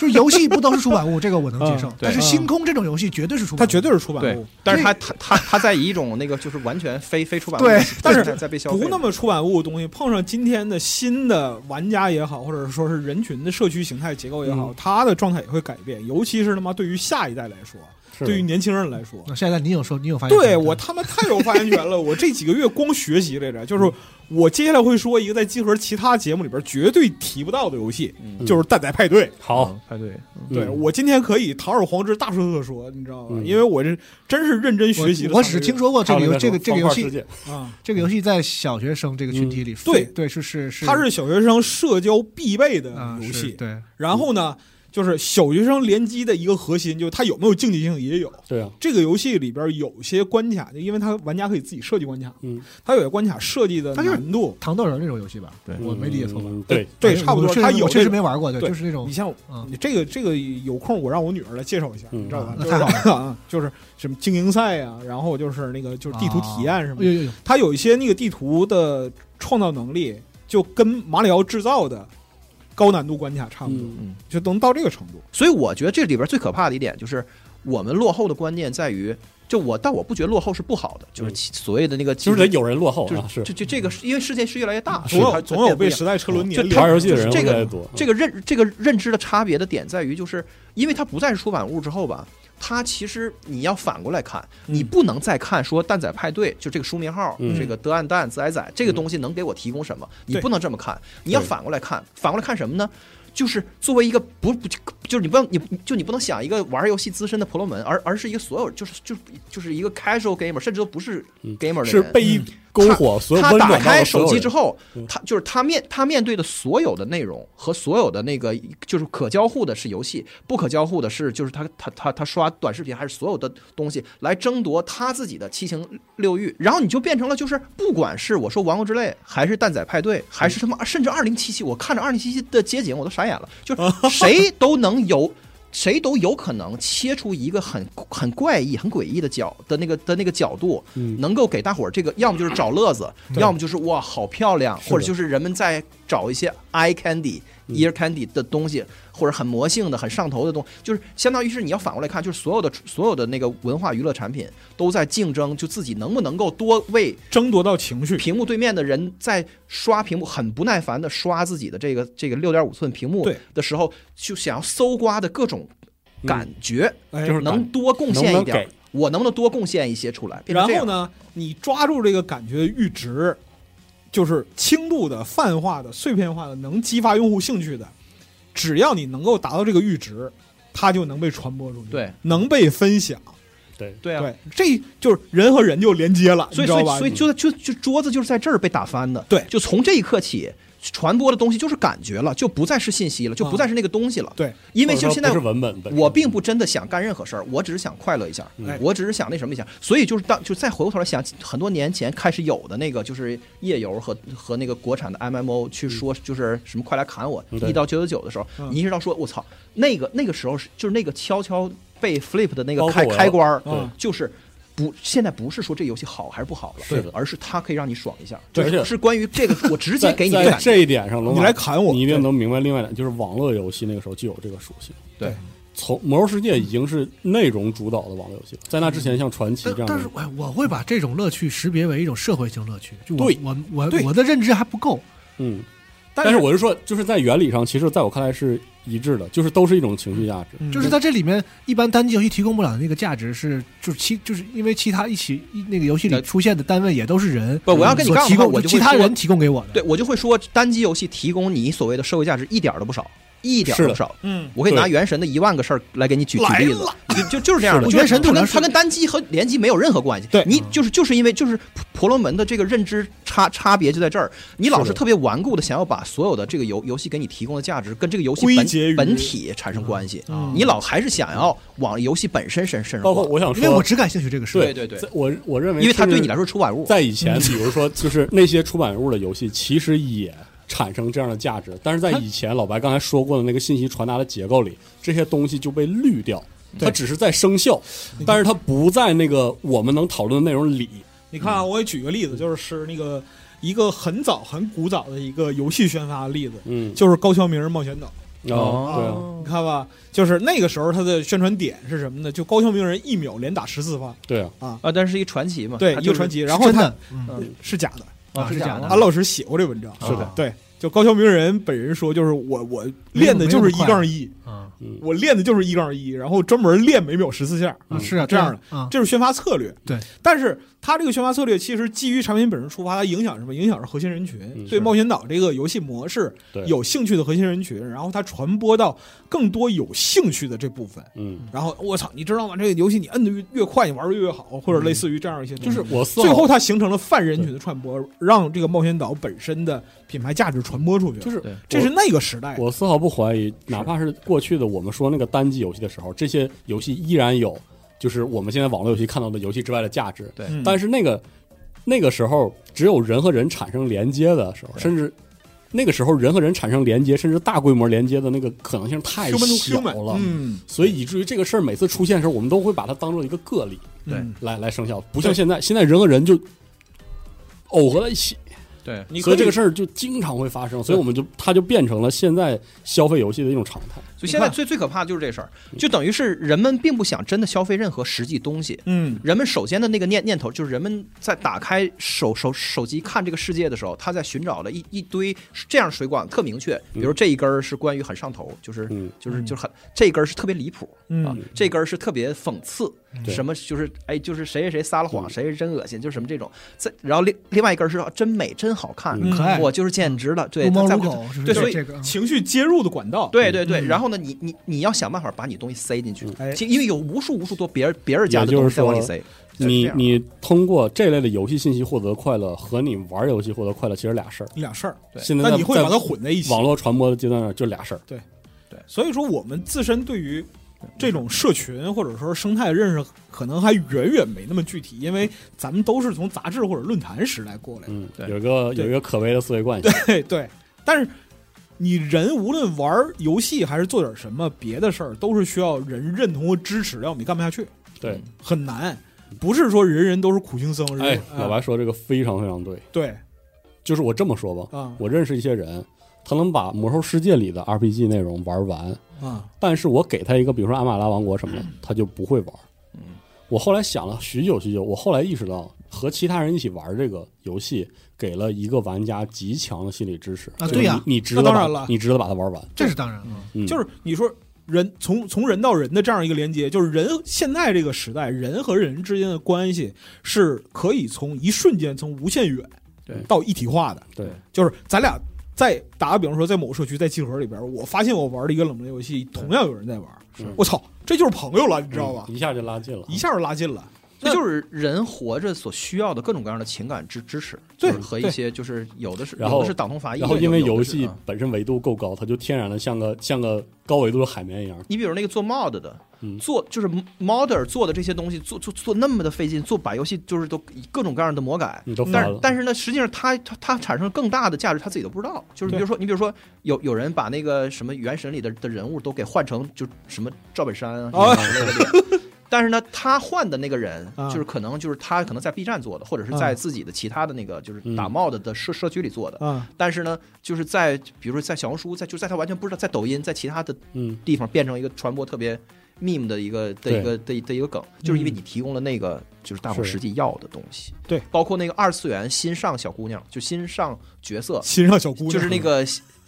B: 是游戏不都是出版物，这个我能接受
E: 嗯，
B: 但是
E: 对
B: 星空这种游戏绝对是出版
E: 它
B: 物，
E: 绝对是出版
D: 对
E: 物，，
D: 但是他他他他在以一种那个就是完全非非出版物
B: 对
D: 的形态，
E: 但是
D: 在在被消费
E: 不那么出版物的东西，碰上今天的新的玩家也好，或者说是人群的社区形态结构也好，
C: 嗯
E: 他的状态也会改变，尤其是他妈对于下一代来说，
C: 是
E: 对于年轻人 来
B: 哎
E: 说，
B: 那现在你有说你有发现？
E: 对我他妈太有发言权了！我这几个月光学习来着，就是我接下来会说一个在集合其他节目里边绝对提不到的游戏，
D: 嗯
E: 就是蛋仔派对。
C: 好，
D: 派哎对，
E: 对
C: 嗯
E: 我今天可以堂而皇之大说特说，你知道吗？
C: 嗯
E: 因为我这真是认真学习了
B: 我我只是听说过这
C: 还
B: 个
C: 有那
B: 游这个这个
C: 方
B: 游
C: 块
B: 戏
C: 世，界
E: 啊，
B: 这个游戏在小学生这个群体里，
E: 嗯对
B: 对，是是是，
E: 它是小学生社交必备的
B: 啊
E: 游
B: 是
E: 戏。
B: 对，
E: 然后呢，就是小学生联机的一个核心，就是它有没有竞技性也有。
C: 对啊，
E: 这个游戏里边有些关卡，就因为它玩家可以自己设计关卡，
C: 嗯，
E: 它有些关卡设计的
B: 它就是
E: 难度，
B: 糖豆人那种游戏吧？
D: 对
B: 我没理解错吧？
C: 嗯对，
E: 对，
B: 反正
E: 差不
B: 我
E: 多。
B: 确
E: 它
B: 实
E: 有
B: 我确
E: 这
B: 实
E: 个
B: 没玩过，对，
E: 对
B: 就是那种
E: 你像
B: 嗯
E: 你这个这个有空，我让我女儿来介绍一下，
C: 嗯
E: 你知道吧？
B: 那
E: 就是
B: 太好
E: 啊，就是什么精英赛啊，然后就是那个就是地图体验什么
B: 哎
E: 的，
B: 呦呦呦，
E: 它有一些那个地图的创造能力，就跟马里奥制造的高难度关卡差不多，
C: 嗯
E: 就能到这个程度。
D: 所以我觉得这里边最可怕的一点就是我们落后的观念在于，就我但我不觉得落后是不好的，就是
C: 嗯
D: 其所谓的那个
C: 就是得有人落后
D: 就是
C: 啊，是
D: 就就这个是，因为世界是越来越大，
E: 总
D: 所以它
E: 有总有被
D: 它
E: 时代车轮碾
D: 嗯就
E: 碾
C: 玩。游戏的人
D: 就是这
C: 越
D: 个
C: 来越多，
D: 这个认这个认知的差别的点在于，就是因为它不再是出版物之后吧，它其实你要反过来看，你不能再看说蛋仔派对就这个书名号，
C: 嗯
D: 这个德暗蛋子矮仔这个东西能给我提供什么，你不能这么看，你要反过来看，反过来看什么呢？就是作为一个不不就是你不能你就你不能想一个玩游戏资深的婆罗门，而而是一个所有就是就是就是一个 casual gamer，甚至都不是
C: 嗯
D: gamer 的人，
C: 是被一篝火所有
D: 他
C: 温
D: 打
C: 暖到
D: 开
C: 的所
D: 手
C: 有
D: 机
C: 人
D: 之后
C: 嗯，
D: 他就是他面他面对的所有的内容和所有的那个就是可交互的是游戏，不可交互的是就是他他他他刷短视频还是所有的东西来争夺他自己的七情六欲，然后你就变成了就是不管是我说《王国之泪》还是《蛋仔派对》，还是他妈甚至二零七七，我看着二零七七的街景我都傻眼了，就是 谁都能有。谁都有可能切出一个很很怪异、很诡异的角的那个的那个角度，
C: 嗯
D: 能够给大伙儿这个，要么就是找乐子，
B: 对
D: 要么就是哇好漂亮，
C: 是的
D: 或者就是人们在找一些 eye candy、
C: 嗯
D: ear candy 的东西，或者很魔性的、很上头的东西，就是相当于是你要反过来看，就是所有的所有的那个文化娱乐产品都在竞争，就自己能不能够多为
E: 争夺到情绪，
D: 屏幕对面的人在刷屏幕，很不耐烦的刷自己的这个这个六点五寸屏幕
E: 对
D: 的时候，就想要搜刮的各种感觉，
E: 哎
C: 就是
D: 能多贡
C: 能
D: 献
C: 不
D: 一
C: 能
D: 点儿
C: 给。
D: 我能不能多贡献一些出来？变
E: 然
D: 成这
E: 后
D: 样？
E: 呢，你抓住这个感觉的阈值，就是轻度的、泛化的、碎片化的，能激发用户兴趣的，只要你能够达到这个阈值，它就能被传播出去，，
D: 对
E: 能被分享。
C: 对
D: 对啊，
E: 对，这就是人和人就连接了，
D: 所
E: 你
D: 以
E: 知
D: 所
E: 道
D: 以
E: 吧？嗯
D: 所以就就就桌子就是在这儿被打翻的。
E: 对
D: 就从这一刻起，传播的东西就是感觉了，就不再是信息了，就不再是那个东西了。
E: 嗯对，
D: 因为就是现在
C: 或者说不是文本本身，
D: 我并不真的想干任何事儿，我只是想快乐一下，
E: 哎
C: 嗯
D: 我只是想那什么一下。所以就是当就再回过头来想，很多年前开始有的那个就是页游和和那个国产的 MMO 去说就是什么快来砍我
C: 嗯对
D: 一刀九九九的时候，
E: 嗯
D: 你意识到说我操，那个那个时候是就是那个悄悄被 flip 的那
C: 包括
D: 个开
C: 我要
D: 开关儿
C: 对
E: 嗯
D: 就是。不，现在不是说这游戏好还是不好了，
C: 是的
D: 而是它可以让你爽一下，
C: 对
D: 就是
C: 而且
D: 是关于这个，我直接
C: 在
D: 给你的
C: 在
D: 感觉，
C: 这一点上，龙
E: 你
C: 马
E: 来砍我，
C: 你一定能明白另外一点，就是网络游戏那个时候就有这个属性。
D: 对，
C: 从《魔兽世界》已经是内容主导的网络游戏了，在那之前像传奇
B: 但
C: 这样
B: 但是
C: 的，
B: 哎，我会把这种乐趣识别为一种社会性乐趣，就我
C: 对
B: 我我
E: 对
B: 我的认知还不够，
C: 嗯，
E: 但
C: 但是我是说，就是在原理上，其实在我看来是一致的，就是都是一种情绪价值。
E: 嗯
B: 就是在这里面一般单机游戏提供不了的那个价值是，就是其就是因为其他一起一那个游戏里
D: 对
B: 出现的单位也都是人，
D: 不我要跟你
B: 所
D: 杠的
B: 提
D: 话
B: 供
D: 我
B: 就
D: 就
B: 其
D: 会
B: 他
D: 说
B: 人提供给我的，
D: 对我就会说，单机游戏提供你所谓的社会价值一点儿都不少，一点儿
C: 是
D: 都
C: 的
D: 不少，
E: 嗯，
D: 我可以
C: 对
D: 拿《原神》的一万个事儿来给你举举例子，就就就是这样
C: 是
B: 的
D: 的。就是
B: 原神
D: 它
B: 主要
D: 跟
B: 是
D: 它跟单机和联机没有任何关系。
E: 对
D: 你
B: 嗯
D: 就是就是因为就是婆婆罗门的这个认知差差别就在这儿，你老
C: 是
D: 是
C: 的
D: 特别顽固的想要把所有的这个游游戏给你提供的价值跟这个游戏
E: 归结于
D: 本本体产生关系，
E: 嗯
D: 你老还是想要往游戏本身身身
C: 包
D: 上
C: 括
D: 挂，
C: 我想
B: 因为我
C: 说，
B: 只感兴趣这个事。
C: 对
D: 对对对
C: 在我我认为，
D: 因为它对你来，说是出版物。
C: 在以前，比如说，就是那些出版物的游戏，其实也。产生这样的价值，但是在以前老白刚才说过的那个信息传达的结构里，这些东西就被滤掉，它只是在生效，但是它不在那个我们能讨论的内容里。
E: 你看啊，我也举个例子，就是是那个一个很早很古早的一个游戏宣发的例子，
C: 嗯，
E: 就是高桥名人冒险岛。
C: 哦，
E: 你看吧，就是那个时候它的宣传点是什么呢？就高桥名人一秒连打十四发，
C: 对啊，对啊，
D: 啊，但是一传奇嘛，
E: 对，
D: 它
E: 一个
D: 就是
E: 传奇。
B: 是
E: 然后
B: 真
E: 它
B: 的，嗯
D: 嗯
E: 是假的，
B: 啊
D: 是
B: 是
D: 这
B: 假
D: 样的
E: 安老师写过这文章，
B: 是的
E: 对。就高桥名人本人说，就是我我练的就是一杠一，
B: 啊
C: 嗯，
E: 我练的就是一杠一，然后专门练每秒十四下，
B: 啊
C: 嗯
B: 是啊
E: 这样
B: 的啊
E: 这是宣发策略。
B: 对，
E: 但是它这个宣发策略其实基于产品本身出发，它影响什么？影响是核心人群，
C: 嗯
E: 对
C: 是
E: 冒险岛这个游戏模式
C: 对
E: 有兴趣的核心人群，然后它传播到更多有兴趣的这部分。
C: 嗯，
E: 然后我操，你知道吗？这个游戏你摁的越越快，你玩的越好，或者类似于这样一些
C: 嗯
E: 东
C: 就
E: 西，
C: 是我丝毫
E: 最后它形成了泛人群的传播，让这个冒险岛本身的品牌价值传播出去了。
C: 就是
D: 对
E: 这是那个时代，
C: 我丝毫不怀疑，哪怕是过去的我们说那个单机游戏的时候，这些游戏依然有，就是我们现在网络游戏看到的游戏之外的价值。
D: 对
E: 嗯
C: 但是那个那个时候，只有人和人产生连接的时候，
D: 对
C: 甚至那个时候人和人产生连接，甚至大规模连接的那个可能性太
E: human to
C: 小
E: human，
C: 了。
E: 嗯，
C: 所以以至于这个事儿每次出现的时候，我们都会把它当做一个个例
D: 对
E: 嗯
C: 来来生效，不像现在，现在人和人就耦合在一起，
D: 对
E: 你
C: 所以这个
E: 可
C: 事儿就经常会发生，所以我们就它就变成了现在消费游戏的一种常态。
D: 所以现在
E: 你看
D: 最最可怕的就是这事儿，就等于是人们并不想真的消费任何实际东西。
E: 嗯，
D: 人们首先的那个念念头就是，人们在打开手手手机看这个世界的时候，他在寻找了一一堆这样水管特明确，比如这一根儿是关于很上头，就是
C: 嗯，
D: 就是就是很这一根儿是特别离谱
E: 嗯
D: 啊，这根儿是特别讽刺，
C: 对
D: 什么就是哎就是谁谁谁撒了谎，
C: 嗯
D: 谁是真恶心，就是什么这种。再然后另另外一根儿是啊真美真好看，
E: 嗯
B: 可爱，
D: 我就是简直了，对，
B: 如猫
D: 再
B: 如
D: 不
B: 狗，是不
E: 对
B: 是？就
E: 所以
B: 是这
C: 嗯
B: 个
E: 情绪接入的管道，
D: 对对对，
E: 嗯
D: 然后呢，你你你要想办法把你东西塞进去，
E: 哎
D: 其因为有无数无数多别人别人家的
C: 也就
D: 东
C: 是
D: 西在往里
C: 说
D: 塞。就是这
C: 你
D: 样
C: 你通过这类的游戏信息获得快乐和你玩游戏获得快乐其实俩事儿。
E: 俩事儿，
D: 对
C: 现在
E: 但
C: 在
E: 你会把它
C: 在
E: 混在一起
C: 网。络传播的阶段上就俩事儿。
E: 所以说，我们自身对于这种社群或者说生态的认识，可能还远远没那么具体，因为咱们都是从杂志或者论坛时代过来的。
C: 嗯，
D: 对
C: 有一个
E: 对
C: 有一个可悲的思维惯性。
E: 对对，但是你人无论玩游戏还是做点什么别的事儿，都是需要人认同和支持，要不你干不下去，
C: 对，
E: 很难。不是说人人都是苦行僧，人
C: 哎
E: 人，
C: 老白说这个非常非常对，
E: 对
C: 就是我这么说吧，
E: 啊
C: 我认识一些人，他能把《魔兽世界》里的 RPG 内容玩完，
E: 啊，
C: 但是我给他一个，比如说阿玛拉王国什么的，他就不会玩。
D: 嗯，
C: 我后来想了许久许久，我后来意识到，和其他人一起玩这个游戏，给了一个玩家极强的心理支持
B: 啊
C: 就是
B: 对呀
C: 你你值得把
E: 那当然了
C: 你值得把它玩完。
B: 这是当然了。
C: 嗯、
E: 就是你说人从从人到人的这样一个连接，就是人现在这个时代，人和人之间的关系是可以从一瞬间从无限远
D: 对
E: 到一体化的。
C: 对，
E: 就是咱俩在打个比方说，在某社区在集合里边，我发现我玩了一个冷门游戏，同样有人在玩
C: 是，
E: 我操，这就是朋友了，你知道吧？
C: 嗯一下就拉近了，
E: 一下就拉近了。
D: 这就是人活着所需要的各种各样的情感支支持，
E: 对
D: 就是和一
E: 对
D: 些就是有的是
C: 然后
D: 有的是党同伐异，
C: 然后因为
D: 啊有
C: 游
D: 的是
C: 戏
D: 嗯
C: 本身维度够高，它就天然的像个像个高维度的海绵一样。
D: 你比如那个做 mod 的
C: 嗯，
D: 做就是 modder 做的这些东西，做做做那么的费劲，做把游戏就是都各种各样的魔改，
C: 你都
D: 但
C: 烦
D: 是
C: 了，
D: 但是呢，实际上它它它产生了更大的价值，他自己都不知道。就是你比如说，你比如说有有人把那个什么《原神》里的的人物都给换成就什么赵本山啊
E: 啊
D: 什么之类的脸。但是呢，他换的那个人，
E: 啊
D: 就是可能就是他可能在 B 站做的，或者是在
E: 啊
D: 自己的其他的那个就是
C: 嗯
D: 打 mod 的社社区里做的。
E: 啊，
D: 但是呢，就是在比如说在小红书，在就在他完全不知道在抖音，在其他的
C: 嗯，
D: 地方变成一个传播特别 meme 的一个的一个的一的一个梗，就是因为你提供了那个就是大伙
C: 是
D: 实际要的东西。
E: 嗯对，
D: 包括那个二次元新上小姑娘，就新上角色，
E: 心上小姑娘
D: 就是那个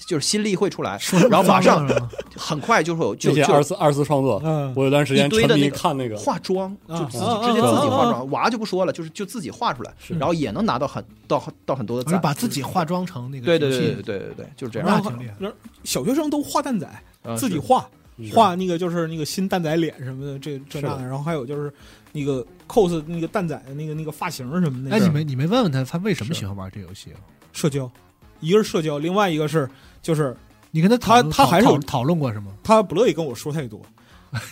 D: 就是新力会出来，然后马上
B: 当然了
D: 很快就会有
C: 这
D: 就
C: 些
D: 就
C: 二次二次创作，
E: 嗯
C: 我有段时间
D: 一堆
C: 沉
D: 的
C: 迷
D: 那个
C: 看那个，
D: 化妆，
E: 啊
D: 就自己
E: 啊啊
D: 直接自己化
E: 啊
D: 妆，娃就不说了，就是就自己画出来，
C: 是
D: 然后也能拿到很到到很多的
B: 而且
D: 赞，
B: 把自己
D: 就是
B: 化妆成那个
D: 对对
B: 游戏
D: 对对对对对，就是这
E: 然
D: 样
B: 那
E: 后
B: 挺厉害
E: 然后小学生都画蛋仔，
D: 嗯
E: 自己
D: 是
E: 画
C: 是
E: 画那个就是那个新蛋仔脸什么的，这这
C: 是
E: 那
C: 的
E: 的，然后还有就是那个 cos 那个蛋仔的那个那个发型什么的。
B: 哎，
E: 那
B: 你
E: 个
B: 们你们问问他，他为什么喜欢玩这游戏啊？
E: 社交，一个是社交，另外一个是就是
B: 你跟他讨论
E: 他他还是
B: 讨
E: 有
B: 讨论过是吗？
E: 他不乐意跟我说太多，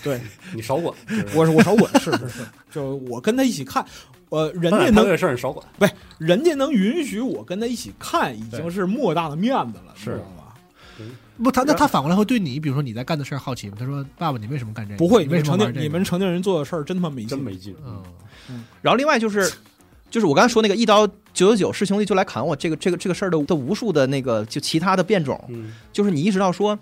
E: 对
C: 你少管，
E: 我是我少管，是是是，就我跟他一起看，呃，人
C: 当
E: 家
C: 然他
E: 能
C: 这事儿你少管，
E: 人家能允许我跟他一起看，已经是莫大的面子了，你
C: 是
E: 知道吧？
B: 不，他那
D: 然后
B: 他反过来会对你，比如说你在干的事儿好奇吗？他说：“爸爸，你为什么干这个？
E: 不会，
B: 你
E: 你
B: 为
E: 们
B: 什么
E: 成
B: 玩
E: 年
B: 这个？”
E: 你们成年人做的事儿真他妈没
C: 真
E: 劲，啊
C: 没劲。
B: 嗯，
D: 然后另 外就是，就是我刚才说那个一刀九九九是兄弟就来砍我这个这个这个事儿的的无数的那个就其他的变种，
C: 嗯，
D: 就是你意识到说，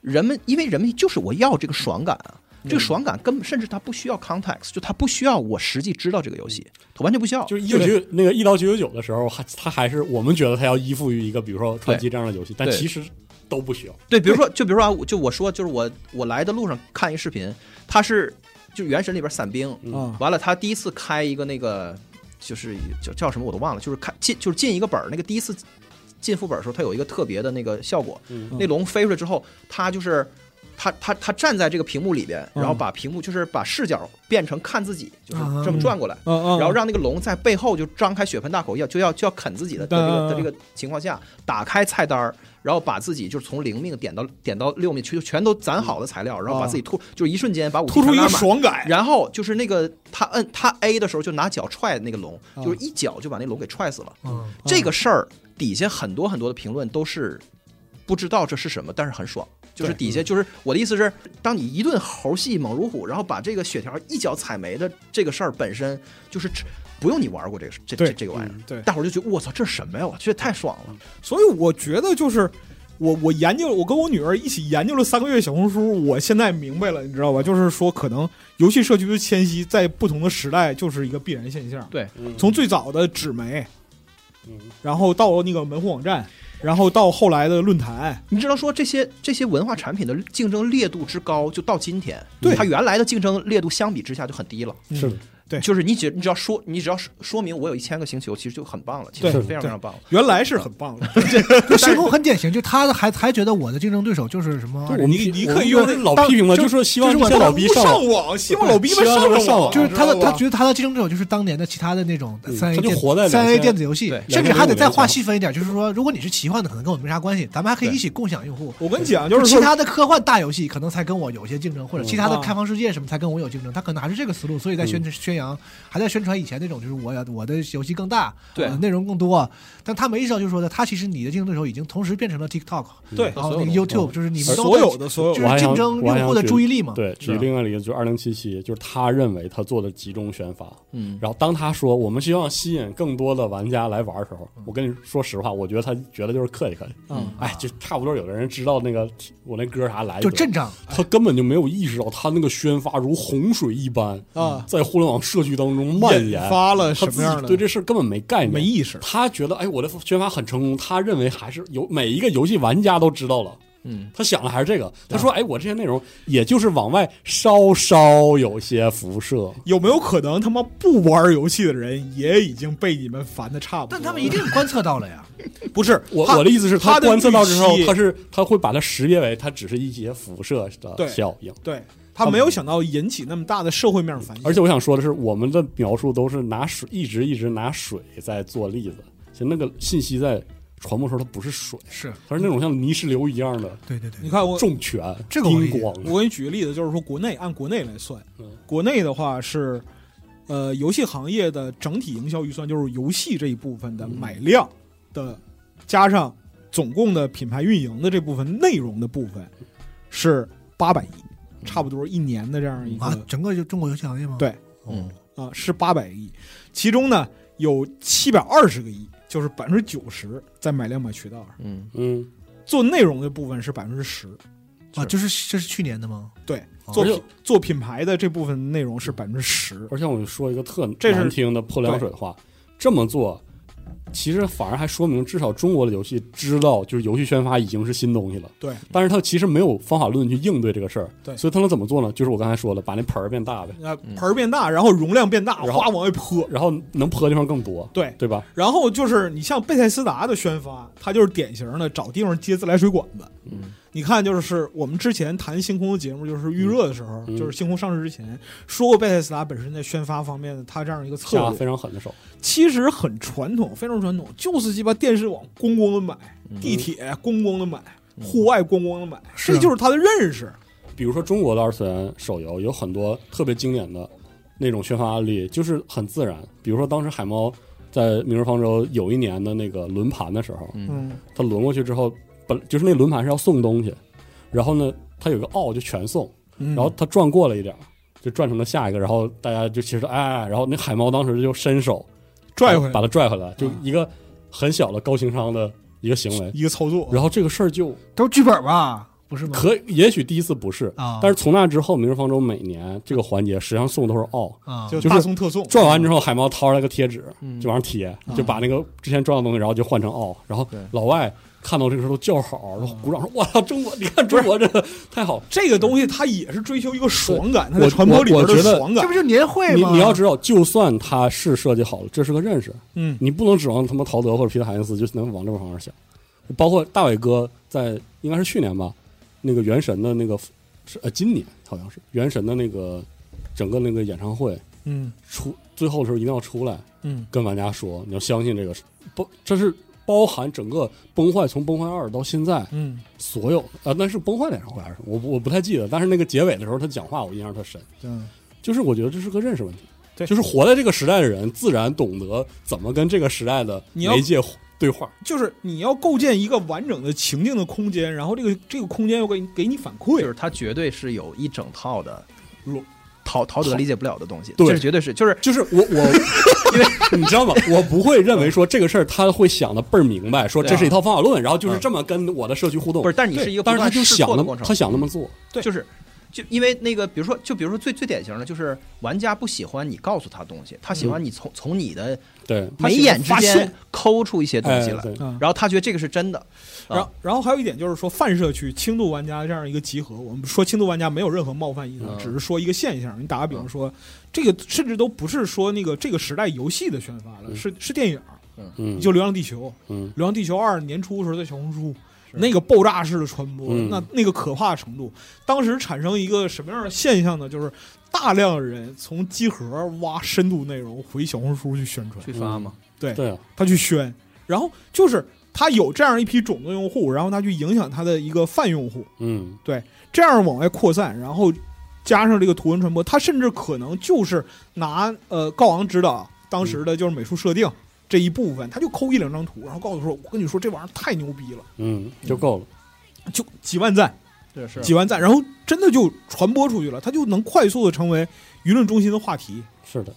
D: 人们因为人们就是我要这个爽感啊，
C: 嗯
D: 这个爽感根本甚至他不需要 context，就他不需要我实际知道这个游戏，他完全不需要。
C: 嗯就是一九九那个一刀九九九的时候，还他还是我们觉得他要依附于一个比如说传奇这样的游戏，但
D: 对
C: 其实都不需要。
D: 对，比如说就比如说啊，我就我说就是我我来的路上看一视频，他是就原神里边伞兵，
C: 嗯
E: 啊
D: 完了他第一次开一个那个。就是叫叫什么我都忘了，就是看进就是进一个本儿，那个第一次进副本的时候，它有一个特别的那个效果，
C: 嗯
D: 那龙飞出来之后，它就是它它它站在这个屏幕里边，
E: 嗯
D: 然后把屏幕就是把视角变成看自己，就是
B: 啊
D: 这么转过来，
E: 嗯嗯，
D: 然后让那个龙在背后就张开血盆大口要就要就要啃自己的的这
E: 嗯
D: 个的这个情况下，打开菜单儿，然后把自己就是从零命点到点到六命，全全都攒好的材料，然后把自己突就是一瞬间把武器
E: 啊突出
D: 全
E: 一
D: 拉
E: 个
D: 满。
E: 爽感，
D: 然后就是那个他摁他 A 的时候，就拿脚踹那个龙，
E: 啊
D: 就是一脚就把那龙给踹死了。
B: 嗯，
D: 这个事儿底下很多很多的评论都是不知道这是什么，但是很爽。就是底
E: 嗯
D: 下就是我的意思是，当你一顿猴戏猛如虎，然后把这个血条一脚踩没的这个事儿本身，就是只不用你玩过这个这这
E: 对嗯
D: 这个玩意儿，
E: 对，
D: 大伙儿就觉得我操这是什么呀？我去太爽了。
E: 所以我觉得就是我我研究了，我跟我女儿一起研究了三个月小红书，我现在明白了，你知道吧？就是说，可能游戏社区的迁徙在不同的时代就是一个必然现象。
C: 嗯
E: 从最早的纸媒，
C: 嗯
E: 然后到那个门户网站，然后到后来的论坛，
D: 你知道说这些这些文化产品的竞争烈度之高，就到今天，
E: 对
D: 它原来的竞争烈度相比之下就很低了。
E: 嗯
C: 是的
D: 就是你只你只要说你只要说说明我有一千个星球，其实就很棒了，其
E: 对
D: 实非常非常棒了。
E: 原来是很棒的。
B: 就星空很典型，就他的还还觉得我的竞争对手就是什么，
C: 嗯我们
E: 你你可以
C: 我
E: 用
C: 们
E: 那
C: 老
E: 当
C: 批评了，
E: 就
C: 就说希望
B: 就是
C: 这些老逼上网，
E: 上网，希望老逼 们上
C: 上网
B: 就是他的他
E: 觉
B: 觉得他的竞争对手就是当年的其他的那种
C: 嗯
B: 三 A
C: 他就
B: 电
C: 活在
B: 三 A
C: 2000
B: 电子游戏
D: 对，
B: 甚至
C: 2000
B: 还得再划细分一点，就是说如果你是奇幻的，可能跟我没啥关系，咱们还可以一起共享用户。
E: 我跟你讲，就是
B: 其
E: 说，
B: 他的科幻大游戏可能才跟我有一些竞争，或者
C: 嗯
B: 其他的
E: 啊
B: 开放世界什么才跟我有竞争，他可能还是这个思路，所以在宣宣扬，还在宣传以前那种就是我要我的游戏更大，
D: 对
B: 我的内容更多，但他没意识到就是说的，他其实你的竞争对手已经同时变成了 TikTok，
E: 对
B: 然后
D: 所
B: 那
D: 有
B: 个
D: 的
B: YouTube，就是你们都
E: 所有
B: 在
E: 的所有
B: 就
E: 的
C: 我还
B: 是
C: 想
B: 竞争
C: 我还
B: 用户的
C: 想举
B: 注意力嘛，
C: 对，举
B: 是吧
C: 另外一个就是二零七七，就是他认为他做的集中选法。
D: 嗯，
C: 然后当他说我们希望吸引更多的玩家来玩的时候，我跟你说实话，我觉得他觉得就是客气客气。
E: 嗯，
C: 哎，就差不多有的人知道那个我那歌啥来
B: 就
C: 得
B: 阵仗。
C: 他根本就没有意识到他那个宣发如洪水一般
E: 啊
C: 在互联网社区当中蔓延
E: 引，发了
C: 他
E: 什
C: 自
E: 么样
C: 己
E: 的？
C: 对这事儿根本没概念，
E: 没意识。
C: 他觉得哎，我的宣发很成功，他认为还是有每一个游戏玩家都知道了。
D: 嗯，
C: 他想的还是这个。
E: 啊
C: 他说：“哎，我这些内容也就是往外稍稍有些辐射。
E: 有没有可能他妈不玩游戏的人也已经被你们烦的差不多
B: 但
E: 了？
B: 他们一定观测到了呀，
E: 不是
C: 我
E: 他
C: 我的意思是，
E: 他的
C: 观测到之后
E: 预，期
C: 他是他会把它识别为它只是一些辐射
E: 对
C: 的效应。
E: 对他没有想到引起那么大的社会面反响，
C: 而且我想说的是，我们的描述都是拿水，一直一直拿水在做例子。其实那个信息在传播的时候，它不是水，
B: 是
C: 它是那种像泥石流一样的
B: 对对对
E: 你看我
C: 重拳、
B: 这个我理
C: 叮
B: 解
C: 咣。
E: 我给你举个例子，就是说国内按国内来算
C: 嗯，
E: 国内的话是，呃，游戏行业的整体营销预算就是游戏这一部分的
C: 嗯
E: 买量的，加上总共的品牌运营的这部分内容的部分是八百亿，差不多一年的这样一
C: 嗯
E: 个
B: 啊，整个就中国游戏行业吗？
E: 对
D: 嗯
E: 啊、是八百亿，其中呢有七百二十个亿，就是百分之九十在买量买渠道上，
D: 嗯，
C: 嗯，
E: 做内容的部分是百分之十，
B: 啊，就是这是去年的吗？
E: 对，
B: 哦
E: 做
C: 而且
E: 品做品牌的这部分内容是百分之十。
C: 而且我就说一个特
E: 这是
C: 难听的泼凉水话，这么做其实反而还说明，至少中国的游戏知道，就是游戏宣发已经是新东西了。
E: 对，
C: 但是他其实没有方法论去应对这个事儿。
E: 对
C: 所以他能怎么做呢？就是我刚才说了，把那盆儿变大呗，
E: 那
D: 嗯
E: 盆儿变大，然后容量变大，
C: 然后
E: 哗往外泼。
C: 然后能泼的地方更多，
E: 对，
C: 对吧？
E: 然后就是你像贝塞斯达的宣发，它就是典型的找地方接自来水管子。
D: 嗯，
E: 你看，就是我们之前谈星空的节目，就是预热的时候，
C: 嗯
E: 就是星空上市之前说过贝塞斯达本身在宣发方面的它这样一个策
C: 下
E: 略，
C: 非常狠的手，
E: 其实很传统，非常传统，就是鸡巴电视网咣咣的买，
C: 嗯
E: 地铁咣咣的买，户外咣咣的买，
B: 是啊
E: 这就是他的认识。
C: 比如说中国的二次元手游有很多特别经典的那种宣发案例，就是很自然。比如说当时海猫在《明日方舟》有一年的那个轮盘的时候，
D: 嗯
E: 嗯
C: 他轮过去之后，本就是那轮盘是要送东西，然后呢，他有个奥就全送，
E: 嗯，
C: 然后他转过了一点儿，就转成了下一个，然后大家就其实哎，然后那海猫当时就伸手
E: 拽回来啊
C: 把他拽回来，就
E: 嗯
C: 一个很小的高情商的一个行为。
E: 一个操作，
C: 然后这个事儿就
E: 嗯
B: 都是剧本吧？不是吗？
C: 可也许第一次不是，
B: 啊，
C: 但是从那之后，《明日方舟》每年这个环节实际上送的都是奥。
B: 啊，
E: 就
C: 就是
E: 大送特送，
C: 转完之后，海猫掏出来个贴纸，就往上贴
E: 嗯，
C: 就把那个之前撞的东西，然后就换成奥。然后
D: 对
C: 老外看到这个时候都叫好，然后鼓掌说：“哇，中国！你看中国这个太好。
E: 这个东西它也是追求一个爽感，它
C: 我
E: 在传播里边
C: 我我觉
E: 的
C: 得
E: 爽
B: 这
E: 感
B: 不。就年会
C: 你
B: 吗？
C: 你要知道，就算它是设计好了，这是个认识，
E: 嗯，
C: 你不能指望他妈陶德或者皮特海因斯就能往这个方向想。包括大伟哥在应该是去年吧，那个《原神》的那个是呃今年好像是《原神》的那个整个那个演唱会
E: 嗯
C: 出最后的时候一定要出来，
E: 嗯，
C: 跟玩家说你要相信这个是不，这是包含整个崩坏从崩坏二到现在
E: 嗯，
C: 所有啊，那是崩坏演唱会还是什么我不我不太记得，但是那个结尾的时候他讲话我印象特深，
E: 对，
B: 嗯
C: 就是我觉得这是个认识问题。
E: 对
C: 就是活在这个时代的人，自然懂得怎么跟这个时代的
E: 你要
C: 媒介对话。
E: 就是你要构建一个完整的情境的空间，然后这个这个空间又给你给你反
D: 就
E: 馈
D: 是，它绝对是有一整套的
E: 逻
D: 陶陶德理解不了的东西，
C: 对
D: 这是绝对是，就是
C: 就是我我， 因为你知道吗？我不会认为说这个事儿他会想的倍儿明白，说
D: 对啊嗯
C: 这是一套方法论，然后就是这么跟我的社区互动。
D: 不是但是你
C: 对
D: 是一个不
C: 但是他
D: 断
C: 就
D: 试
C: 想
D: 错的
C: 那么
D: 过程
C: 他想那么做，
E: 对
D: 就是就因为那个，比如说，就比如说最最典型的就是玩家不喜欢你告诉他东西，他喜欢你从、从你的
C: 对，
E: 他
D: 眉
E: 喜欢
D: 眼之
E: 发
D: 间
E: 现
D: 抠出一些东
C: 哎
D: 西来，
C: 对
E: 嗯，
D: 然后他觉得这个是真的。啊
E: 然后然后还有一点就是说泛社区轻度玩家这样一个集合，我们说轻度玩家没有任何冒犯意思，啊
C: 嗯
E: 只是说一个现象。你打个比方说，这个甚至都不是说那个这个时代游戏的宣发了，
C: 嗯
E: 是是电影，
C: 嗯，
E: 就《流浪地球》，
C: 嗯
E: 《流浪地球二》年初的时候在小红书，那个爆炸式的传播，
C: 嗯
E: 那那个可怕程度，当时产生一个什么样的现象呢？就是大量人从集合挖深度内容回小红书去宣传，
D: 去
C: 发
D: 嘛
C: 嘛，
E: 对
C: 对啊，
E: 他去宣，然后就是他有这样一批种子用户，然后他去影响他的一个泛用户，
C: 嗯，
E: 这样往外扩散，然后加上这个图文传播，他甚至可能就是拿呃高昂指导当时的就是美呃术设定。这一部分，他就抠一两张图，然后告诉说：“我跟你说，这玩意儿太牛逼了。”
C: 嗯，就够了。
E: 就几万赞，
D: 这是
E: 几万赞，然后真的就传播出去了，它就能快速的成为舆论中心的话题。
C: 是的，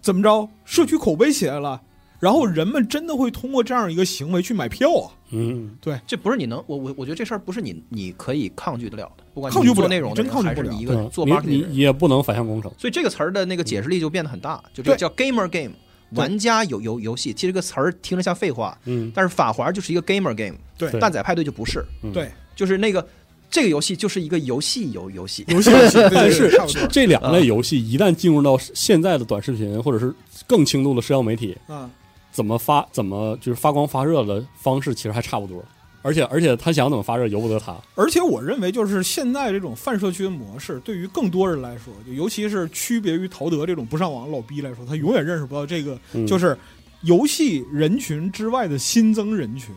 E: 怎么着，社区口碑起来了，然后人们真的会通过这样一个行为去买票啊，
C: 嗯，
D: 这不是你能我我我觉得这事儿不是你你可以抗拒得了的，不管
E: 抗
D: 你
E: 拒不
D: 做
E: 了
D: 内容的
E: 真
D: 人
E: 抗拒
D: 还是
E: 不了
D: 你一
C: 一
D: 个做 marketing
C: 嗯你
D: 的人
C: 你也不能反向工程。
D: 所以这个词儿的那个解释力就变得很大，就
E: 嗯
D: 这
E: 对
D: 个叫 gamer game，
E: 对
D: 玩家游游游戏。其实这个词儿听着像废话，
C: 嗯，
D: 但是法华就是一个 gamer game，
E: 对
D: 蛋仔派对就不是，
C: 嗯
E: 对，
D: 就是那个这个游戏就是一个游戏游游戏，
E: 游戏 游戏对
C: 是
E: 差不多
C: 这两
D: 啊
C: 类游戏一旦进入到现在的短视频或者是更轻度的社交媒体，
E: 啊，
C: 怎么发怎么就是发光发热的方式其实还差不多。而且而且他想怎么发热由不得他。
E: 而且我认为，就是现在这种泛社区的模式，对于更多人来说，就尤其是区别于陶德这种不上网的老逼来说，他永远认识不到这个
C: 嗯、
E: 就是游戏人群之外的新增人群，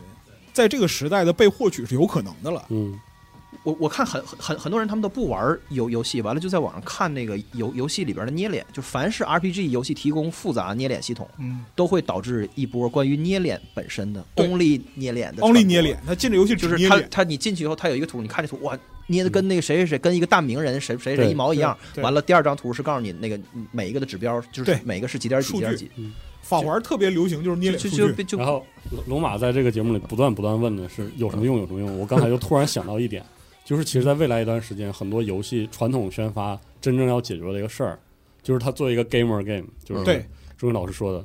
E: 在这个时代的被获取是有可能的了。
C: 嗯，
D: 我我看很很很很多人他们都不玩儿游游戏，完了就在网上看那个游游戏里边的捏脸，就凡是 RPG 游戏提供复杂捏脸系统，
B: 嗯，
D: 都会导致一波关于捏脸本身的
E: 对
D: only 捏脸
C: 嗯
D: 的
E: only
D: 传播
E: 捏脸，他进这游戏只
D: 就是
E: 捏
D: 他
E: 脸，
D: 他你进去以后，他有一个图，你看这图哇，捏的跟那个谁谁谁跟一个大名人谁谁谁
C: 对
D: 一毛一样。
E: 对对
D: 完了，第二张图是告诉你那个每一个的指标，就是
E: 对
D: 每个是几点几
E: 数
D: 几
E: 据
D: 点几，
E: 法环特别流行就是捏
D: 就
E: 脸数
D: 就
E: 据。
D: 就就
C: 然后龙龙马在这个节目里不断不断问的是有什么用有什么用。我刚才就突然想到一点，就是其实，在未来一段时间，很多游戏传统宣发真正要解决的一个事儿，就是它做一个 gamer game，就是
E: 对
C: 朱云老师说的，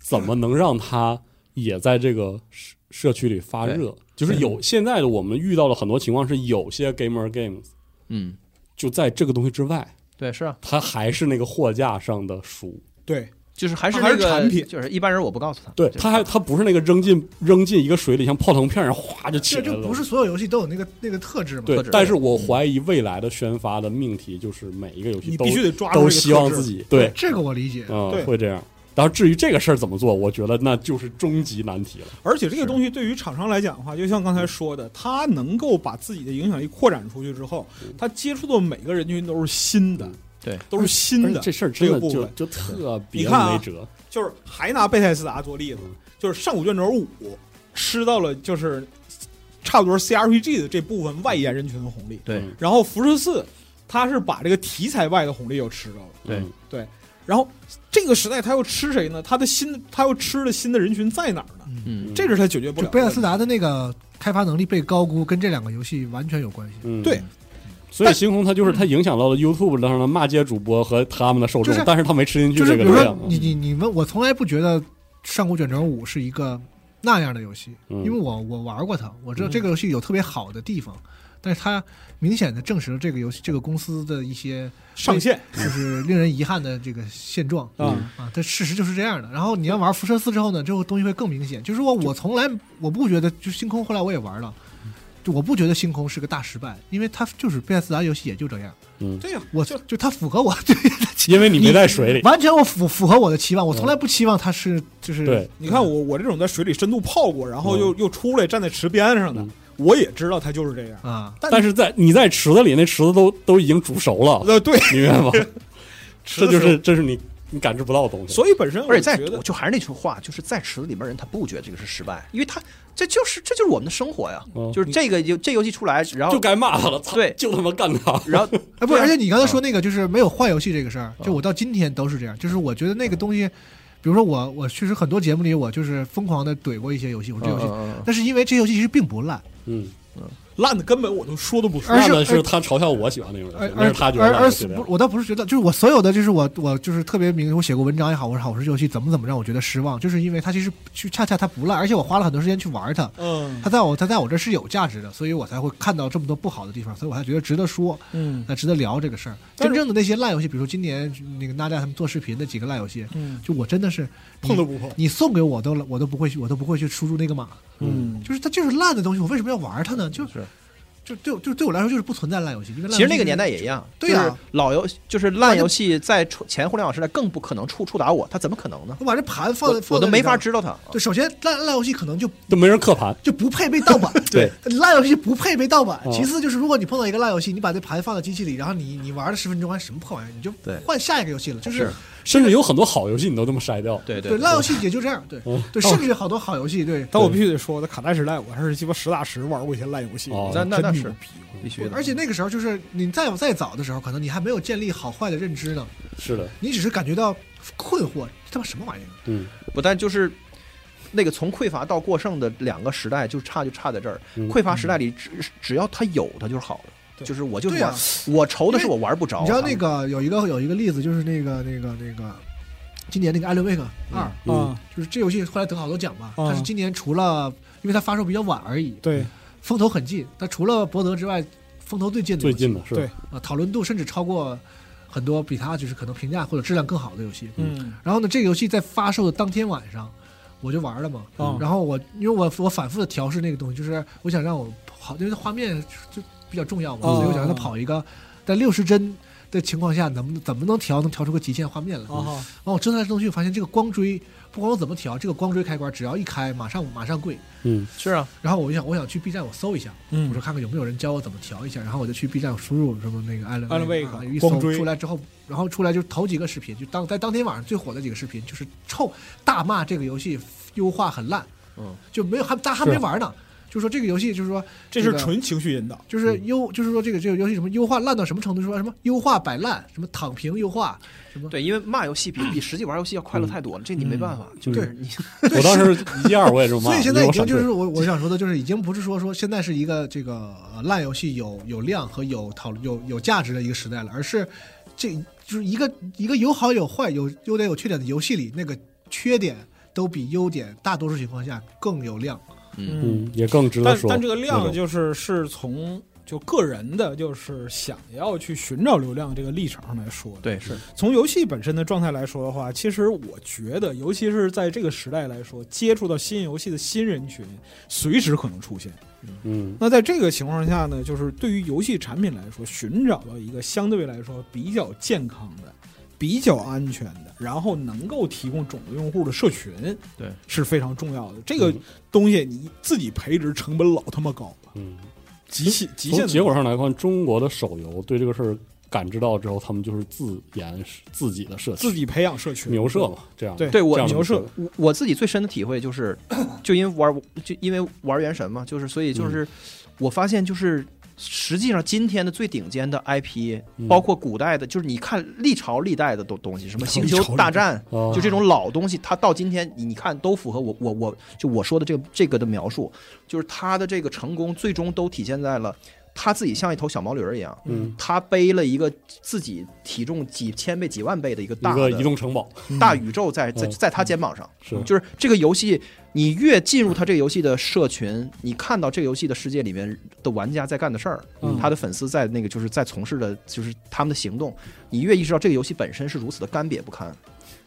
C: 怎么能让它也在这个社社区里发热？就是有现在的我们遇到了很多情况是，有些 gamer games
D: 嗯，
C: 就在这个东西之外，
D: 对，是啊，
C: 它还是那个货架上的书。
E: 对，
D: 就是还是
E: 还
D: 那
E: 是
D: 个
E: 产品
D: 就是一般人我不告诉他，
C: 对，
D: 就是
C: 它还它不是那个扔进扔进一个水里像泡腾片儿，哗就起
B: 这
C: 来了。
B: 就不是所有游戏都有那个那个特质嘛？
C: 对
D: 特质，嗯
C: 但是我怀疑未来的宣发的命题就是每一个游戏
E: 你
C: 都
E: 必须得抓住这
C: 都
E: 个
C: 希望
E: 特质
C: 自己对，
B: 这个我理解。
C: 嗯
E: 对，
C: 会这样。然后至于这个事儿怎么做，我觉得那就是终极难题了。
E: 而且这个东西对于厂商来讲的话，就像刚才说的，他能够把自己的影响力扩展出去之后，他接触的每个人群都是新的
C: 嗯，
D: 对，
E: 都是
C: 而
E: 新
C: 且
E: 的
C: 这。事儿
E: 这
C: 真
E: 个
C: 的
E: 部
C: 就
E: 分
C: 就特
E: 你
C: 别
E: 看啊
C: 没辙。
E: 就是还拿贝塞斯达做例子，就是上古卷轴五吃到了就是差不多 CRPG 的这部分外延人群的红利，
D: 对
C: 嗯
E: 然后辐射四，它是把这个题材外的红利又吃到了。
D: 对
C: 嗯
E: 然后这个时代他要吃谁呢？他的新他要吃的新的人群在哪儿呢？
D: 嗯，
E: 这是他解决不了
B: 就
E: 的。
B: 贝塞斯达的那个开发能力被高估，跟这两个游戏完全有关系。
C: 嗯
E: 对，
C: 所以星空它就是它影响到了 YouTube 上的骂街主播和他们的受
B: 就
C: 众
B: 是，
C: 但是他没吃进去
B: 就是
C: 这
B: 比
C: 个
B: 如
C: 流
B: 说
C: 量。
B: 你你你们，我从来不觉得《上古卷轴五》是一个那样的游戏，
C: 嗯
B: 因为我我玩过它，我知道这个游戏有特别好的地方，但是它明显的证实了这个游戏这个公司的一些
E: 上线
B: 就是令人遗憾的这个现状
E: 啊，
B: 啊，但事实就是这样的。然后你要玩辐射四之后呢，这个东西会更明显。就是说我从来我不觉得，就星空后来我也玩了，就我不觉得星空是个大失败，因为它就是贝斯达游戏也就这样，
E: 对呀，
B: 我
E: 就
B: 就它符合我对
C: 因为你没在水 里。
B: 完全我符符合我的期望，我从来不期望它是就是
C: 对，
E: 你看我我这种在水里深度泡过，然后又又出来站在池边上的
C: 嗯，
E: 我也知道它就是这样。
B: 啊，
C: 但是在你在池子里，那池子都都已经煮熟了，
E: 呃，对，
C: 明白吗？
E: 池
C: 这
E: 子
C: 就是这是你你感知不到的东西。
E: 所以本身我
D: 而且在
E: 觉得
D: 我就还是那句话，就是在池子里面人他不觉得这个是失败，因为他这就是这就是我们的生活呀，
E: 哦
C: 嗯
D: 就是这个游这游戏出来，然后
C: 就该骂他了，操
D: 哦对
C: 就他妈干他。
D: 然后
B: 哎，不
D: 对
B: 是，
D: 啊
B: 而且你刚才说那个就是没有换游戏这个事儿，就我到今天都是这样。就是我觉得那个东西，比如说我，我确实很多节目里我就是疯狂的怼过一些游戏，我这游戏，
D: 嗯
B: 但是因为这游戏其实并不
D: 啊
B: 烂，
C: 嗯，
E: 烂的根本我都说都不说
B: 而。
C: 那
B: 是
C: 的是他嘲笑我喜欢那种游
B: 而
C: 戏，那
B: 而
C: 是他觉
B: 而
C: 得
B: 而
C: 我
B: 死
C: 喜欢
B: 不，我倒不是觉得，就是我所有的就是我我就是特别明，我写过文章也好，我说好，我说这游戏怎么怎么让我觉得失望，就是因为它其实去恰恰它不烂，而且我花了很多时间去玩它，
E: 嗯
B: 它在我它在我这是有价值的，所以我才会看到这么多不好的地方，所以我才觉得值得说。
E: 嗯
B: 那值得聊这个事儿。
E: 但
B: 真
E: 是
B: 正的那些烂游戏，比如说今年那个娜迦他们做视频的几个烂游戏，
E: 嗯，
B: 就我真的是你
E: 碰都不碰。
B: 你送给我都我都不会去，我都不会去输入那个码，
E: 嗯，
B: 就是它就是烂的东西，我为什么要玩它呢？就是就对我就对我来说就是不存在烂游戏，因为烂游戏
D: 其实那个年代也一样，
B: 对啊呀
D: 就是老游就是烂游戏在出前互联网时代更不可能触触达我，他怎么可能呢？
B: 我把这盘放
D: 我
B: 在放
D: 我
B: 在
D: 都没法
B: 知。
D: 知道他。
B: 对，首先烂烂游戏可能就
C: 都没人刻盘。
B: 就不配被盗 版，
C: 对，
B: 烂游戏不配被盗版。
C: 哦
B: 其次就是，如果你碰到一个烂游戏，你把这盘放到机器里，然后你你玩了十分钟，还什么破玩意儿，你就
D: 对
B: 换下一个游戏了。就是
D: 是
C: 甚至有很多好游戏你都这么筛掉。
D: 对哦
B: 对烂游戏也就这样，对
C: 嗯
B: 对，甚至有好多好游戏，对，
E: 但我必须得说，我在卡带时代，我还是鸡巴实打实玩过一些烂游戏。
C: 哦
D: 那那那
E: 真
D: 是
E: 牛逼
D: 必须的。
B: 而且那个时候就是你再再早的时候，可能你还没有建立好坏的认知呢，
C: 是的，
B: 你只是感觉到困惑，这他妈什么玩意儿？
C: 嗯，
D: 不但就是那个从匮乏到过剩的两个时代，就差就差在这儿。
C: 嗯
D: 匮乏时代里，只只要他有，他就是好的。
E: 对
D: 就是我就是
B: 对呀
D: 玩，我愁的是我玩不着。
B: 你知道那个有一个有一个例子，就是那个那个那个今年那个《艾伦威克二》，
E: 啊！
B: 就是这游戏后来得好多奖吧，
E: 嗯
D: 哦
B: 它是今年除了因为它发售比较晚而已，
E: 对，
B: 风头很近，它除了博德之外，风头最近的游
C: 最
B: 戏
C: 近的是
E: 对
B: 啊，讨论度甚至超过很多比它就是可能评价或者质量更好的游戏，
E: 嗯
B: 然后呢，这个游戏在发售的当天晚上，我就玩了嘛。
E: 嗯
B: 然后我因为我我反复的调试那个东西，就是我想让我跑，因为画面就比较重要嘛，
E: 哦
B: 所以我想让它跑一个在六十帧的情况下，能不能怎么能调能调出个极限画面来。
E: 啊
B: 然后我折腾来折腾去，发现这个光追不管我怎么调，这个光追开关只要一开，马上马上跪。
C: 嗯，
D: 是啊，
B: 然后我就想，我想去 B 站我搜一下，
E: 嗯
B: 我说看看有没有人教我怎么调一下。然后我就去 B 站输入什么那个 Alan
E: Alan Wake，
B: 啊一
E: 光
B: 搜
E: 追
B: 出来之后，然后出来就头几个视频，就当在当天晚上最火的几个视频，就是臭大骂这个游戏优化很烂，
D: 嗯，
B: 就没有还大家还
C: 是
B: 没玩呢，就说这个游戏就是说
E: 这是
B: 个
E: 纯情绪引导。
B: 就是优，就是说这个这个游戏什么优化烂到什么程度？说什么优化摆烂，什么躺平优化，
D: 对，因为骂游戏比比实际玩游戏要快乐太多了，这你没办法。就是你
C: 我当时一二我也这么骂，
B: 所以现在
C: 因为
B: 已经
C: 我闪
B: 就是
C: 退
B: 我我想说的，就是已经不是说说现在是一个这个呃烂游戏有有量和有讨论有有价值的一个时代了，而是这就是一个一个有好有坏有优点有缺点的游戏里，那个缺点都比优点大多数情况下更有量。
C: 嗯，也更值得
E: 但
C: 说。
E: 但这个
C: 那
E: 量
C: 种
E: 就是是从就个人的就是想要去寻找流量这个立场上来说的。
D: 对是
E: 从游戏本身的状态来说的话，其实我觉得，尤其是在这个时代来说，接触到新游戏的新人群随时可能出现。
C: 嗯
E: 那在这个情况下呢，就是对于游戏产品来说，寻找到一个相对来说比较健康的、比较安全的，然后能够提供种子用户的社群，
D: 对
E: 是非常重要的。这个
C: 嗯
E: 东西你自己培植成本老他妈高了，
C: 嗯，
E: 极限极限
C: 从
E: 的
C: 结果上来看，中国的手游对这个事儿感知到之后，他们就是自研自己的社区，
E: 自己培养社群
C: 牛社嘛，这样
E: 对
D: 对我
C: 这样
E: 牛社
C: 的
D: 我我自己最深的体会就是，就因为玩就因为玩原神嘛，就是所以
C: 嗯
D: 就是我发现就是。实际上，今天的最顶尖的 IP，
C: 嗯
D: 包括古代的，就是你看历朝历代的东东西，什么《星
E: 历
D: 球
E: 朝历
D: 大战》，
C: 啊
D: 就这种老东西，它到今天你你看都符合我我我就我说的这个这个的描述，就是它的这个成功最终都体现在了他自己像一头小毛驴儿一样，
C: 嗯，
D: 他背了一个自己体重几千倍、几万倍的一个
C: 一
D: 大
C: 个
D: 的
C: 移动城堡
D: 大宇宙在在
C: 嗯
D: 在他肩膀上。
C: 是
D: 就是这个游戏，你越进入他这个游戏的社群，你看到这个游戏的世界里面的玩家在干的事儿，
C: 嗯
D: 他的粉丝在那个就是在从事的，就是他们的行动，你越意识到这个游戏本身是如此的干瘪不堪，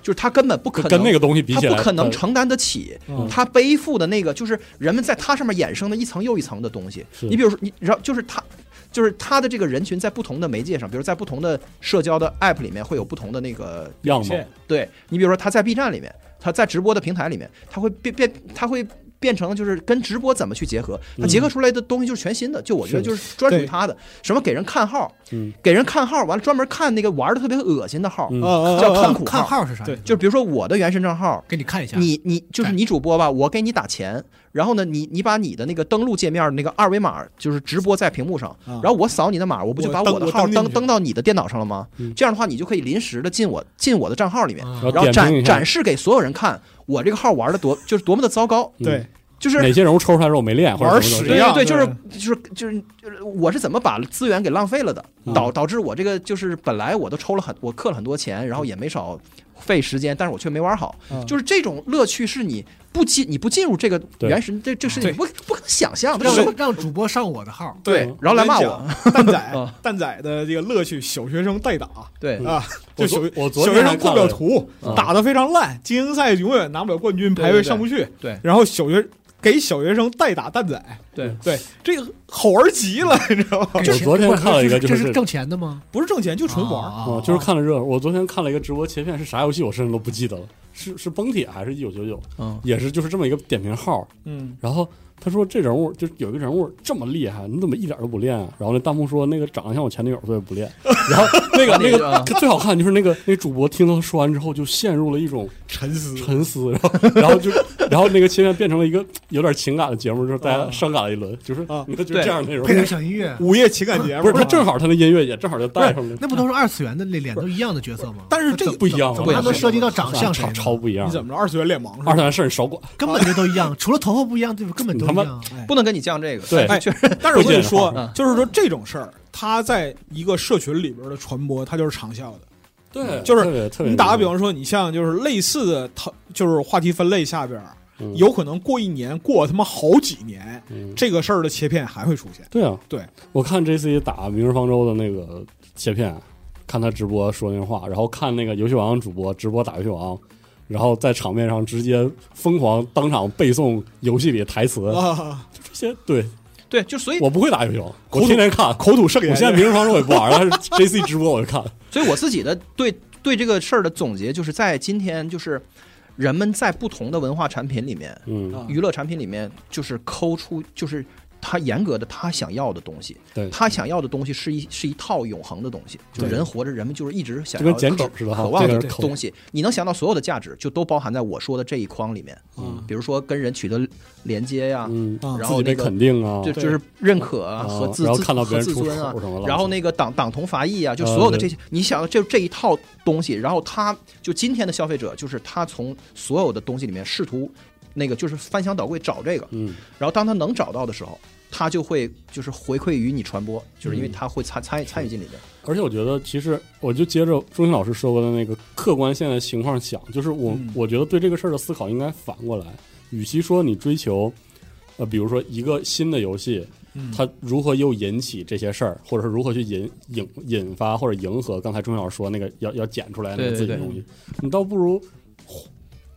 D: 就是他根本不可能
C: 跟那个东西比
D: 他
C: 起来，
D: 不可能
C: 它
D: 承担得起
C: 嗯，
D: 他背负的那个就是人们在他上面衍生的一层又一层的东西。
C: 是
D: 你比如说，你知道，就是他，就是他的这个人群在不同的媒介上，比如在不同的社交的 app 里面会有不同的那个。
C: 样貌
E: 现
D: 对你比如说，他在 B 站里面，他在直播的平台里面，他会变变，他会。变成就是跟直播怎么去结合，他结合出来的东西就是全新的，就我觉得
C: 是
D: 就是专属于
E: 嗯对
D: 他的。什么给人看号，
C: 嗯
D: 给人看号，完了专门看那个玩的特别恶心的号，
C: 嗯
E: 呃
D: 叫看
B: 看
D: 苦
B: 看
D: 号，
B: 号是啥意思？
E: 对
D: 就是比如说我的原神账号，
B: 给你看一下，
D: 你你就是
B: 哎
D: 你主播吧，我给你打钱，然后呢，你你把你的那个登录界面的那个二维码就是直播在屏幕上，
E: 啊
D: 然后我扫你的码，我不就
E: 我
D: 把
E: 登
D: 我的
E: 我
D: 号
E: 登进
D: 登
E: 去
D: 登到你的电脑上了吗
C: 嗯？
D: 这样的话，你就可以临时的进我进我的账号里面，
B: 嗯
C: 然
D: 然
C: 点
D: 后
C: 评
D: 展
C: 一下
D: 展示给所有人看，我这个号玩的多就是多么的糟糕，
C: 嗯
E: 对
D: 就是
C: 哪些人物抽出来之后没练，或者
E: 玩
C: 怎么
E: 屎
C: 怎
D: 对
C: 么
E: 一
C: 样嗯
E: 样
D: 对，
E: 对
D: 就是就是就是就是我是怎么把资源给浪费了的，
C: 嗯
D: 导导致我这个就是本来我都抽了很我氪了很多钱，然后也没少费时间，但是我却没玩好，
E: 嗯
D: 就是这种乐趣是你不进你不进入这个
C: 对
D: 原神这这事情
E: 对
D: 你不不可能想象的，
B: 让
D: 什么
B: 让主播上我的号，
E: 对
C: 嗯
D: 然后来骂
E: 跟
D: 我
E: 你， 讲蛋
D: 啊
E: 仔，蛋仔的这个乐趣，小学生代打
D: 对
C: 嗯
E: 啊，
C: 我
E: 就
C: 昨
E: 小
C: 我昨
E: 小
C: 天
E: 学
C: 还
E: 生
C: 看
E: 过不了图
C: 啊，
E: 打得非常烂，精英赛永远拿不了冠军，
D: 对
E: 排位
D: 对
E: 上不去。
D: 对
E: 然后小学给小学生代打蛋仔，
D: 对
E: 对，这个好玩极了，你知道吗？
C: 我哦昨天看了一个就是
B: 这是挣钱的吗？
E: 不是挣钱就纯玩儿，
B: 啊
C: 啊，就是看了热闹。我昨天看了一个直播切片，是啥游戏我甚至都不记得了，是是崩铁还是一九九九？
D: 嗯，
C: 也是就是这么一个点评号。
E: 嗯，
C: 然后他说这人物就是有一个人物这么厉害，你怎么一点都不练啊？然后那弹幕说那个长得像我前女友，所以不练。然后那个那
D: 啊
C: 个最好看就是那个那主播听他说完之后就陷入了一种
E: 沉思
C: 沉思，然后然后就然后那个切片变成了一个有点情感的节目，就是大家伤感了一轮，就是
E: 啊
C: 你看就是
D: 对
C: 这样的内容
B: 配。点小音乐，
E: 午夜情感节目，啊
C: 不是他正好他那音乐也正好就带上了，
B: 那不都是二次元的脸都一样的角色吗？
E: 但是这
B: 怎
E: 个
C: 不一样
B: 怎
C: 啊
B: 么还能涉及到
C: 啊
B: 长相谁
C: 超
B: 呢？
C: 超不一样
E: 你。怎么哎着？二次元脸盲是
C: 二
E: 吧？
C: 次元事儿你少管，
B: 根本就都一样，除了头发不一样，对吧？根本都
C: 你他
B: 一
C: 妈
B: 样。哎
D: 不能跟你犟这个，
C: 对
D: 但是确实
E: 但是我跟你说
C: 不
D: 见，
E: 就是说这种事儿，它在一个社群里边的传播，它就是长效的。
C: 对
E: 就是
C: 是特别
E: 你打个比方说，你像就是类似的讨，就是话题分类下边儿，
C: 嗯
E: 有可能过一年，过他妈好几年，
C: 嗯
E: 这个事儿的切片还会出现。
C: 对啊，
E: 对，
C: 我看 J C 打《明日方舟》的那个切片，看他直播说那话，然后看那个游戏王主播直播打游戏王，然后在场面上直接疯狂当场背诵游戏里台词，
E: 啊，
C: 这些对
D: 对，就所以
C: 我不会打游戏王，
E: 口
C: 我
E: 吐
C: 天天看。
E: 口吐圣言。
C: 我现在《明日方舟》也不玩了，J C 直播我就看。
D: 所以我自己的对对这个事儿的总结就是在今天就是人们在不同的文化产品里面，
C: 嗯，
E: 啊
D: 娱乐产品里面就是抠出就是他严格的他想要的东西，
C: 对
D: 他想要的东西是一是一套永恒的东西，就
C: 对
D: 人活着，人们就是一直想
C: 就
D: 要
C: 跟剪纸
D: 渴
C: 似的哈，
D: 渴望
C: 这
D: 的
C: 个口
D: 东西，你能想到所有的价值，就都包含在我说的这一框里面。
C: 嗯
D: 比如说跟人取得连接呀、
C: 嗯，
E: 啊
D: 然
C: 自
D: 后
C: 己被
D: 那个
C: 肯定啊，
D: 就
E: 对
D: 就是认可啊
C: 啊
D: 和自
C: 然后
D: 自
C: 看到别
D: 和
C: 人
D: 自
C: 出
D: 尊啊
C: 丑什么，了
D: 然后那个党党同伐异啊，就
C: 啊
D: 所有的这
C: 对
D: 些，你想就这一套东西，然后他就今天的消费者就是他从所有的东西里面试图那个就是翻箱倒柜找这个，
C: 嗯，
D: 然后当他能找到的时候，他就会就是回馈于你传播，就是因为
C: 嗯
D: 他会参参与参与进里面。
C: 而且我觉得，其实我就接着钟欣老师说过的那个客观现在情况想，就是我、
E: 嗯
C: 我觉得对这个事儿的思考应该反过来，与其说你追求，呃，比如说一个新的游戏，
E: 嗯
C: 它如何又引起这些事儿，或者是如何去引引引发或者迎合刚才钟欣老师说那个要要剪出来那
D: 对
C: 个
D: 对
C: 自己的
D: 对
C: 东西，你倒不如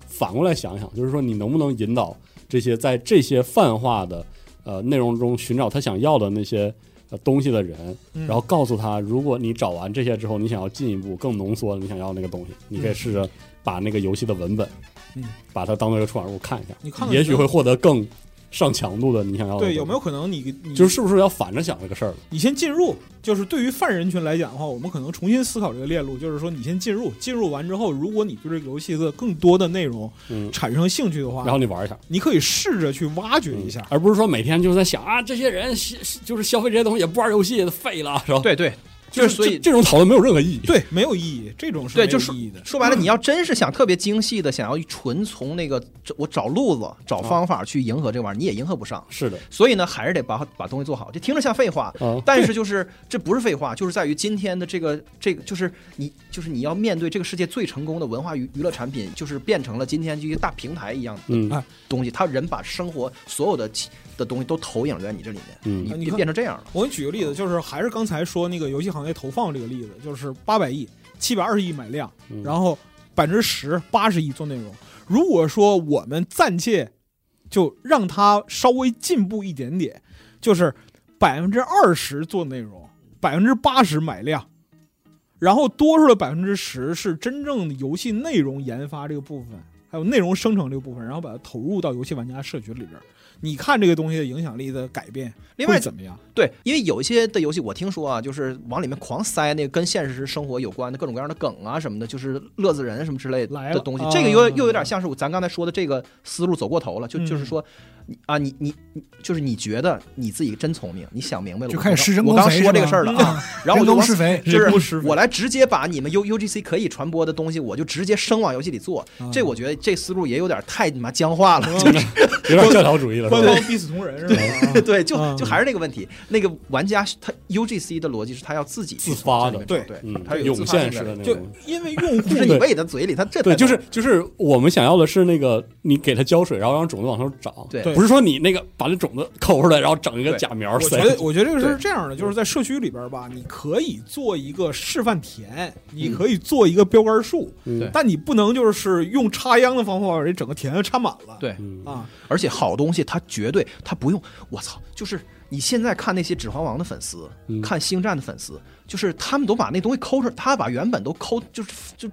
C: 反过来想想，就是说你能不能引导这些在这些泛化的呃内容中寻找他想要的那些呃东西的人，
E: 嗯
C: 然后告诉他，如果你找完这些之后，你想要进一步更浓缩你想要那个东西，你可以试着把那个游戏的文本，
E: 嗯，
C: 把它当做一个出版物看一下，
E: 你看了
C: 也
E: 之
C: 许
E: 后
C: 会获得更上强度的你想要的东
E: 对，
C: 西
E: 有没有？可能你你
C: 就是是不是要反着想这个事儿了？
E: 你先进入，就是对于泛人群来讲的话，我们可能重新思考这个链路，就是说你先进入，进入完之后，如果你对这个游戏的更多的内容
C: 嗯，
E: 产生兴趣的话，
C: 然后你玩一下，
E: 你可以试着去挖掘啊一下
C: 嗯。而不是说每天就在想啊，这些人消就是消费这些东西也不玩游戏，废了，然后
D: 对对，就是所以
C: 这这种讨论没有任何意义。
E: 对，没有意义，这种是
D: 对
E: 没有
D: 就是
E: 意义的。
D: 说白了，你要真是想特别精细的，想要纯从那个我找路子、找
C: 哦
D: 方法去迎合这玩意儿，你也迎合不上。
C: 是的，
D: 所以呢，还是得把把东西做好。这听着像废话，
C: 啊，
D: 但是就是这不是废话，就是在于今天的这个这个，就是你就是你要面对这个世界最成功的文化娱娱乐产品，就是变成了今天就一个大平台一样的
C: 嗯
E: 啊
D: 东西，他人把生活所有的其的东西都投影在你这里面，
C: 嗯，
E: 啊你
D: 你
E: 看
D: 变成这样了。
E: 我给你举个例子，就是还是刚才说那个游戏行业投放这个例子，就是八百亿、七百二十亿买量，
C: 嗯
E: 然后百分之十、八十亿做内容。如果说我们暂且就让它稍微进步一点点，就是百分之二十做内容，百分之八十买量，然后多出的百分之十是真正游戏内容研发这个部分，还有内容生成这个部分，然后把它投入到游戏玩家社群里边儿。你看这个东西的影响力的改变
D: 另
E: 会
D: 外，
E: 怎么样？
D: 对，因为有一些的游戏，我听说啊，就是往里面狂塞那个跟现实生活有关的各种各样的梗啊什么的，就是乐子人什么之类
E: 来
D: 的
E: 了
D: 东西
E: 啊。
D: 这个又又有点像是我咱刚才说的这个思路走过头了，就
E: 嗯
D: 就是说，你啊，你你你就是你觉得你自己真聪明，你想明白了，
B: 就
D: 我
B: 开始
D: 刚
B: 施针
D: 我
B: 攻
D: 刚
B: 肥
D: 说
B: 是
D: 这个
B: 吧
D: 事儿了 啊，然后
B: 人
D: 我就
B: 工
D: 往
B: 施肥，
D: 就是
E: 不是
D: 我来直接把你们 U U G C 可以传播的东西，我就直接生往游戏里做。
B: 啊
D: 这我觉得这思路也有点太你妈僵化了，就是
C: 有点教条主义了，
E: 官
C: 是吧
E: 方逼死同人是吧？
D: 对，就
E: 嗯
D: 就还是那个问题，那个玩家是他 U G C 的逻辑是他要自己去
C: 自发
D: 从这里面
E: 的
D: 找对，他
C: 嗯，
D: 有
C: 涌
D: 自发
C: 现
D: 性
C: 式的
D: 的。
C: 那
E: 就
C: 种。
E: 因为 用户
D: 就是你
C: 对
D: 喂他嘴里，他 这
C: 对，
D: 才
C: 就是就是我们想要的是那个，你给它浇水，然后让种子往上长。
D: 对
E: 对
C: 不是说你那个把这种子抠出来，然后整一个
D: 对
C: 假苗
E: 我
C: 塞
E: 觉。得，我觉得这个事儿
D: 对
E: 是这样的，就是在社区里边吧，你可以做一个示范田，你
D: 嗯
E: 可以做一个标杆树，
C: 对
E: 但你不能就是用插秧的方法把这整个田插满了。
D: 对
C: 嗯
E: 啊，
D: 而且好东西，他绝对他不用。我操，就是你现在看那些《指环王》的粉丝，
C: 嗯
D: 看《星战》的粉丝，就是他们都把那东西抠出，他把原本都抠，就是就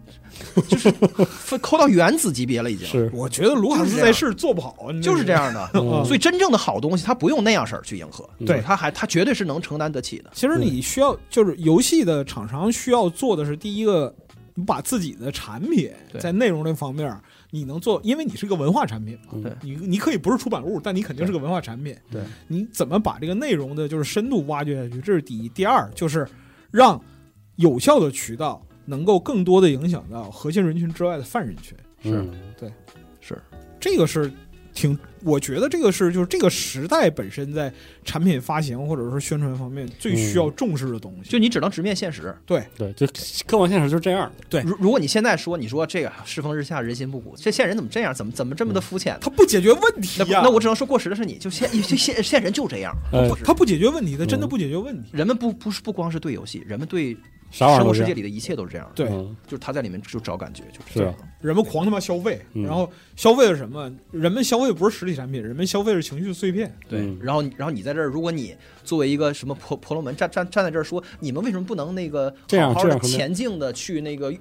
D: 就是 抠到原子级别了，已经
C: 是
E: 我觉得卢卡斯在世做不好，你
D: 就是这。样的。
C: 嗯
D: 所以真正的好东西，他不用那样式儿去迎合，
E: 对
D: 他还他绝对是能承担得起的。
E: 其实你需要就是游戏的厂商需要做的是第一个，你把自己的产品
D: 对
E: 在内容这方面你能做，因为你是个文化产品嘛，
D: 对
E: 你你可以不是出版物，但你肯定是个文化产品。
D: 嗯对，
E: 你怎么把这个内容的就是深度挖掘下去，这是第一。第二就是让有效的渠道能够更多的影响到核心人群之外的泛人群，
D: 是
C: 嗯
E: 这个是挺，我觉得这个是就是这个时代本身在产品发行或者说宣传方面最需
D: 嗯
E: 要重视的东西。
D: 就你只能直面现实。
C: 对，就客观现实就是这样的。
E: 对
D: 如如果你现在说你说这个世风日下人心不古，这现人怎么这样？怎么怎么这
C: 嗯
D: 么的肤浅呢？
E: 它不解决问题
D: 那不
E: 呀、
D: 那我只能说过时的是你，就现就现现人就这样，
C: 哎
D: 不是
E: 它不解决问题，它真的
C: 嗯
E: 不解决问题。
D: 人们不不是不光是对游戏，人们对
C: 啥玩意
D: 生
C: 儿都
D: 活
C: 是
D: 世
C: 这
D: 界
C: 样。
D: 里的一切都是这样的，
E: 对
C: 嗯
D: 就是他在里面就找感觉，就是
C: 是
D: 这样
C: 啊。
E: 人们狂他妈消费，
C: 嗯
E: 然后消费的是什么？人们消费不是实体产品，人们消费是情绪碎片。
D: 对
C: 嗯，
D: 然后你然后你在这儿，如果你作为一个什么婆婆罗门站站站在这儿说，你们为什么不能那个
C: 这样
D: 好好
C: 这
D: 的
C: 样和那
D: 前进的去那个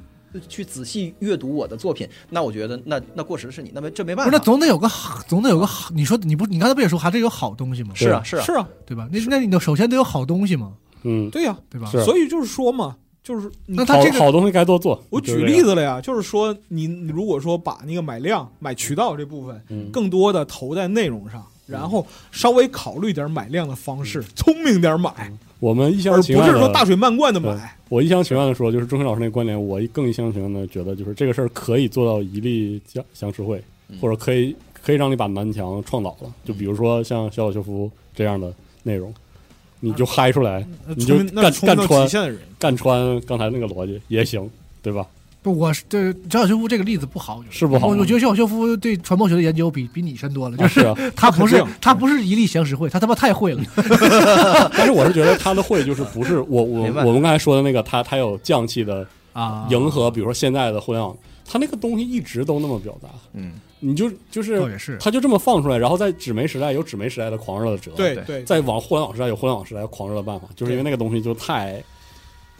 D: 去仔细阅读我的作品？那我觉得那那过时的是你，那没这没
B: 不
D: 办
B: 是
D: 法，
B: 那总得有个好，总得有个好。你说你不，你刚才不也说还得有好东西吗？
D: 是啊是啊
E: 是啊，
B: 对吧？那那你得首先得有好东西嘛，
C: 嗯，
E: 对呀、
B: 对吧？
C: 是
E: 所以就是说嘛，就是你
B: 那他
C: 好
B: 这个
C: 好东西该多做。
E: 我
C: 就是
E: 举
C: 这
E: 例
C: 样，
E: 子了呀，就是说你你如果说把那个买量、买渠道这部分
C: 嗯
E: 更多的投在内容上，然后稍微考虑点买量的方式，
C: 嗯
E: 聪明点买，
C: 我们一
E: 而
C: 厢
E: 不
C: 情
E: 是
C: 愿
E: 说
C: 嗯的
E: 大水漫灌的
C: 对
E: 买。
C: 我一厢情愿的说，就是钟馗老师那个观点，我更一厢情愿的觉得，就是这个事儿可以做到一力降降十会，
D: 嗯
C: 或者可以可以让你把南墙撞倒了。就比如说像小小修夫这样的内容，你就嗨出来，
E: 那
C: 你就
E: 聪明呃那
C: 干
E: 是聪明
C: 干
E: 到
C: 穿
E: 极限的人，
C: 干穿刚才那个逻辑也行，对吧？
B: 不，我是对小小修夫这个例子不好，我觉得
C: 是不好
B: 我我觉得小小修夫对传播学的研究比比你深多了，就
C: 啊是
B: 是
C: 啊，
B: 他不
E: 那
B: 是
E: 肯定
B: 他不是一力降十会，他他妈太会了。
C: 但是我是觉得他的会就是不是我我
D: 明白
C: 我们刚才说的那个，他他有匠气的
B: 啊，
C: 迎合，比如说现在的互联网，他那个东西一直都那么表达，
D: 嗯，
C: 你就就是
B: 倒也是
C: 他就这么放出来，然后在纸媒时代有纸媒时代的狂热的折，
E: 对
D: 对
E: 对，
C: 再往互联网时代有互联网时代狂热的办法，就是因为那个东西就太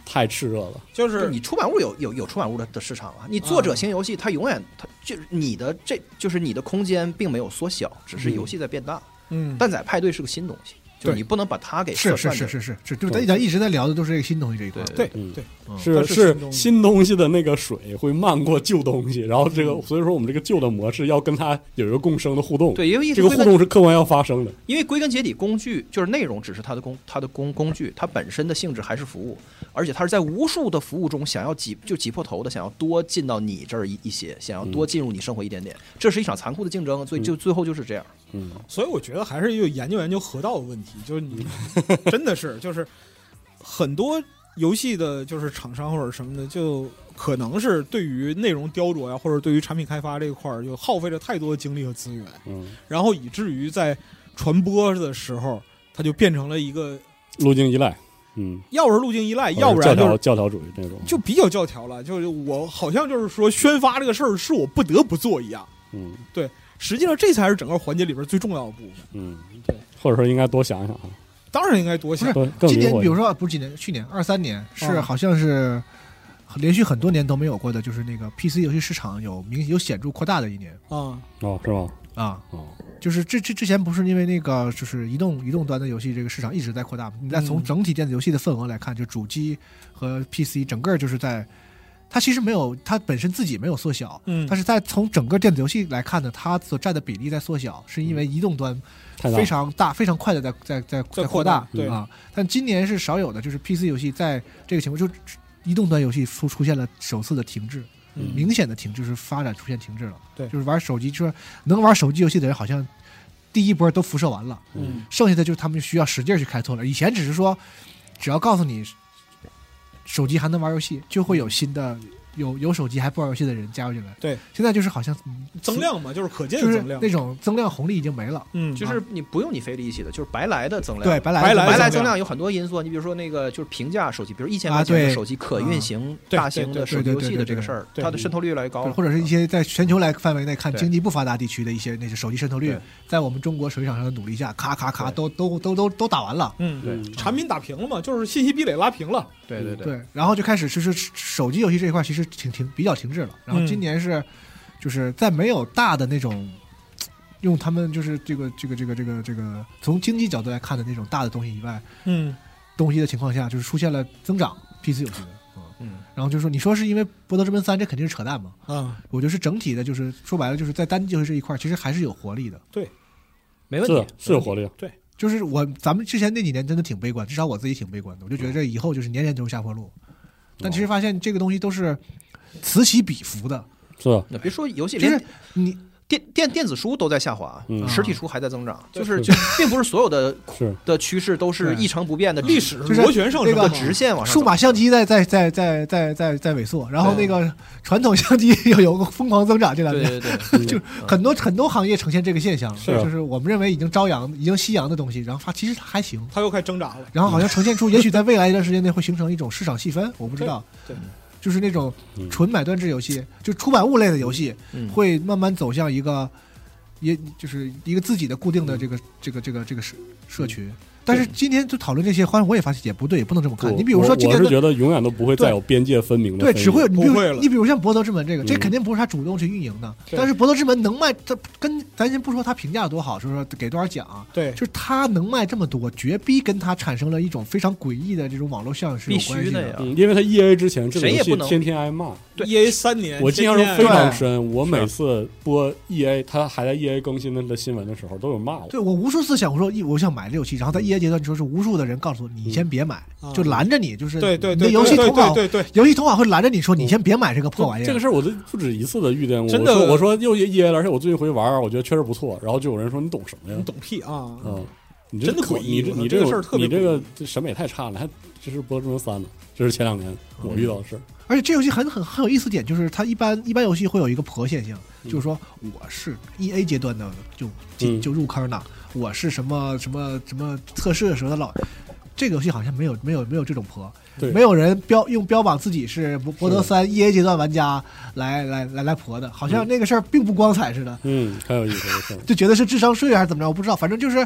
C: 太炽热了。
E: 就
D: 就是
E: 是
D: 你出版物有有有出版物的的市场啊，你作者型游戏它永远它就是你的这就是你的空间并没有缩小，只是游戏在变大。
E: 嗯，
D: 蛋仔派对是个新东西，就是
B: 对
D: 你不能把它给
B: 是
D: 算
B: 是
D: 算
B: 是
D: 进去
B: 是是是，就是咱一直在聊的都是这个新东西这一块
D: 对
B: 儿。
D: 对
E: 对
C: 嗯
E: 对，
B: 嗯
C: 是
E: 它是新
C: 是
E: 东西
C: 新东西的那个水会漫过旧东西，然后这个所以说我们这个旧的模式要跟它有一个共生的互动，
D: 对，因为一
C: 这
D: 直
C: 个
D: 归
C: 互
D: 根
C: 动是客观要发生的。
D: 因为归根结底，工具就是内容，只是它的工，它的工工具，它本身的性质还是服务，而且它是在无数的服务中想要挤就挤破头的，想要多进到你这儿一一些，想要多进入你生活一点点，这是一场残酷的竞争，所以就最后就是这样。
C: 嗯，
E: 所以我觉得还是就研究研究河道的问题，就是你真的是就是很多游戏的，就是厂商或者什么的，就可能是对于内容雕琢呀，或者对于产品开发这一块儿，就耗费了太多的精力和资源，
C: 嗯，
E: 然后以至于在传播的时候，它就变成了一个，
C: 路径依赖，嗯，
E: 要不是路径依赖，要不然
C: 教
E: 就
C: 条
E: 是
C: 教条主义那种，
E: 就比较教条了，就是我好像就是说宣发这个事儿是我不得不做一样，
C: 嗯
E: 实际上这才是整个环节里边最重要的部分。
C: 嗯，
E: 对，
C: 或者说应该多想想啊，
E: 当然应该多想
C: 多更
B: 今
C: 灵
B: 年
C: 活
B: 比
C: 一点
B: 如说啊不是今年，去年二三年是
E: 嗯
B: 好像是连续很多年都没有过的，就是那个 PC 游戏市场有明有显著扩大的一年
E: 啊，
C: 哦，是吗？
B: 啊，
C: 哦，
B: 就是这这之前不是因为那个就是移动移动端的游戏这个市场一直在扩大嘛？你再从
E: 嗯
B: 整体电子游戏的份额来看，就主机和 PC 整个就是在。它其实没有，它本身自己没有缩小，
E: 嗯
B: 但是在从整个电子游戏来看呢，它所占的比例在缩小，是因为
C: 嗯
B: 移动端
C: 太大
B: 非常大、非常快的在在在
E: 在
B: 扩
E: 扩
B: 大
E: 大，对
B: 啊。但今年是少有的，就是 PC 游戏在这个情况，就移动端游戏出出现了首次的停滞，
E: 嗯
B: 明显的停滞，是发展出现停滞了。
E: 对
B: 就是玩手机，就是能玩手机游戏的人，好像第一波都辐射完了，
E: 嗯
B: 剩下的就是他们需要使劲儿去开拓了。以前只是说，只要告诉你手机还能玩游戏，就会有新的。有有手机还不玩游戏的人加入进来，
E: 对，
B: 现在就是好像嗯
E: 增量嘛，就是可见
B: 就
E: 的
B: 是
E: 增量
B: 那。种增量红利已经没了，
E: 嗯，
D: 就
E: 就是
D: 是你不用你费力气的，就是白来的增量。
B: 对，白来
E: 白
B: 的
E: 来
D: 白
E: 的
D: 来增
E: 增
D: 量
E: 量
D: 有很多因素，你比如说那个就是平价手机，比如一千
B: 啊
D: 块钱的
B: 对啊
D: 手机可运行
E: 对
D: 大型
E: 对对
D: 的手机
B: 对
D: 游戏的
B: 对
D: 这个
B: 对
D: 事儿，
E: 对
D: 它的渗透率越来越高
B: 对
D: 了，
B: 或者是一些在全球来范围内看
D: 对
B: 经济不发达地区的一些那些手机渗透率
D: 对，
B: 在我们中国手机厂商的努力下，咔咔咔
D: 对
B: 都都都都都打完了。
E: 嗯，
C: 对
E: 产品打平了嘛，就是信息壁垒拉平了。
D: 对对对，
B: 对，然后就开始就是手机游戏这一块其实挺停比较停滞了。然后
E: 嗯
B: 今年是，就是在没有大的那种，用他们就是这个这个这个这个这个从经济角度来看的那种大的东西以外，
E: 嗯，
B: 东西的情况下，就是出现了增长 PC 游戏的。嗯
D: 嗯，
B: 然后就说你说是因为《博德之门三》这肯定是扯淡嘛，
E: 啊，
B: 我觉得是整体的，就是说白了就是在单机游戏这一块其实还是有活力的。
D: 没问
C: 是
D: 题，
C: 是有活力，啊
B: 就是我咱们之前那几年真的挺悲观，至少我自己挺悲观的，我就觉得这以后就是年年都是下坡路。但
D: 哦
B: 其实发现这个东西都是此起彼伏的，
C: 是啊
D: 那别说游戏，
B: 就
D: 连
B: 是你
D: 电电电子书都在下滑，啊
C: 嗯
B: 啊
D: 实体书还在增长，
E: 对
D: 就是就并不是所有的
C: 是
D: 的趋势都是
B: 对嗯
D: 一成不变的
E: 历史
B: 就是
E: 螺旋上升
B: 那个
E: 嘛
D: 直线往上走。
B: 数码相机在在在在在在在萎缩，然后那
D: 对
B: 个传统相机又有个疯狂增长，这两
D: 对
B: 年
D: 对对，
B: 就 很多很多行业呈现这个现象，
C: 是啊
B: 就是我们认为已经朝阳、已经夕阳的东西，然后发其实还行，
E: 它又开始挣扎了。
B: 然后好像呈现 出，也许在未来一段时间内会形成一种市场细分，我不知道，
E: 对对
B: 就是那种
C: 嗯
B: 纯买断制游戏，就出版物类的游戏，
D: 嗯
B: 会慢慢走向一个，也就是一个自己的固定的这个、这个这个这个社社群。但是今天就讨论这些，好像我也发现也不对，也不能这么看。
C: 不
B: 你比如说
C: 我
B: 今
C: 我
B: 天
C: 是
B: 的
C: 觉得永远都不会再有边界分明的
B: 对，
C: 分野，
B: 只会有你比如
E: 不会了
B: 你比如像《博德之门》这个，这
C: 嗯
B: 肯定不是他主动去运营的。
E: 对
B: 但是《博德之门》能卖，这跟咱先不说他评价有多好，就是说给多少奖啊，
E: 对，
B: 就是他能卖这么多，绝逼跟他产生了一种非常诡异的这种网络效应是有
D: 必
B: 关系
D: 须的呀。
C: 嗯，因为他 E A 之前这个
D: 谁也
C: 游戏
D: 不能嗯
C: 天天挨骂，
D: 对
E: E A 三年，
C: 我印象中
E: 天天
C: 非常
B: 对
C: 深。我每次播 E A，他还在 E A 更新的的新闻的时候，都有骂我。
B: 对我无数次想说，一我想买这游戏，然后在 EA 阶段就是无数的人告诉我，你先别买，
E: 嗯
B: 就拦着你，就是
E: 对对
B: 你的
E: 对，
B: 游戏
E: 对
B: 投稿，
E: 对嗯对对，
B: 游戏投稿会拦着你说，你先别买这个破玩意儿。
C: 这个事儿我都不止一次的遇见过。
E: 真
C: 我
E: 的
C: 说我说又 E A 了，而且我最近回去玩玩，我觉得确实不错。然后就有人说你懂什么呀
E: 你？懂屁啊？
C: 嗯，你
E: 真的
C: 可
E: 诡异
C: 你这
E: 我
C: 你种
E: 操这个事儿特别
C: 你这个这审美太差了，还这是播《之门三》呢。这是前两年
E: 嗯
C: 我遇到的事儿。
B: 而且这游戏很很很有意思点，就是它一般一般游戏会有一个婆现象，
C: 嗯
B: 就是说我是 E A 阶段的就
C: 嗯
B: 进就入坑的，我是什么什么什么测试的时候的老。这个游戏好像没有没有没有这种婆，
C: 对
B: 没有人标用标榜自己是博博德
C: 是
B: 三 E A 阶段玩家来来来来婆的，好
E: 嗯
B: 像那个事儿并不光彩似的，
C: 嗯，很有意思的事儿。
B: 啊就觉得是智商税还是怎么着，我不知道，反正就是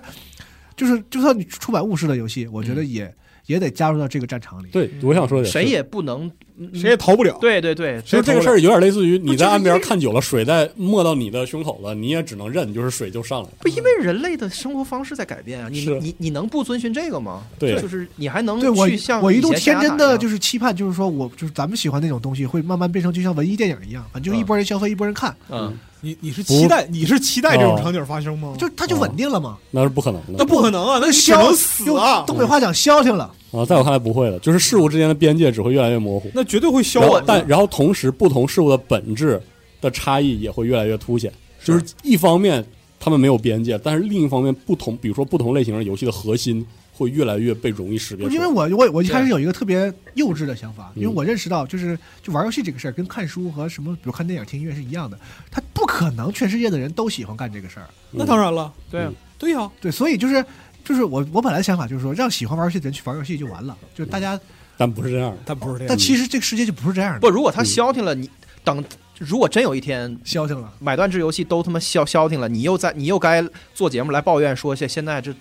B: 就是就算你出版物式的游戏，我觉得
D: 嗯
B: 也、也得加入到这个战场里。
C: 对，我想说的是
D: 谁也不能，嗯
E: 谁也逃不了。
D: 对对对，
C: 其实这个事儿有点类似于你在
E: 就是
C: 岸边
E: 因为
C: 看久了，水在没到你的胸口了，你也只能认，就是水就上来了。
D: 不，因为人类的生活方式在改变啊，你
C: 是
D: 你你能不遵循这个吗？
C: 对
D: 就是你还能
B: 对我
D: 去向
B: 我一度
D: 以
B: 天
D: 前雅
B: 真
D: 达一
B: 的
D: 样
B: 就是期盼，就是说我就是咱们喜欢那种东西会慢慢变成就像文艺电影一样，反正就一
D: 嗯
B: 波人消费，一波人看，
D: 嗯，
E: 你你是期待你是期待
D: 哦
E: 这种场景发生吗？
B: 就它就稳定了嘛。
C: 那是不可能的
E: 那不可能啊，那你只
B: 消
E: 能死啊
B: 用，东北话讲消停了，
C: 啊！在我看来不会的，就是事物之间的边界只会越来越模糊。
E: 那绝对会消啊
C: 然后
E: 亡，的。
D: 嗯
C: 但然后同时，不同事物的本质的差异也会越来越凸显。就是一方面他们没有边界，但是另一方面，不同比如说不同类型的游戏的核心会越来越被容易识别出
B: 因为
C: 来。
B: 我我我一开始有一个特别幼稚的想法，
C: 嗯
B: 因为我认识到就是就玩游戏这个事儿跟看书和什么比如看电影、听音乐是一样的，它不可能全世界的人都喜欢干这个事儿。
E: 那当然了，
D: 对啊
C: 嗯
E: 对呀，
B: 对，所以就是就是我我本来想法就是说让喜欢玩游戏的人去玩游戏就完了，就是大家，
C: 但不是这样的。
E: 但不是这
B: 但其实这个世界就不是这样的，
D: 不，如果
C: 嗯
D: 他消停了，你等如果真有一天
B: 消停了。
D: 买断制游戏都他妈消消停了，你又在你又该做节目来抱怨说现现在这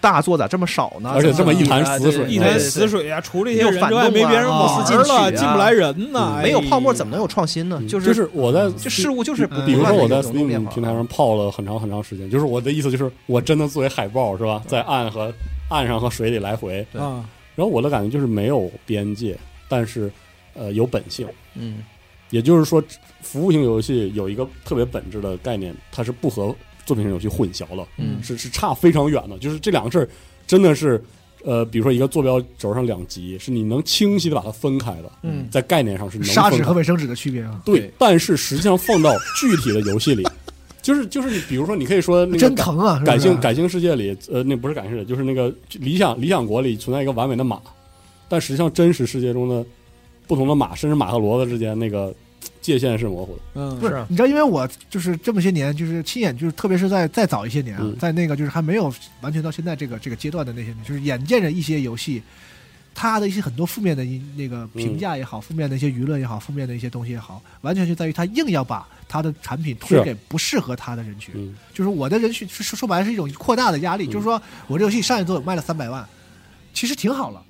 D: 大作咋这么少呢？
C: 而且
D: 怎
C: 这
D: 么
C: 么一
D: 地
C: 潭
D: 啊
C: 死
D: 对
C: 水
E: 一
D: 对
E: 潭
D: 对
E: 死
D: 对
E: 水啊，除了一些
D: 又
E: 人
D: 反
E: 之外，
D: 动
E: 没
D: 啊
E: 别人
B: 哦
E: 公司进
D: 玩儿
E: 了，
D: 了
E: 进不来人呐
C: 嗯，
E: 哎
D: 没有泡沫怎么能有创新呢？
C: 嗯
D: 就是
C: 就是我在
D: 就事物就是不
B: 嗯
C: 比如
D: 不断
C: 说
D: 地
C: 我在
D: 有有变
C: Steam
D: 化
C: 平台上泡了很长很长时间，就是我的意思就是，我真的作为海报是吧，在岸和岸上和水里来回，
D: 对
E: 啊？
C: 然后我的感觉就是没有边界，但是呃有本性，
D: 嗯，
C: 也就是说，服务型游戏有一个特别本质的概念，它是不和作品型游戏混淆了，
D: 嗯
C: 是是差非常远的，就是这两个事儿真的是。呃，比如说一个坐标轴上两极，是你能清晰的把它分开的，
E: 嗯
C: 在概念上是能
B: 砂
C: 分
B: 纸
C: 开
B: 和卫生纸的区别啊，
C: 对
D: 对，
C: 但是实际上放到具体的游戏里， 就是就是你比如说，你可以说那个
B: 真
C: 感
B: 疼啊！是不
C: 感
B: 是
C: 性感性世界里，呃，那不是感性世界，就是那个理想理想国里存在一个完美的马，但实际上真实世界中的不同的马，甚至马和骡子之间那个界限是模糊的。
E: 嗯，
B: 不
D: 是
B: 是
D: 啊，
B: 你知道，因为我就是这么些年，就是亲眼，就是特别是在再早一些年啊，
C: 嗯
B: 在那个就是还没有完全到现在这个这个阶段的那些年，就是眼见着一些游戏，它的一些很多负面的因那个评价也好，负面的一些舆论也好，负面的一些东西也好，完全就在于它硬要把它的产品推
C: 是
B: 给不适合它的人群。
C: 嗯，
B: 就是我的人群是说说白了是一种扩大的压力，
C: 嗯
B: 就是说我这游戏上一座卖了三百万，其实挺好了。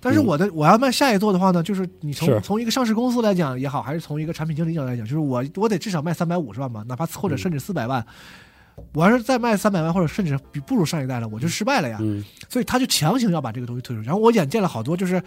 B: 但是我的、我要卖下一座的话呢，就是你从
C: 嗯是
B: 从一个上市公司来讲也好，还是从一个产品经理角度来讲，就是我我得至少卖三百五十万吧，哪怕或者
C: 嗯
B: 甚至四百万。我要是再卖三百万，或者甚至比不如上一代了，我就失败了呀。
C: 嗯，
B: 所以他就强行要把这个东西推出去。然后我眼见了好多就是。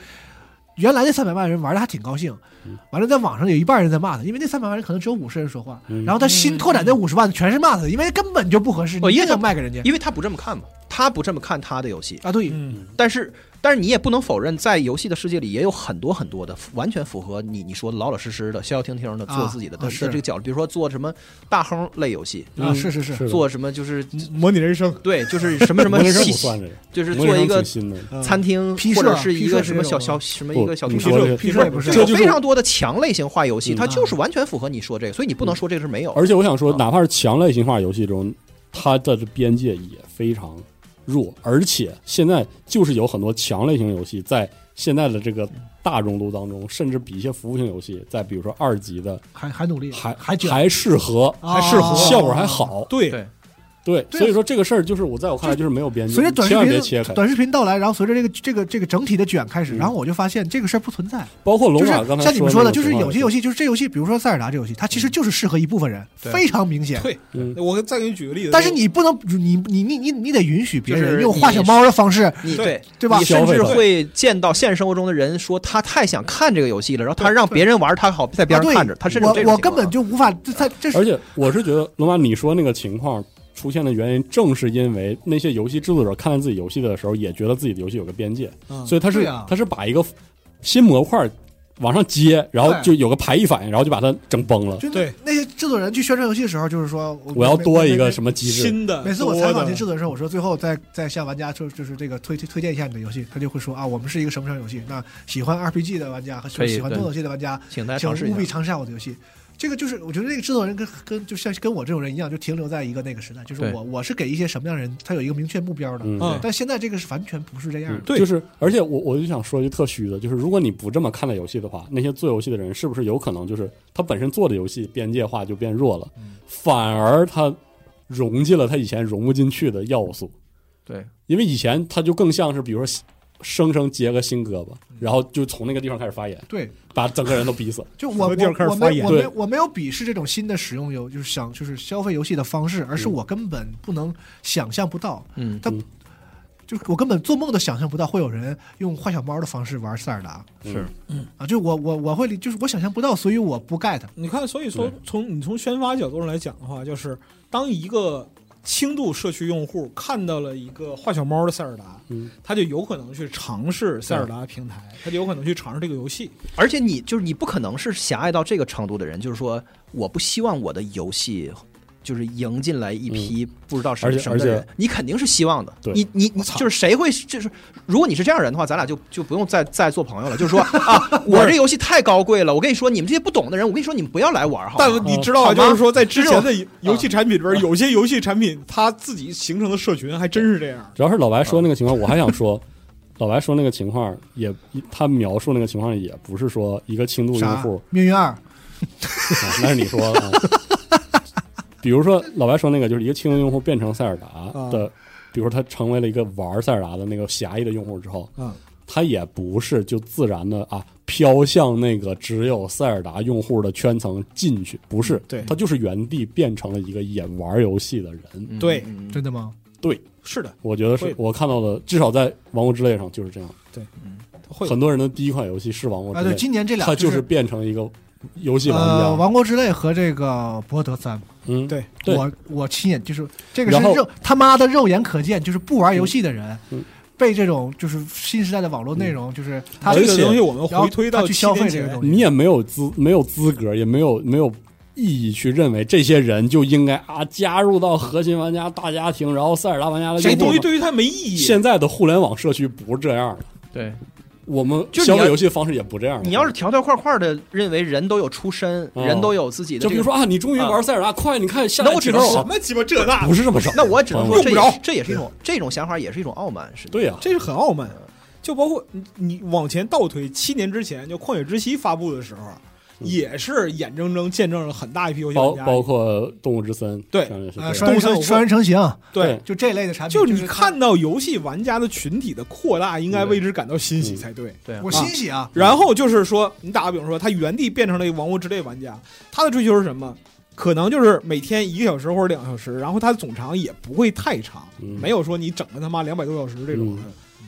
B: 原来那三百万人玩的还挺高兴，
C: 嗯
B: 完了在网上有一半人在骂他，因为那三百万人可能只有五十人说话，
C: 嗯
B: 然后他新拓展那五十万全是骂他的，因为根本就不合适，
D: 哦
B: 你
D: 因
B: 硬
D: 为他
B: 要卖给人家
D: 因为他不这么看嘛，他不这么看他的游戏，
B: 啊，对，
E: 嗯，
D: 但是但是你也不能否认，在游戏的世界里也有很多很多的完全符合你你说的老老实实的、消消停停的
B: 啊
D: 做自己的的
B: 啊
D: 的
B: 是
D: 这个角度，比如说做什么大亨类游戏，
B: 啊，是是是，
C: 嗯是的
D: 做什么就是
E: 模拟人生，
D: 对，就是什么什么
C: 模拟人生
D: 戏
C: 不，算这个，
D: 就是
C: 模拟
D: 做
C: 人
D: 一
C: 生
D: 个
C: 挺新的。
E: 嗯
D: 餐厅
B: 批
D: 或
B: 示
D: 者
B: 啊
D: 是一
B: 批示
D: 个
B: 也
D: 什么
B: 有
D: 小
B: 啊
D: 小什么
C: 不
D: 一个小
C: 你
D: 厅
C: 说
E: 这
C: 这
E: 个
C: 个
B: 批示也不是
C: 这
D: 有
C: 就是
D: 非常多的强类型化游戏，
C: 嗯
D: 它就是完全符合你说这个，所以你不能说这个是没有。
C: 而且我想
D: 啊
C: 说，哪怕是强类型化游戏中，它的边界也非常弱，而且现在就是有很多强类型游戏在现在的这个大众度当中，甚至比一些服务型游戏在比如说二级的
B: 还还努力，
C: 还
B: 还卷
C: 还适合，
D: 啊
B: 还
E: 适合
C: 效果还。
D: 哦
C: 好。
E: 对
D: 对
C: 对，
B: 对啊
C: 所以说这个事儿就是我在我看来就是没有边界，
B: 随着短
C: 千万别
B: 视
C: 切
B: 频
C: 开。
B: 短视频到来，然后随着这个这个这个整体的卷开始，
C: 嗯
B: 然后我就发现这个事儿不存在，
C: 包括龙
B: 就是
C: 马刚才
B: 像你们说
C: 说
B: 的，就是有些游
C: 戏，
B: 戏，就是这游戏，比如说塞尔达这游戏，它其实就是适合一部分人，
D: 对
B: 非常明显。
E: 对，
C: 嗯
E: 我再给你举个例子，
B: 但是你不能，你你你你你得允许别
D: 就是
B: 人
D: 你
B: 用画小猫的方式，
D: 你
E: 对
D: 对
B: 对吧
D: 你甚
C: 消费
D: 至
C: 吧
D: 会见到现实生活中的人说他太想看这个游戏了，然后他
B: 对
D: 让别人玩，他好在边
B: 啊
D: 上
B: 对
D: 看着，他甚至有这
B: 我
D: 种
B: 我
D: 情况啊
B: 根本就无法，这他这
C: 而
B: 是
C: 且我是觉得龙马你说那个情况出现的原因，正是因为那些游戏制作者看待自己游戏的时候，也觉得自己的游戏有个边界，
E: 嗯
C: 所以他是、
B: 对啊
C: 他是把一个新模块往上接，然后
B: 对
C: 就有个排异反应，然后就把它整崩了。
B: 就那
E: 对
B: 那些制作人去宣传游戏的时候，就是说
C: 我要多一个
B: 么。
C: 什么机制，
E: 新
D: 呃
E: 的，
B: 每次我采访那些制
E: 多
B: 作人
E: 的
B: 的时候，我说最后再再向玩家说，就是这个推推推荐一下你的游戏，他就会说啊，我们是一个什么什么游戏。那喜欢 RPG 的玩家和
D: 可以
B: 喜欢
D: 对
B: 动作游戏的玩家，
D: 请大家
B: 请
D: 尝试
B: 务必
D: 一下。
B: 尝试下我的游戏。这个就是我觉得这个制作人跟跟就像跟我这种人一样，就停留在一个那个时代，就是
D: 对
B: 我我是给一些什么样的人，他有一个明确目标的。
C: 嗯，
E: 嗯
B: 但现在这个是完全不是这样
C: 嗯
B: 的。
E: 对
C: 就是而且我我就想说一句特虚的，就是如果你不这么看待游戏的话，那些做游戏的人是不是有可能就是他本身做的游戏边界化就变弱了，反而他融进了他以前融不进去的要素，
D: 对，
C: 因为以前它就更像是，比如说生生接个新胳膊，然后就从那个地方开始发炎，
B: 对，
C: 把整个人都逼死了。
B: 就我
E: 什么地儿
B: 我
E: 开始
B: 我
E: 发
B: 没
E: 炎
B: 我没
C: 对
B: 我没有鄙视这种新的使用游，就是想就是消费游戏的方式，而是我根本不能想象不到，
D: 嗯
B: 他
C: 嗯
B: 就是我根本做梦都想象不到会有人用坏小猫的方式玩塞尔达
C: 嗯
D: 是
B: 啊！就我我我会理就是我想象不到，所以我不 get。
E: 你看，所以说
C: 对
E: 从你从宣发角度上来讲的话，就是当一个轻度社区用户看到了一个画小猫的塞尔达，
C: 嗯
E: 他就有可能去尝试塞尔达平台，他就有可能去尝试这个游戏。
D: 而且你就是你不可能是狭隘到这个程度的人，就是说我不希望我的游戏。就是迎进来一批不知道
C: 嗯
D: 什
C: 而
D: 么
C: 且
D: 什么的
C: 而且
D: 人，你肯定是希望的。
C: 对
D: 你你你
E: 操
D: 就是谁会就是，如果你是这样人的话，咱俩就就不用再再做朋友了。就是说 啊，我这游戏太高贵了，我跟你说，你们这些不懂的人，我跟你说，你们不要来玩好吗。
E: 但你知道啊，
D: 好吗
E: 就是说在之前的游戏产品里边，有些游戏产品它自己形成的社群还真是这样。
C: 主要是老白说那个情况，我还想说，老白说那个情况也，他描述那个情况也不是说一个轻度用
B: 啥
C: 户，？
B: 命运二
C: 啊、那是你说的啊。 比如说老白说那个，就是一个轻度用户变成塞尔达的，比如说他成为了一个玩塞尔达的那个狭义的用户之后，
E: 嗯，
C: 他也不是就自然的啊飘向那个只有塞尔达用户的圈层进去，不是，
E: 对
C: 他就是原地变成了一个也玩游戏的人。
D: 嗯
E: 对
D: 嗯嗯
B: 真的吗？
E: 是的，
C: 我觉得
E: 会
C: 是我看到的，至少在《王国之泪》上就是这样。
E: 会
C: 很多人的第一款游戏是《王国
B: 啊，
C: 之泪
B: 对，》，今年这俩
C: 它就是
B: 是
C: 变成一个游戏玩家。
B: 呃，《王国之泪》和这个《博德三》，
C: 嗯，
E: 对
C: 对
B: 我我亲眼就是这个是
C: 然后
B: 肉他妈的肉眼可见，就是不玩游戏的人
C: 嗯嗯
B: 被这种就是新时代的网络内容，就是他
E: 这
C: 而
E: 个
C: 且
E: 东西我们
B: 然后
E: 回推
B: 他
E: 到
B: 去
E: 七
B: 消
E: 年
B: 费这个
E: 前
B: 东，西，
C: 你也没有资没有资格，也没有没有意义去认为这些人就应该啊加入到核心玩家大家庭，然后塞尔达玩家的
E: 这
C: 用户
E: 东西对于它没意义。
C: 现在的互联网社区不是这样的，
D: 对，
C: 我们
D: 就是
C: 消
D: 你要
C: 费游戏方式也不这样的。
D: 你要是条条块块的认为人都有出身，
C: 哦
D: 人都有自己的，
C: 就比如，说啊，你终于玩塞尔达，快，你看下
D: 那
C: 载
D: 我
C: 气
D: 只
C: 球
D: 能
C: 了
E: 什么鸡巴这那
C: 不，是这么少。
D: 那我只能说
C: 嗯
D: 这
E: 用不着
D: 也这也是一种这种想法，也是一种傲慢，是的。
C: 对呀，
E: 这是很傲慢。就包括你你往前倒推七年之前，就《旷野之息》发布的时候，
C: 嗯
E: 也是眼睁睁见证了很大一批游戏
C: 包
E: 玩家。
C: 包括《动物之森》
E: 对
C: 像也是这
B: 呃，
C: 样
B: 双人
E: 东森有
B: 成
E: 会
B: 双人成行，
E: 对，
B: 就这类的产品，
E: 就是你看到游戏玩家的群体的扩大，应该为之感到欣喜
C: 嗯
E: 才对。
D: 对啊，
B: 我欣喜啊，
E: 然后就是说，你打个比方说，他原地变成了一个王国之泪玩家，他的追求是什么？可能就是每天一个小时或者两个小时，然后他的总长也不会太长，
C: 嗯
E: 没有说你整个他妈两百多小时这种的
C: 嗯。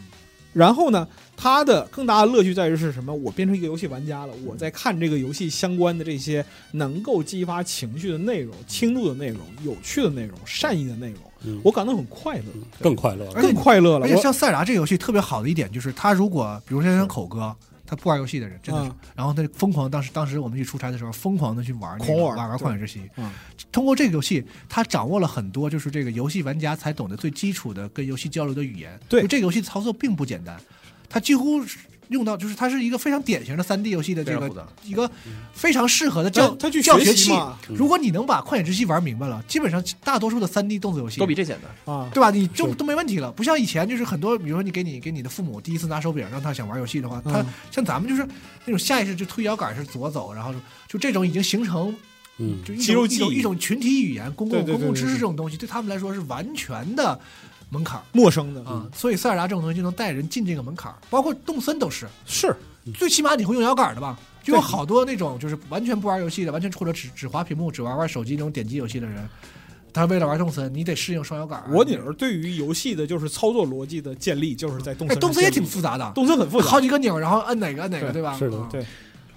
E: 然后呢，他的更大的乐趣在于是什么？我变成一个游戏玩家了，我在看这个游戏相关的这些能够激发情绪的内容、轻度的内容、有趣的内容、善意的内容，
C: 嗯
E: 我感到很快乐，
C: 嗯更快乐了。
B: 而且
E: 更快乐了。
B: 而且
E: 我
B: 像塞尔达这个游戏特别好的一点就是，他如果比如说像口哥，他不玩游戏的人真的是
E: 嗯，
B: 然后他疯狂当时当时我们去出差的时候，疯狂的去玩那个
E: 狂玩
B: 玩玩
E: 对
B: 旷野之息
E: 嗯。
B: 通过这个游戏，他掌握了很多就是这个游戏玩家才懂得最基础的跟游戏交流的语言。
E: 对
B: 就这个游戏操作并不简单，它几乎是用到就是它是一个非常典型的三 D 游戏的这
D: 非常
B: 个
D: 复杂
B: 一个非常适合的教
E: 他啊他去
B: 教学
E: 习
B: 器。
E: 嘛
B: 如果你能把旷野之息玩明白了，基本上大多数的三 D 动作游戏
D: 都比这简单。
E: 啊，
B: 对吧？你就是都没问题了，不像以前就是很多，比如说你给你给你的父母第一次拿手柄，让他想玩游戏的话，他
E: 嗯
B: 像咱们就是那种下意识就推摇杆是左走，然后就就这种已经形成
C: 嗯，
B: 就
E: 肌肉
B: 一种一
E: 记忆
B: 种一种群体语言、公
E: 对
B: 共
E: 对对
B: 公共知识
E: 对
B: 这
E: 对
B: 种东西，对他们来说是完全的门槛儿
E: 陌生的
B: 啊。所以塞尔达这种东西就能带人进这个门槛儿，包括动森都是，
E: 是
B: 最起码你会用摇杆的吧？就有
E: 嗯对
B: 好多那种就是完全不玩游戏的，完全或者只只滑屏幕、只玩玩手机那种点击游戏的人，他为了玩动森，你得适应双摇杆儿啊。
E: 我女儿对于游戏的就是操作逻辑的建立，就是在动
B: 哎，
E: 森。
B: 动森也挺，复杂的，
E: 动森很复杂嗯
B: 好。几个钮，然后按哪个按哪个，
E: 对
B: 对吧？
C: 是的
B: 嗯
E: 对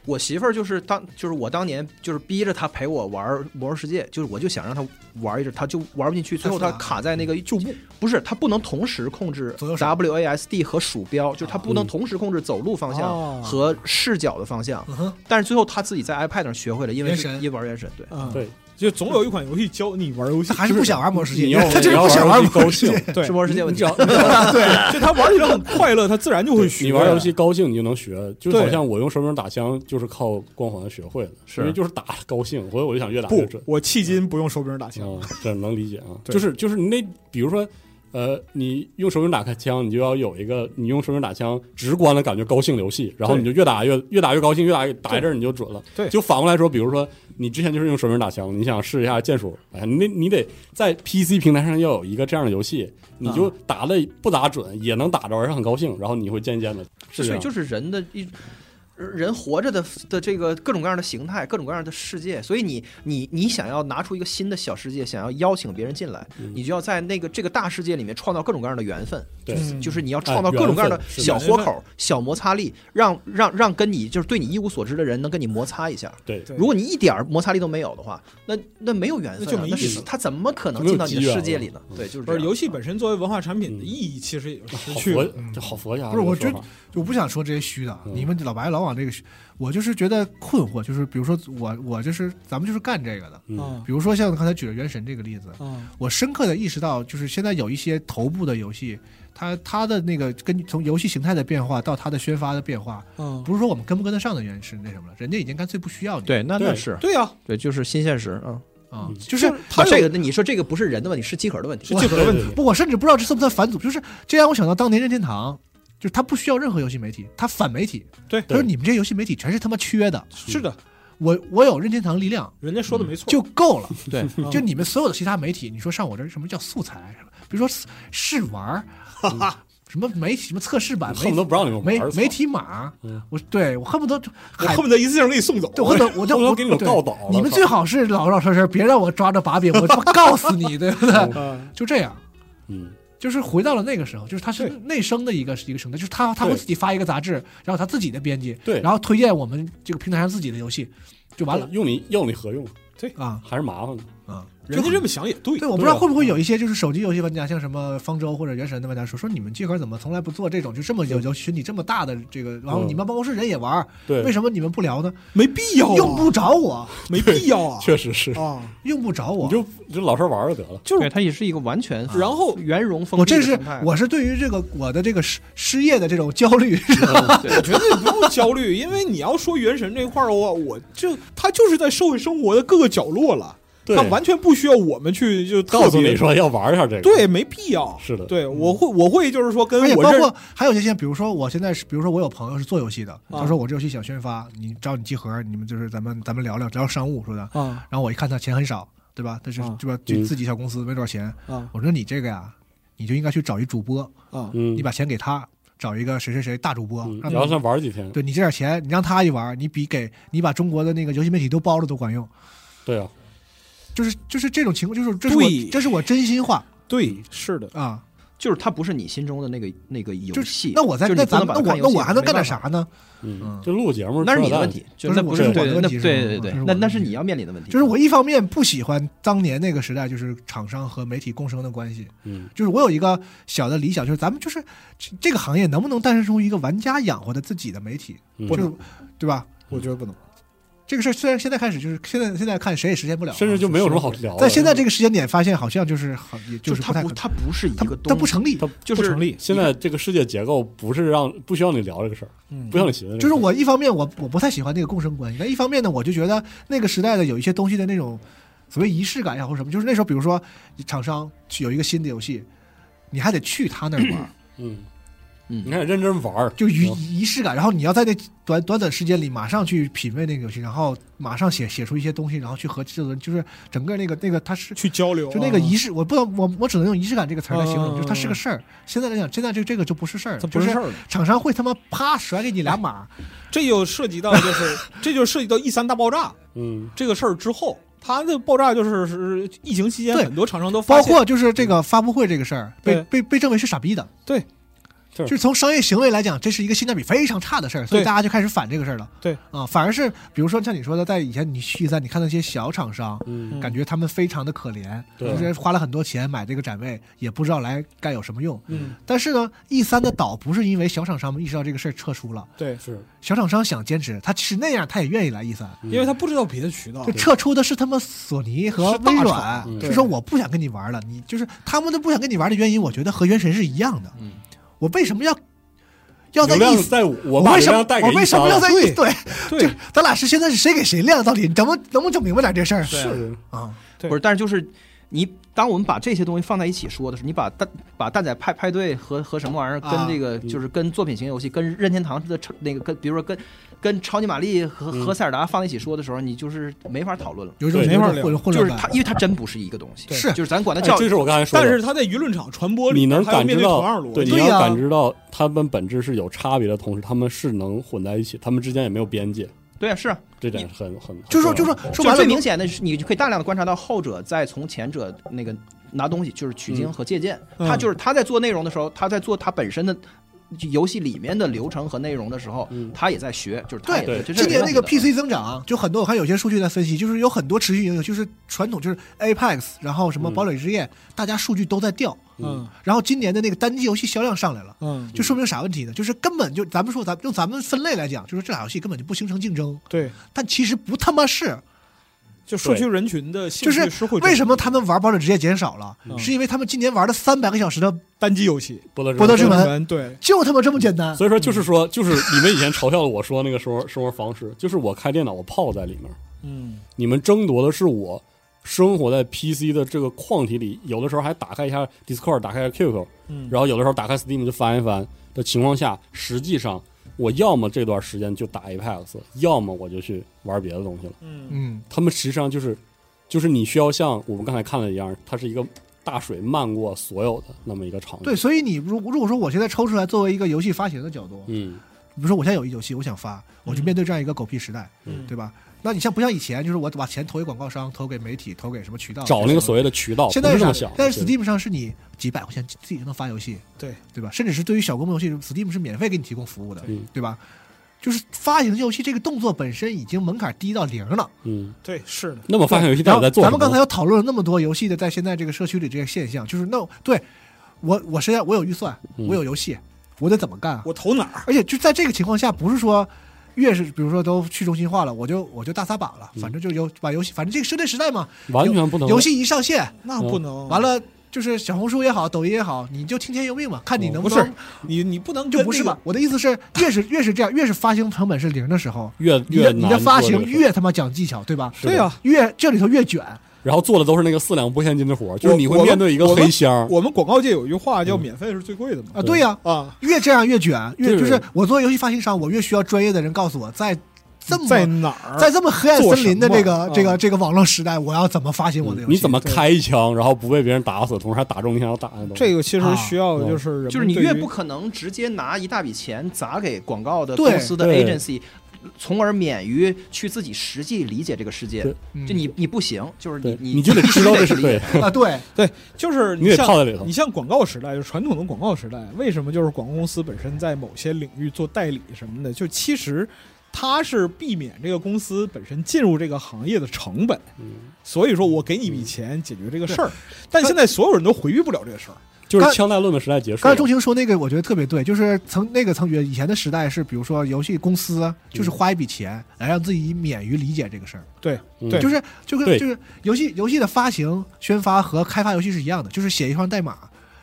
D: 我媳妇儿就是当就是我当年就是逼着她陪我玩《魔兽世界》，就是我就想让她玩一阵，她就玩不进去，最后她卡在那个就不不是她不能同时控制
B: 左右手啊
D: WASD 和鼠标，就是她不能同时控制走路方
E: 哦
D: 向和视角的方向。
B: 嗯哼，
D: 但是最后她自己在 iPad 上学会了，因为是
B: 原神
D: 因为玩原神，对，
E: 啊，
C: 对，
E: 就总有一款游戏教你玩游戏
B: 他，还是不想玩魔兽世界，
C: 你 要
B: 他就
C: 你
B: 是
C: 要
B: 不想
C: 玩游戏
B: 魔兽
C: 高
B: 世
C: 兴
B: 界。，
E: 对
D: 是魔兽世界问
C: 你只。
D: 题
C: 要你只要
E: 对，就他玩起来很快乐，他自然就会学。
C: 你玩游戏高兴，你就能学，就
E: 对
C: 好像我用手柄打枪就是靠光环学会的，
D: 是
C: 因为就是打高兴，所以我就想越打越
E: 不
C: 准，。嗯
E: 我迄今不用手柄打枪。
C: 啊，这能理解啊，
E: 对
C: 就是就是你那，比如说呃，你用手柄打开枪，你就要有一个你用手柄打枪直观的感觉高兴游戏，然后
E: 对
C: 你就越打越越打越高兴，越打越打一阵儿你就准了。
E: 对
C: 就反过来说，比如说你之前就是用手柄打枪，你想试一下键鼠，哎呀，你得你得在 PC 平台上要有一个这样的游戏，你
E: 嗯
C: 就打的不打准也能打着，而且很高兴，然后你会渐渐的是这
D: 所以
C: 样。
D: 就是人的一人活着的的这个各种各样的形态，各种各样的世界。所以你你你想要拿出一个新的小世界，想要邀请别人进来，
C: 嗯
D: 你就要在那个这个大世界里面创造各种各样的缘分。
C: 对
E: 嗯
D: 就是你要创造各种各样的
C: 缘分是
D: 小豁口、小摩擦力，让让让跟你就是对你一无所知的人能跟你摩擦一下。
C: 对
E: 对
D: 如果你一点儿摩擦力都没有的话，那那没有缘分、
E: 那
D: 啊，
E: 就没
D: 那
E: 意
D: 是
E: 思
D: 他怎么可能
C: 没有
D: 进到你的
C: 机缘
D: 世界
C: 了
D: 里呢？对，就是
E: 不
D: 这
E: 是
D: 样
E: 游戏本身作为文化产品的
C: 嗯
E: 意义，其实也就失
C: 好
E: 去
C: 佛
E: 了。，
C: 这好佛家。
B: 不是我
C: 这个
B: 觉
C: 说法
B: 我不想说这些虚的啊，
C: 嗯
B: 你们老白老往这个虚，我就是觉得困惑，就是比如说我我就是咱们就是干这个的，
C: 嗯，
B: 比如说像刚才举了《原神》这个例子，
E: 嗯
B: 我深刻的意识到，就是现在有一些头部的游戏，它它的那个根据从游戏形态的变化到它的宣发的变化，
E: 嗯，
B: 不是说我们跟不跟得上的原因是那什么了，人家已经干脆不需要你
D: 对，那
C: 那
D: 那
C: 对
D: 是
E: 对啊呀，
D: 对，就是新现实啊。
B: 啊、
C: 嗯
B: 就是
E: 他有
D: 这个，那你说这个不是人的问题，是机壳的问题。
E: 是这个问题。
B: 不，我甚至不知道这算不算反祖，就是这让我想到当年任天堂，就是他不需要任何游戏媒体，他反媒体，
E: 对
B: 他说你们这些游戏媒体全是他妈缺的，
E: 是的，
B: 我我有任天堂力
C: 哦
B: 量
E: 人家说的没错。
B: 就够 了。
D: 对，
E: 嗯
B: 就你们所有的其他媒体，你说上我这儿什么叫素材，什么比如说试玩儿， 什么媒体什么测试版，
C: 恨
B: 媒
C: 不得不让你们
B: 媒
C: 玩儿，
B: 媒体码
C: 嗯，
B: 我对我恨不得
E: 我
B: 海
E: 恨不得一次性给你送走。
B: 对，我恨不得我就
C: 恨不得
B: 我
C: 给你们
B: 对
C: 告倒了
B: 你们最好是老老实实，别让我抓着把柄，我他妈告死 你，对不对？
E: 嗯
B: 就这样，
C: 嗯，
B: 就是回到了那个时候，就是他是
E: 对
B: 内生的一个一个生态，就是他他会
C: 对
B: 自己发一个杂志，然后他自己的编辑，
C: 对
B: 然后推荐我们这个平台上自己的游戏，就完了
C: 用你要你何用？
B: 啊
C: 还是麻烦的。
B: 啊！
E: 人家这么想也对。啊
B: 对，我不
C: 啊
B: 知道会不会有一些就是手机游戏玩家，像什么方舟或者原神的玩家说说你们这块怎么从来不做这种就这么有有群体这么大的这个，然后
C: 嗯
B: 你们办公室人也玩儿，
C: 对，
B: 为什么你们不聊呢？
E: 没必要啊，
B: 用不着我，
E: 没必要 啊
C: 确实是，
E: 啊！
B: 用不着
C: 你
B: 我。
C: 就你就老实玩儿就得了。
B: 嗯
E: 就是
D: 它也是一个完全
E: 然后
D: 圆融风。
B: 我这是我是对于这个我的这个失失业的这种焦虑，
E: 我觉得你不用焦虑，因为你要说原神这块儿的话，我就它就是在社会生活的各个角落了，
C: 对
E: 它，完全不需要我们去就特
C: 告诉
E: 别
C: 你说要玩一下这个。
E: 对，没必要。
C: 是的嗯
E: 对我会我会就是说跟
B: 而且
E: 我
B: 包
E: 认
B: 括还有一些像，比如说我现在是，比如说我有朋友是做游戏的，
E: 啊
B: 他说我这游戏想宣发，你找你集合，你们就是咱们咱们聊聊聊商务说的。
E: 啊
B: 然后我一看他钱很少，对吧？但是
E: 啊
B: 对吧？就
C: 嗯
B: 自己小公司没多少钱，
E: 啊
B: 我说你这个呀，你就应该去找一主播，
E: 啊
C: 嗯，
B: 你把钱给他，找一个谁谁谁大主播，
C: 嗯，
B: 让
C: 然后
B: 他
C: 再玩几天。
B: 对你这点钱，你让他一玩，你比给你把中国的那个游戏媒体都包了都管用。
C: 对啊，
B: 就是就是这种情况，就是这是我
E: 对
B: 这是我真心话
E: 对，是的，
B: 啊。
D: 就是它不是你心中的那个那个游戏。
B: 那我在
D: 就是
B: 那
D: 你不
B: 咱
D: 能
B: 们那我
D: 把它看游
B: 那
D: 戏
B: 我还能干点？啥
D: 没办法
B: 呢？
C: 嗯
B: 嗯，
C: 就录节目
D: 那是你
C: 扯淡
D: 的问。题，就
B: 不是
D: 那
B: 我
D: 是
B: 是
D: 对
B: 我的
D: 对
B: 问
D: 那
B: 题
D: 对
B: 是吗
D: 对对
B: 是，我
D: 那
B: 的
D: 那
B: 问
D: 是
B: 题
D: 你要面临的问题。
B: 就是我一方面不喜欢当年那个时代，就是厂商和媒体共生的关系。
C: 嗯，
B: 就是我有一个小的理想，就是咱们就是这这个行业能不能诞生出一个玩家养活的自己的媒体，
C: 嗯
B: 就是对吧？
E: 我觉得不能。
B: 这个事儿虽然现在开始就是现在现在看谁也实现不了啊，
C: 甚至就没有什么好聊的。
B: 在现在这个时间点发现，好像就是好，也
D: 就是
B: 不
D: 它
B: 太
D: 不
B: 可能
D: 它不是一
B: 它
D: 个
B: 它不
D: 东西，
B: 成立。
C: 它
D: 就
E: 不
D: 是
E: 成立
C: 现在这个世界结构不是让不需要你聊这个事儿，
E: 嗯
C: 不，像你寻思。
B: 就是，我一方面我我不太喜欢那个共生关系，但一方面呢，我就觉得那个时代的有一些东西的那种所谓仪式感呀或者什么，就是那时候比如说厂商有一个新的游戏，你还得去他那儿 玩，
C: 嗯，
D: 嗯
C: 你看认真玩儿，
B: 就仪
C: 嗯
B: 仪式感，然后你要在那短短短时间里马上去品味那个游戏，然后马上写写出一些东西，然后去和制作人，就是整个那个那个它是
E: 去交流，啊
B: 就那个
E: 一，
B: 仪式，我不能我我只能用仪式感这个词儿来形容，
E: 嗯
B: 就是它是个事儿。现在来讲，现在这这个就不是事儿，
E: 它
B: 就
E: 不是
B: 是
E: 事儿了。
B: 厂商会他妈啪甩给你俩码，
E: 这就涉及到就是 这就涉及到 E 三大爆炸
C: 嗯，
E: 这个事儿之后，它的爆炸就是是疫情期间
B: 对
E: 很多厂商都发
B: 包
E: 现嗯
B: 括就是这个发布会这个事儿，被
E: 对
B: 被被认为是傻逼的。
E: 对，
C: 是
B: 就是从商业行为来讲，这是一个性价比非常差的事儿，所以
E: 对
B: 大家就开始反这个事儿了。
E: 对
B: 啊、反而是比如说像你说的，在以前你去在你看那些小厂商，
C: 嗯，
B: 感觉他们非常的可怜，
C: 对
B: 就是花了很多钱买这个展位，也不知道来该有什么用。
E: 嗯
B: 但是呢，E 三的倒不是因为小厂商们意识到这个事儿撤出了，
E: 对，
C: 是
B: 小厂商想坚持，他其实那样他也愿意来 E 三。
E: 因为他不知道别的渠道
B: 就，撤出的是他妈索尼和
E: 哦是大
B: 微
E: 厂
B: 软，
C: 嗯
B: 就说我不想跟你玩了。你就是他们都不想跟你玩的原因，我觉得和原神是一样的。
D: 嗯
B: 我为什么要要在
C: 流量
B: E
C: 在我，我
B: 我
C: 把
B: 为
C: 流
B: 什么
C: 量带给
B: 我
C: 一
B: 为什
C: 三
B: 么要
C: 了
B: 在
E: 对
B: E 对？
E: 对
B: 就咱俩是现在是谁给谁亮？到底你能不能能不能整明白点这事儿？
E: 是
B: 啊，
E: 对
D: 不是，但是就是你当我们把这些东西放在一起说的时候，你把蛋把蛋仔派派对和和什么玩意儿跟
B: 啊
D: 这个、
C: 嗯
D: 就是跟作品型游戏、跟任天堂的超那个跟比如说跟跟超级玛丽和、
C: 嗯
D: 和塞尔达放在一起说的时候，你就是没法讨论了。
B: 有一种
C: 对
E: 没法
B: 有一种混混
D: 就
B: 乱
D: 是
B: 感，
D: 它，因为它真不是一个东西，
B: 对是
D: 就是咱管它
C: 哎
D: 叫
C: 这是我刚才说的。
E: 但是他在舆论场传播里，
C: 你能
E: 他要
C: 感
E: 面
C: 知
E: 对
C: 到
E: 同样的逻，
C: 对，
E: 辑
C: 你，
B: 对呀
C: 要感知到他们本质是有差别的同时，他们是能混在一起，他们之间也没有边界，
D: 对啊，是啊
C: 这点很很
B: 就是说
C: 很
B: 就是说
C: 重要
B: 说
D: 就是
B: 白了
D: 最明显的是，你就可以大量的观察到后者在从前者那个拿东西，就是取经和借鉴。
E: 嗯
D: 他就是他在做内容的时候，他在做他本身的游戏里面的流程和内容的时候，
C: 嗯
D: 他也在学，就是他
B: 对
D: 也这是
B: 今年那个
D: 没问题
B: PC 增长，就很多我看有些数据在分析，就是有很多持续应用，就是传统就是 Apex，然后什么
C: 嗯
B: 堡垒之夜，大家数据都在掉。
E: 嗯
B: 然后今年的那个单机游戏销量上来了，
E: 嗯，
B: 就说明啥问题呢？就是根本就咱们说咱用咱们分类来讲，就是这俩游戏根本就不形成竞争，
E: 对，
B: 但其实不他妈是。
E: 就社区人群的兴
B: 就
E: 趣
B: 是
E: 是会
B: 为什么他们玩堡垒之夜减少了？
E: 嗯
B: 是因为他们今年玩了三百个小时的，
E: 单机游戏？
C: 波
B: 波德嗯
C: 德
B: 之
C: 之
B: 门
C: 门。
E: 对，
B: 就他妈这么简单。
C: 所以说就是说就是你们以前嘲笑了我说那个生活生活方式，就是我开电脑我泡在里面，
E: 嗯，
C: 你们争夺的是我生活在 PC 的这个矿体里，有的时候还打开一下 Discord，打开一下 QQ，
E: 嗯
C: 然后有的时候打开 Steam 就翻一翻的情况下，实际上我要么这段时间就打 Apex，要么我就去玩别的东西了。
E: 嗯
B: 嗯，
C: 他们实际上就是，就是你需要像我们刚才看的一样，它是一个大水漫过所有的那么一个场景。
B: 对，，所以你如如果说我现在抽出来作为一个游戏发行的角度，
C: 嗯，
B: 比如说我现在有一游戏我想发，我就面对这样一个狗屁时代，
E: 嗯
B: 对吧？那你像不像以前，就是我把钱投给广告商，投给媒体，投给什么渠道，
C: 找那个所谓的渠道，
B: 现在
C: 哦不
B: 是
C: 是这
B: 啥
C: 么想。
B: 但
C: 其
B: 是
C: 实
B: Steam 上是你几百块钱自己就能发游戏，
E: 对
B: 对吧？甚至是对于小规模游戏，Steam 是免费给你提供服务的，
C: 嗯
B: 对吧？就是发行游戏这个动作本身已经门槛低到零了。
C: 嗯，
E: 对，是的，
C: 那么发现游戏
B: 然
C: 到底
B: 后
C: 在做
B: 咱
C: 什
B: 们
C: 么？
B: 刚才又讨论了那么多游戏的在现在这个社区里这些现象，就是那对我我实在我有预算，
C: 嗯
B: 我有游戏，我得怎么干啊？
E: 我投哪儿？
B: 而且就在这个情况下，不是说越是比如说都去中心化了，我就我就大撒把了，
C: 嗯
B: 反正就游把游戏，反正这个社内时代嘛，
C: 完全不能
B: 游戏一上线，
E: 那
C: 嗯
E: 不能
B: 完，了就是小红书也好，抖音也好，你就听天由命嘛，看你能
E: 不
B: 能
E: 是。你你不能
B: 就不是吧？？我的意思是，越是越是这样，越是发行成本是零的时候，
C: 越
B: 你
C: 越
B: 的你
C: 难
B: 的发行
C: 做这个事
B: 越他妈讲技巧，对吧？
C: 是的
E: 对呀，
B: 越这里头越卷，
C: 然后做的都是那个四两拨千斤的活儿，就是你会
E: 我
C: 面对一个
E: 我们
C: 黑箱。
E: 我们广告界有一句话叫“
C: 嗯
E: 免费是最贵的”嘛
B: 啊，对呀、
E: 啊，
B: 越这样越卷，越
C: 对
B: 就是我作为游戏发行商，我越需要专业的人告诉我，在这么
E: 在哪儿？
C: 嗯
B: 在这么黑暗森林的这个
E: 做什么
B: 这个这个网络时代，我要怎么发行我的游戏？
C: 你怎么
E: 对
C: 开一枪，然后不被别人打死，同时还打中你想要打的东西？
E: 这个其实需要
C: 啊
E: 就是人们
D: 就是你
E: 对于
D: 越不可能直接拿一大笔钱砸给广告的
B: 对
D: 公司的
C: 对
D: agency，从而免于去自己实际理解这个世界
C: 对。
B: 嗯
D: 就你你不行，就是你
C: 对，
D: 你
C: 你就得知道
D: 这
C: 这是对，
B: 啊？对，
E: 就是
C: 你得
E: 像
C: 泡在里头
E: 你。像广告时代，就是传统的广告时代，为什么就是广告公司本身在某些领域做代理什么的？就其实它是避免这个公司本身进入这个行业的成本，
C: 嗯
E: 所以说我给你一笔钱解决这个事儿。但现在所有人都回避不了这个事儿。
C: 就是
B: 刚
C: 枪弹论的时代结束
B: 刚
C: 了
B: 才钟。情说那个，我觉得特别对，就是曾那个曾觉以前的时代是，比如说游戏公司啊就是花一笔钱来让自己免于理解这个事儿，
C: 嗯
E: 对
B: 就是就跟
C: 对
B: 就是游戏游戏的发行、宣发和开发游戏是一样的，就是写一行代码。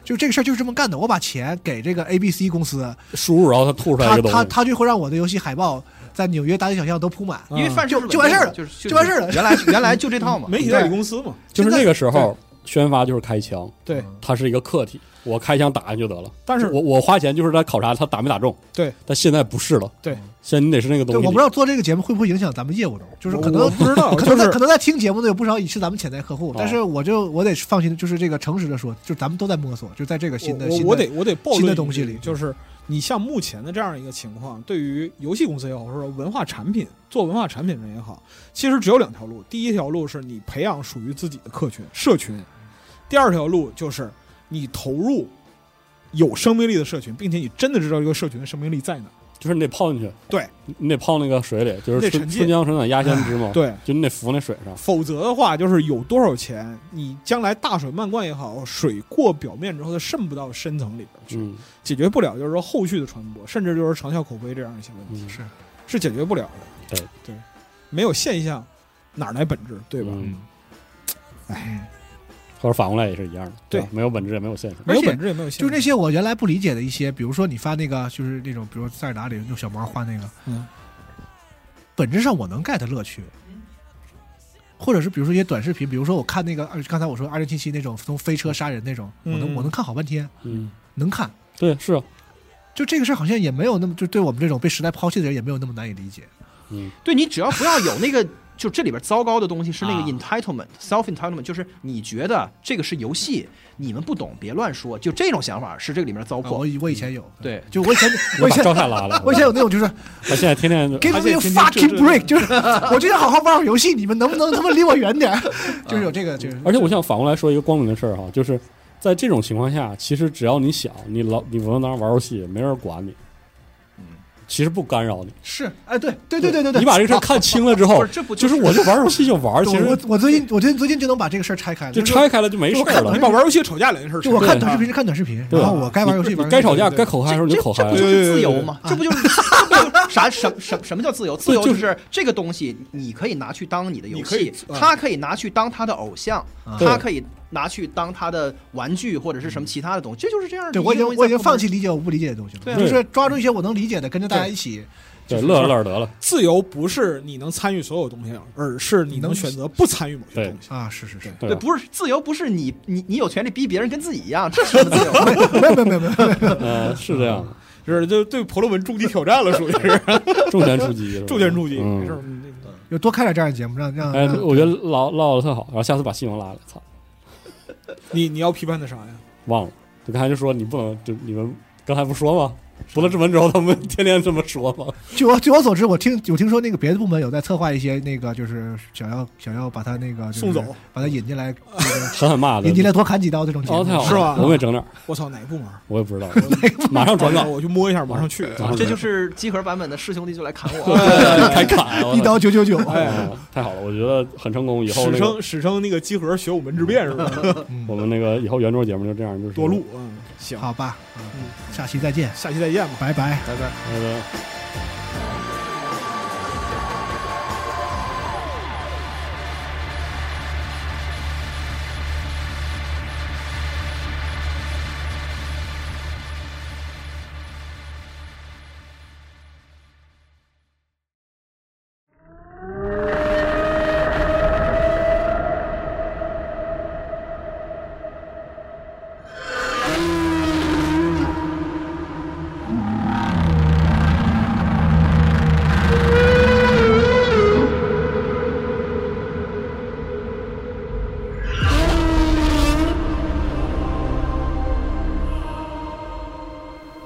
B: 就这个事儿就是这么干的，我把钱给这个 A、B、C 公司，
C: 输入，然后它吐出来一
B: 他
C: 个东
B: 他
C: 西。
B: 他就会让我的游戏海报在纽约大街小巷都铺满。
D: 因为
E: 嗯
D: 范式
B: 就就完事儿了
D: 就是
B: 就完事儿了
D: 原来原来就 这套嘛，
E: 媒体代理公司嘛，
C: 就是
B: 现在
C: 那个时候宣发就是开枪，
E: 对，
C: 它是一个客体，我开枪打下去嗯就得了。
E: 但是
C: 我我花钱就是来考察他打没打中。
E: 对，
C: 但现在不是了。
E: 对，
C: 现在你得是那个东
B: 对，
C: 西
B: 我
C: 里。
B: 不知道做这个节目会不会影响咱们业务的，就是可
E: 我
B: 能
E: 不知道，
B: 可
E: 就
B: 能在可
E: 是
B: 能在听节目的有不少也是咱们潜在客户
C: 哦，
B: 但是我就我得放心，就是这个诚实的说，就是咱们都在摸索，就在这个新的
E: 我
B: 新的
E: 我得我得暴露
B: 新的
E: 一
B: 东西
E: 句
B: 里嗯
E: 就是你像目前的这样一个情况，对于游戏公司也好，或者说文化产品做文化产品人也好，其实只有两条路。第一条路是你培养属于自己的客群社群，第二条路就是你投入有生命力的社群，并且你真的知道这个社群的生命力在哪。
C: 就是你得泡进去。
E: 对
C: 你，你得泡那个水里，就
E: 你得
C: 是
E: 沉
C: 春
E: 浸
C: 春江水暖鸭先知嘛。，
E: 对，
C: 就你得浮那水上。
E: 否则的话，就是有多少钱，你将来大水漫灌也好，水过表面之后，它渗不到深层里边去，
C: 嗯
E: 解决不了，就是说后续的传播，甚至就是长效口碑这样一些问题。
C: 嗯，
B: 是
E: 是解决不了的。
C: 对
E: 对，没有现象，哪来本质？对吧？
C: 嗯
E: 哎，
C: 或者反过来也是一样的。
E: 对
C: 吧没有本质也没有现实。
E: 没有本质也没有现
B: 就
E: 象。
B: 是那些我原来不理解的一些，比如说你发那个就是那种，比如塞尔达里用小毛画那个，
E: 嗯
B: 本质上我能 get 乐趣，或者是比如说一些短视频，比如说我看那个二，呃刚才我说二零七七那种从飞车杀人那种，我能
E: 嗯
B: 我能看好半天，
C: 嗯，
B: 能看。
C: 对，是啊，
B: 就这个事儿好像也没有那么，就对我们这种被时代抛弃的人也没有那么难以理解。
C: 嗯，
D: 对你只要不要有那个，就这里边糟糕的东西是那
B: 啊
D: 个 entitlement、self entitlement，就是你觉得这个是游戏，你们不懂别乱说，就这种想法是这个里面的糟
B: 啊
D: 粕。
B: 我以我以前有，
D: 对，
B: 就我以 前我
C: 嗯我
B: 以
C: 把
B: 前
C: 招太拉 了，
B: 我以前有那种就是
C: 他现在天天
B: give
E: 而
B: me a
E: 且天天就
B: fucking
E: 是
B: break，就是 我就想好好玩会儿游戏，你们能不能他妈离我远点儿？ 就是有这个，就是
C: 而且我想反过来说一个光明的事儿哈，就是在这种情况下，其实只要你想，你老你文文当玩游戏，没人管你，
D: 嗯
C: 其实不干扰你。
B: 是哎，对对对对对对，啊
C: 你把这个事儿看清了之后
D: 不是，，这不
C: 哦就是是我就玩游戏就玩，其
B: 对我
C: 实
B: 我最近我最近最近就能把这个事儿拆开了，
C: 就是拆开了就没事
B: 我
C: 儿
B: 看
C: 了
E: 你。把玩游戏吵架那事儿，
B: 就我看
C: 对
B: 短
C: 啊
B: 视频是看短视频，
C: 对啊
B: 然后我该玩游戏
C: 你
B: 玩游戏。
C: 该吵架
B: 对
C: 该口嗨的时候你
D: 这
C: 就口嗨
D: 这不
E: 对
D: 就
E: 对
C: 了，
D: 是自由吗？这不就是 这不就是啥什什什么叫自由？自由
C: 就
D: 就是是这个东西，你可以拿去当你的
E: 你
D: 游
E: 可以
D: 戏
E: 啊，
D: 他可以拿去当他的偶像
B: 啊，
C: 对
D: 他可以拿去当他的玩具或者是什么其他的东西，这就是这样的一
B: 对
D: 个
B: 我
D: 东
B: 已
D: 西
B: 经
D: 在后面。
B: 我已经放弃理解我不理解的东西
D: 对
B: 了，
D: 啊
B: 就是抓住一些我能理解的，跟着大家一起
C: 对，乐呵乐呵得了。
E: 自由不是你能参与所有东西，而是你能选择不参与某些东西。
B: 啊，是是是，
D: 对，
C: 对吧，
D: 不是自由，不是你你你有权利逼别人跟自己一样，这是什么自由？
B: 没有没有没有没有，
C: 呃，是这样，
E: 就是就对婆罗门重击挑战了，属于是
C: 重拳出击，是吧
E: 重拳出击，
C: 嗯
E: 没事儿。那个
B: 就多开点这样的节目，让让
C: 哎，
B: 让
C: 我觉得唠唠的特好，然后下次把西蒙拉来，操，
E: 你你要批判的啥呀？
C: 忘了。就刚才就说你不能，就你们刚才不说吗？除了之门之后，他们 天天这么说吗？
B: 据我据我所知，我听有听说那个别的部门有在策划一些那个，就是想要想要把他那个、就是
E: 送走，
B: 把他引进 来，那
C: 狠狠骂
B: 个
C: 的
B: 引。进来多砍几刀这种节目。
C: 哦，太好了，
E: 是吧
C: 我们也整点儿，
E: 我操，哪个部门？
C: 我也不知道，马上转
E: 转
C: 岗
E: 岗，，我去摸一下，马上去。
C: 马上转岗
D: 这就是集合版本的师兄弟就来砍我。
C: 开砍，我
B: 一刀九九九，
E: 哎
C: 哦太好了，我觉得很成功。以后那
E: 史
C: 个
E: 称史称那个集合学我们之变是吧？
C: 我们那个以后圆桌节目就这样，就是
E: 多录，嗯，行，
B: 好吧，嗯，下期再见，
E: 下期再见吧。
B: 拜拜。
E: 拜拜。
C: 那个。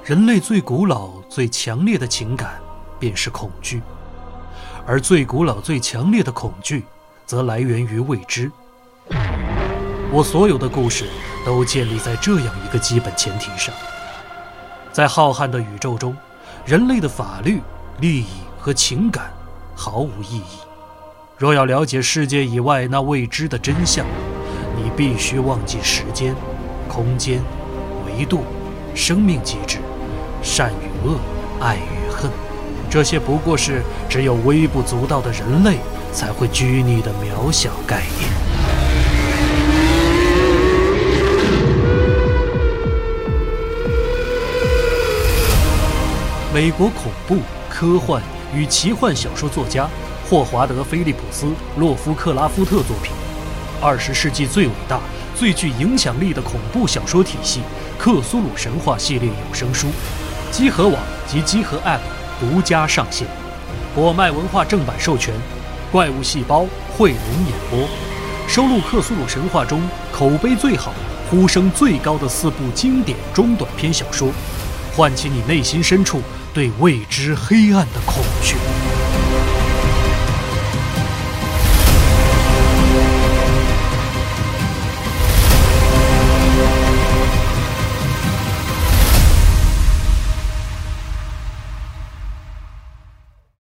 F: 人类最古老、最强烈的情感便是恐惧，而最古老、最强烈的恐惧，则来源于未知。我所有的故事都建立在这样一个基本前提上：在浩瀚的宇宙中，人类的法律、利益和情感毫无意义。若要了解世界以外那未知的真相，你必须忘记时间、空间、维度、生命机制、善与恶、爱与恨，这些不过是只有微不足道的人类才会拘泥的渺小概念。美国恐怖、科幻与奇幻小说作家霍华德·菲利普斯·洛夫克拉夫特作品。二十世纪最伟大、最具影响力的恐怖小说体系《克苏鲁神话》系列有声书，集合网及集合 App 独家上线，果麦文化正版授权，怪物细胞汇龙演播，收录《克苏鲁神话》中口碑最好、呼声最高的四部经典中短篇小说，唤起你内心深处对未知黑暗的恐惧。